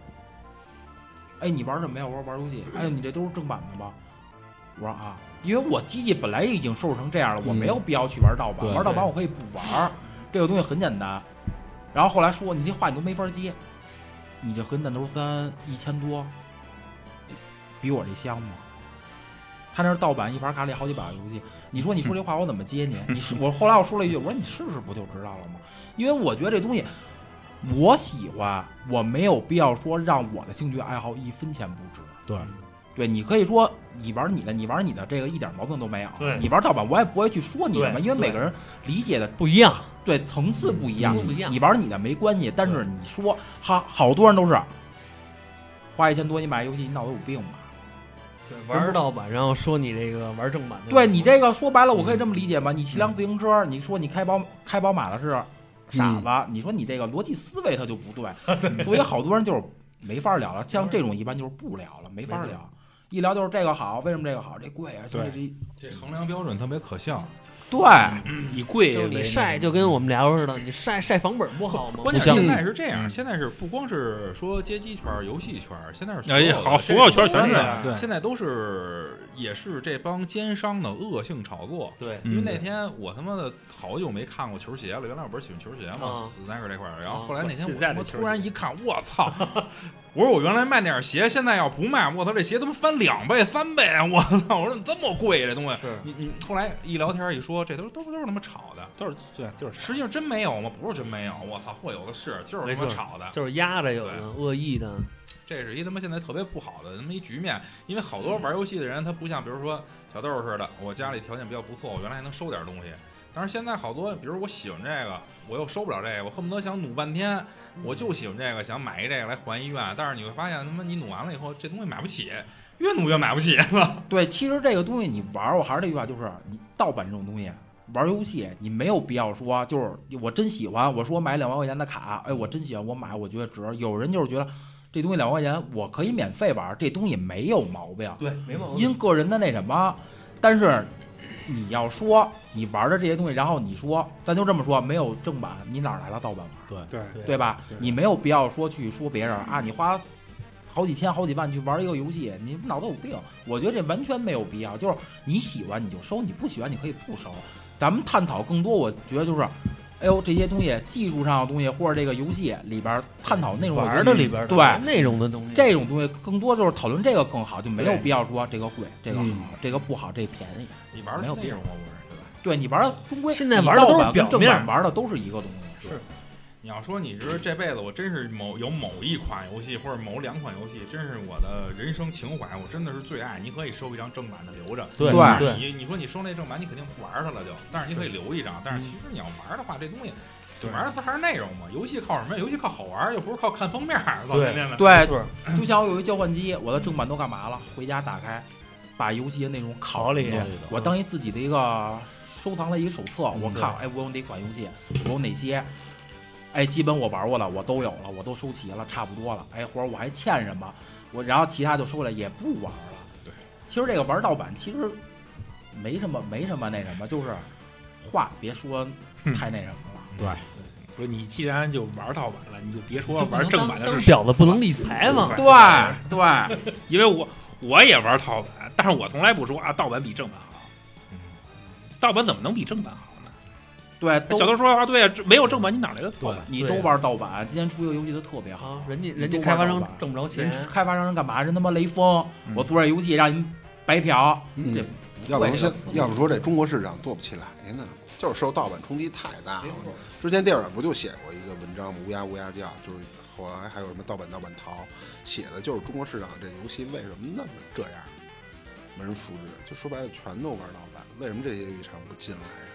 哎，你玩什么呀？我说玩游戏。哎，你这都是正版的吧？我说啊，因为我机器本来已经收拾成这样了，我没有必要去玩盗版，对玩盗版我可以不玩儿，这个东西很简单。然后后来说你这话你都没法接，你这和弹头三一千多，比我这香吗？他那是盗版，一盘卡里好几百个游戏。你说你说这话我怎么接你？你是我后来我说了一句，我说你试试不就知道了吗？因为我觉得这东西我喜欢，我没有必要说让我的兴趣爱好一分钱不值。对，对你可以说你玩你的，你玩你的，这个一点毛病都没有。对你玩盗版我也不会去说你什么，对因为每个人理解的不一样，对嗯层次不一样。不一样你玩你的没关系，但是你说好好多人都是花一千多你买游戏，你脑子有病吧？玩盗版，然后说你这个玩正版的，对你嗯这个说白了，我可以这么理解吧？你骑辆自行车，你说你开宝开宝马的是傻子，你说你这个逻辑思维它就不 对，所以好多人就是没法聊了。像这种一般就是不聊了，没法没聊，一聊就是这个好，为什么这个好？这贵啊，兄弟，这衡量标准特别可笑。这对。以贵嗯就是为你那晒个就跟我们聊似的，你晒晒房本不好吗？关键不像现在是这样，嗯现在是不光是说街机圈、游戏圈，现在是哎的好这所有圈个全是东这西样啊对现在都是也是这帮奸商的恶性炒作。对，因为嗯那天我他妈的好久没看过球鞋了，原来我不是喜欢球鞋嘛啊，sneaker 这块儿。然啊后后来那天我嗯现在他的妈球鞋突然一看，我操！我说我原来卖那点鞋，现在要不卖，我操，这鞋他妈翻两倍、三倍！我操！我说怎么这么贵这东西？是你你后来一聊天一说，这都都都是他妈炒的，都是对，就是实际上真没有吗？不是真没有，我操，货有的是，就是没他妈错炒的。就是压着有的恶意的，这是一他妈现在特别不好的那么一局面，因为好多玩游戏的人，他不像比如说小豆似的，我家里条件比较不错，我原来还能收点东西，但是现在好多，比如我喜欢这个，我又收不了这个，我恨不得想努半天，我就喜欢这个，想买一这个来还一愿，但是你会发现他妈你努完了以后，这东西买不起，越努越买不起。 对，其实这个东西你玩儿，我还是这句话，就是你盗版这种东西，玩儿游戏你没有必要说，就是我真喜欢，我说买两万块钱的卡，哎，我真喜欢，我买，我觉得值。有人就是觉得这东西两万块钱我可以免费玩儿，这东西没有毛病，对，没毛因个人的那什么，但是。你要说你玩的这些东西，然后你说，咱就这么说，没有正版，你哪儿来的盗版玩？对对吧？你没有必要说去说别人啊，你花好几千、好几万去玩一个游戏，你脑子有病。我觉得这完全没有必要。就是你喜欢你就收，你不喜欢你可以不收。咱们探讨更多，我觉得就是，哎呦，这些东西技术上的东西，或者这个游戏里边探讨内容玩的里边儿的对内容的东西，这种东西，更多就是讨论这个更好，就没有对必要说这个贵、这个好、嗯这个不好、这便宜。你玩的没有内必要容吗？不是，对吧？对你玩的终归，现在你玩的都是盗版跟表正面版玩的都是一个东西。你要说你是这辈子我真是某有某一款游戏或者某两款游戏，真是我的人生情怀，我真的是最爱。你可以收一张正版的留着，对对但是你你说你收那正版，你肯定不玩它了就，但是你可以留一张。但是其实你要玩的话，这东西。玩的还是内容嘛，游戏靠什么？游戏靠好玩，又不是靠看封面。老对天天的，对没，错就像我有一交换机，我的正版都干嘛了？回家打开，把游戏的内容拷里嗯拷里头我当一自己的一个收藏的一个手册。我看，哎，我有哪款游戏，我有哪些，哎，基本我玩过了，我都有了，我都收齐了，差不多了。哎，或者我还欠什么，我然后其他就收来，也不玩了。对，其实这个玩盗版其实没什么，没什么那什么，就是话别说太那什么了。对，不是你既然就玩盗版了，你就别说就不能玩正版的当是婊子不能立牌嘛。对 对对。因为我我也玩盗版，但是我从来不说啊，盗版比正版好。嗯盗版怎么能比正版好呢？对，都小豆说的话对啊，这没有正版你哪来的盗版？你都玩盗版，今天出一个游戏都特别好啊，，人家人都家开玩发盗商版挣不着人钱，开发商人干嘛？人他妈雷锋，我做这游戏让您白嫖，嗯这要不然会这现个要不说这中国市场做不起来呢，就是受盗版冲击太大了。之前电影不就写过一个文章吗？乌鸦乌鸦叫，就是后来还有什么盗版盗版淘，写的就是中国市场这游戏为什么那么这样，没人复制，就说白了全都玩盗版，为什么这些游戏厂不进来呀？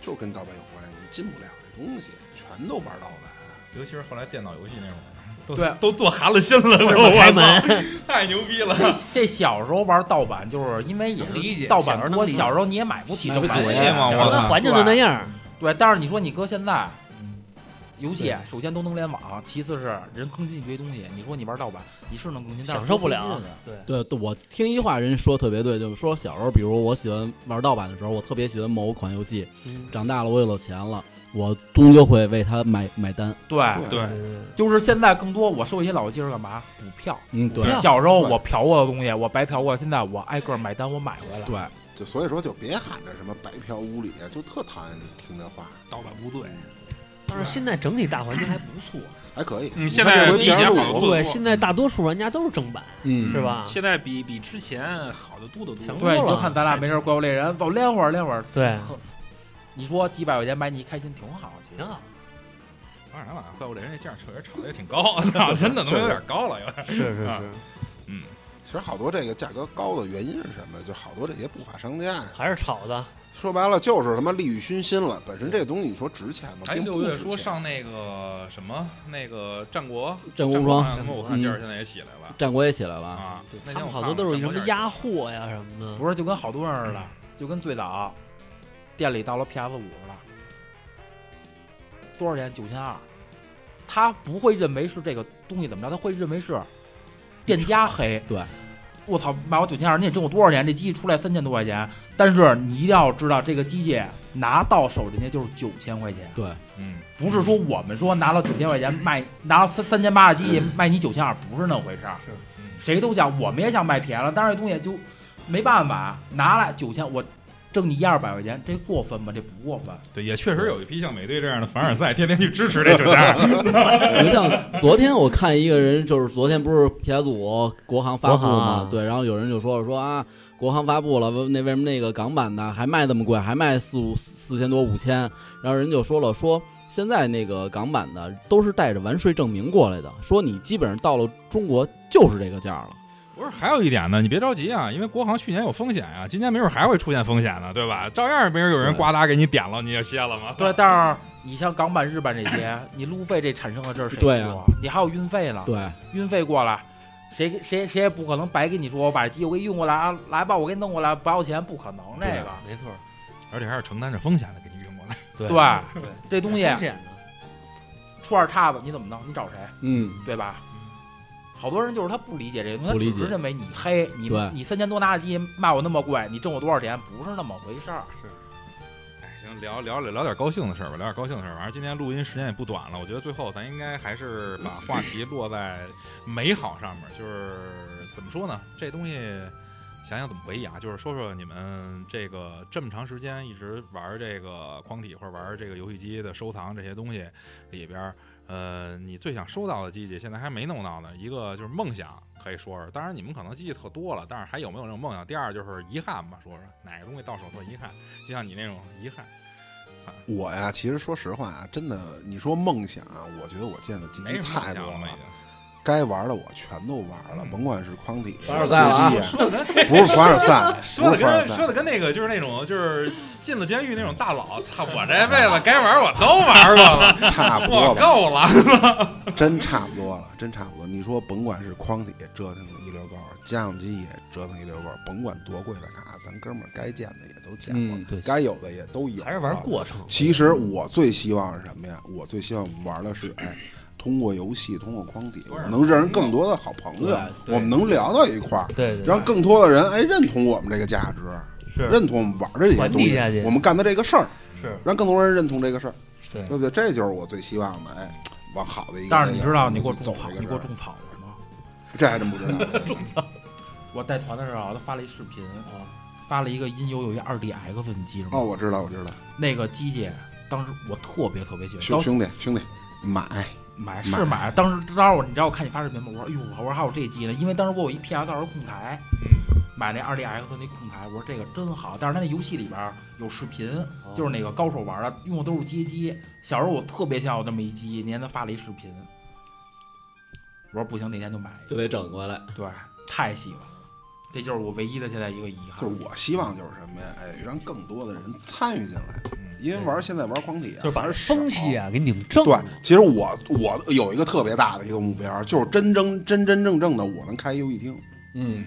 就是跟盗版有关系，你进不了这东西，全都玩盗版。尤其是后来电脑游戏那会儿，都对都做寒了心了，都开门。 太牛逼了。这这小时候玩盗版，就是因为也能理是解盗小版时候能多，理解小时候你也买不起正版买不游起戏嘛小时我 操候的那环境就那样，对，但是你说你搁现在，嗯游戏首先都能联网，其次是人更新一堆东西，你说你玩盗版，你是能更新，但是享受不了多费劲啊对，对，对我听一话人说特别对，就是说小时候，比如我喜欢玩盗版的时候，我特别喜欢某款游戏，长大了我有了钱了，我终究会为它买买单。啊对，对就是现在更多我收一些老游戏是干嘛？补票。嗯，对对，小时候我嫖过的东西，我白嫖过，现在我挨个买单，我买回来。对，就所以说，就别喊着什么白嫖无理，就特讨厌听这话，盗版无罪。但是现在整体大环境还不错，还可以。嗯你现看在这回理 P 解 S 好多五，对，现在大多数玩家都是正版，嗯是啊吧？现在比比之前好的多得强多。多了对，你就看咱俩没事儿怪物猎人，我练会儿练会儿。对，呵你说几百块钱买你开心挺好，其实挺好。当然了，怪物猎人这价确实炒的也挺高，操，真的他妈有点高了，有点。是是啊其实好多这个价格高的原因是什么？就好多这些不法商家呀，还是炒的，说白了就是他妈利欲熏心了。本身这东西你说值钱吗？哎，并六不月值说钱。上那个什么那个战国，战国无双战国我看嗯劲儿现在也起来了战国也起来了啊，啊。那他天们我好看多都了是什战国劲么儿压货呀什么的。不是就跟好多人似的，嗯就跟最早店里到了 PS 五了，多少钱？九千二。他不会认为是这个东西怎么着，他会认为是店家黑。对，我操，卖我九千二，你得挣我多少钱？这机器出来三千多块钱，但是你一定要知道，这个机器拿到手人家就是九千块钱。对，嗯，不是说我们说拿了九千块钱卖，拿了三三千八的机器卖你九千二，嗯不是那回事儿。是嗯谁都想，我们也想卖便宜了，但是这东西就没办法，拿来九千，我挣你一二百块钱，这过分吗？这不过分。对，也确实有一批像美队这样的凡尔赛，天天去支持这九千 二。 你像昨天我看一个人，就是昨天不是 PS 五国行发布国行嘛啊，对，然后有人就说说啊，国行发布了，那为什么那个港版的还卖这么贵，还卖四五四千多五千？然后人就说了，说现在那个港版的都是带着完税证明过来的，说你基本上到了中国就是这个价了。不是，还有一点呢，你别着急啊，因为国行去年有风险啊，今年没准还会出现风险呢，对吧？照样没准有人对呱嗒给你点了，你就歇了嘛。对，但是你像港版、日版这些，你路费这产生了这是谁对付啊啊？你还有运费呢，对，运费过来，谁给谁谁也不可能白给你说我把机我给你运过来啊，来吧，我给你弄过来，不要钱，不可能这对个。没错，而且还是承担着风险的，给你运过来。对对，这东西风险的出二岔子，你怎么弄？你找谁？嗯，对吧？好多人就是他不理解这些东西，不他理解只是认为你黑，你对你三千多拿的机卖我那么贵，你挣我多少钱？不是那么回事儿。哎，行，聊聊聊点高兴的事儿吧，聊点高兴的事儿。反正今天录音时间也不短了，我觉得最后咱应该还是把话题落在美好上面，就是怎么说呢？这东西想想怎么维牙，就是说说你们这个这么长时间一直玩这个框体或者玩这个游戏机的收藏这些东西里边儿，呃，你最想收到的机器，现在还没弄到的一个就是梦想。可以说说，当然你们可能机器特多了，但是还有没有那种梦想？第二就是遗憾吧，说说哪个东西到手算遗憾，就像你那种遗憾，我呀，其实说实话啊，真的，你说梦想啊，我觉得我见的机没器什么太想多了嘛已了经，该玩的我全都玩了，嗯甭管是筐体、街凡尔赛了啊机啊，不是凡尔赛，说不的是凡尔跟说赛。的跟那个就是那种就是进了监狱那种大佬，操！我这辈子该玩我都玩过 了，差不多我吧，够了。真差不多了，真差不多。你说甭管是筐体折腾一溜够，家用机也折腾一溜够，甭管多贵的卡，咱哥们儿该见的也都见过，嗯该有的也都有了，还是玩过程。其实我最希望是什么呀？我最希望玩的是，哎，通过游戏，通过筐体，我能认识更多的好朋友对，对我们能聊到一块儿，对对，让更多的人哎认同我们这个价值，是认同我们玩的这些传东递下去西，我们干的这个事儿，是让更多人认同这个事儿，对对不对？这就是我最希望的，哎，往好的一个。但是你知那道你个给我走种草，这个你给我事儿种草了吗？这还真不 知道。我带团的时候，他发了一视频，啊发了一个音游有一二 DX，你记着吗？哦，我知道，我知道，那个机器，当时我特别特别喜欢，兄当时兄弟兄弟，买买买是买，当时当时我你知道我看你发视频吗？我说哎呦，我说还有这机呢，因为当时我有一 PS 二控台，嗯买那二 DX 那控台，我说这个真好，但是它那游戏里边儿有视频，哦就是那个高手玩的，用的都是街机。小时候我特别想有那么一机，那天他发了一视频，我说不行，那天就买一就个，得整过来。对，太喜欢了，这就是我唯一的现在一个遗憾。就是我希望就是什么呀？哎，让更多的人参与进来，因为玩现在玩筐体嗯啊，就是把玩这少风气啊给拧正对了。，其实我我有一个特别大的一个目标，就是真真真真正正的我能开游戏厅。嗯，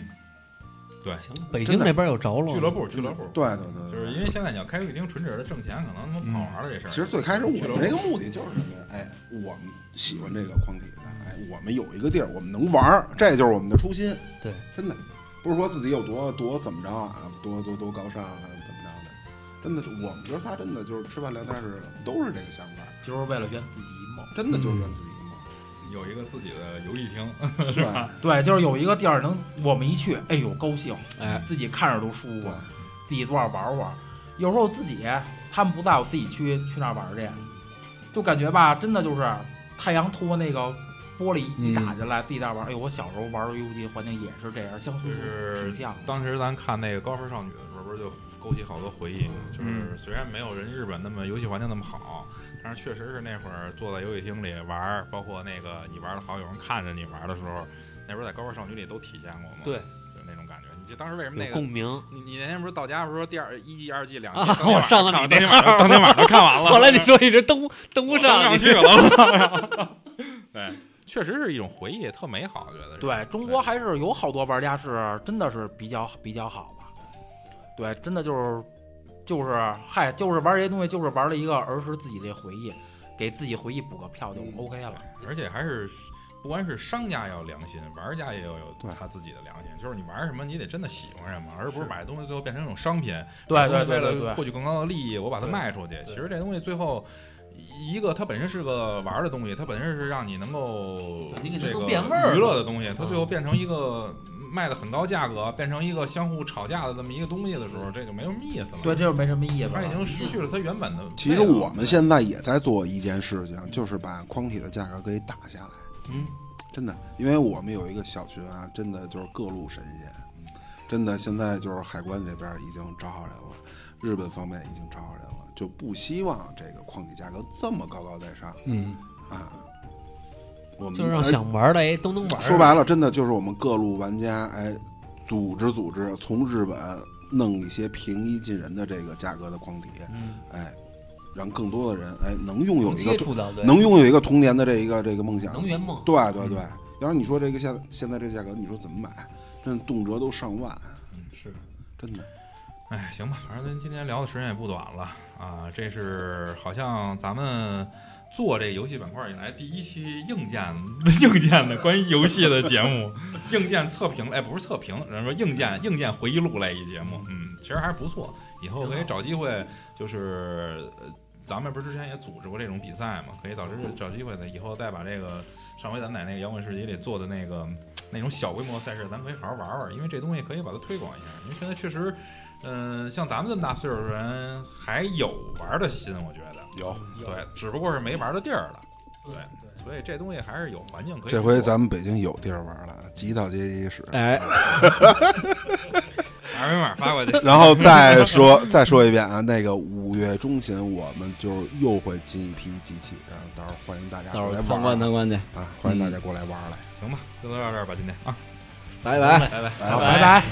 北真京的那边有着落俱乐部，俱乐部，对对对，对就是因为现在你要开个厅纯指着挣钱，可能他妈不好玩了这事儿。其实最开始我俱乐们部这个目的就是什么呀？哎，我们喜欢这个框体的，哎，我们有一个地儿，我们能玩儿，这就是我们的初心。对，真的不是说自己有多多怎么着啊，多多多高尚啊，怎么着的。真的，我们哥仨真的就是吃饭聊天似的，都是这个想法，就是为了圆自己一梦。真的就是圆自己的有一个自己的游戏厅，梦，是吧？对，就是有一个地儿能我们一去，哎呦高兴，哎，自己看着都舒服对，自己坐那儿玩玩。有时候自己他们不在，我自己去去那儿玩去，就感觉吧，真的就是太阳透过那个玻璃一打进来，自己在那儿玩。哎呦，我小时候玩游戏环境也是这样，相似就度是嗯挺像的。当时咱看那个《高分少女》的时候，不是就勾起好多回忆吗？就是嗯虽然没有人日本那么游戏环境那么好，但是确实是那会儿坐在游戏厅里玩儿，包括那个你玩的好，有人看着你玩的时候，那不是在《高分少女》里都体现过吗？对就那种感觉。你就当时为什么那个有共鸣，你你那天不是到家不是说第二一季、二季、两季，啊当天晚 我上了看你 这当天晚上当天晚上看完了。后来你说一直登登不我上，登你去了。对，确实是一种回忆，特美好，我觉得是。对中国还是有好多玩家是真的是比较比较好的，对，真的就是就是嗨，就是玩这些东西，就是玩了一个儿时自己的回忆，给自己回忆补个票就 OK 了。而且还是不光是商家要有良心，玩家也要有对他自己的良心。就是你玩什么，你得真的喜欢什么，而不是买东西最后变成一种商品。对我对为对对了对获取更高的利益，我把它对卖出去。其实这东西最后。一个它本身是个玩儿的东西，它本身是让你能够对你给它这个都变味儿了嗯娱乐的东西，它最后变成一个卖的很高价格，变成一个相互吵架的这么一个东西的时候，这就没有什么意思了。对，这就没什么意思它已了。经失去了它原本的味道。其实我们现在也在做一件事情，就是把筐体的价格给打下来。嗯，真的，因为我们有一个小群啊，真的就是各路神仙，真的现在就是海关这边已经找好人了，日本方面已经找好人了，就不希望这个矿体价格这么高高在上嗯，啊。我们就让而想玩的哎都能玩。说白了，真的就是我们各路玩家哎，组织组织，从日本弄一些平易近人的这个价格的矿体，哎，让更多的人哎能拥有嗯能一个接童触到对，能拥有一个童年的这一个这个梦想，能嗯圆梦，对对对，要是你说这个现现在这价格，你说怎么买？真的动辄都上万，嗯是真的。哎，行吧，反正咱今天聊的时间也不短了啊。这是好像咱们做这游戏板块以来第一期硬件 硬件的关于游戏的节目，硬件测评，哎，不是测评，人家说硬件硬件回忆录类一节目，嗯，其实还是不错。以后可以找机会，就是呃咱们不是之前也组织过这种比赛嘛，可以找这找机会的，以后再把这个上回咱们在那个摇滚市集里做的那个那种小规模赛事，咱们可以好好玩玩，因为这东西可以把它推广一下，因为现在确实。嗯，像咱们这么大岁数的人，还有玩的心，我觉得有对，只不过是没玩的地儿了，对，所以这东西还是有环境可以做。这回咱们北京有地儿玩了，极道街机室。哎，二维码发过去。 然后再说 再说一遍啊，那个五月中旬我们就又会进一批机器，然后到时候欢迎大家到时过候来参观玩参儿观去，啊，欢迎大家过来玩儿来。行吧，就到这儿吧，今天啊，拜拜。拜拜。拜拜拜。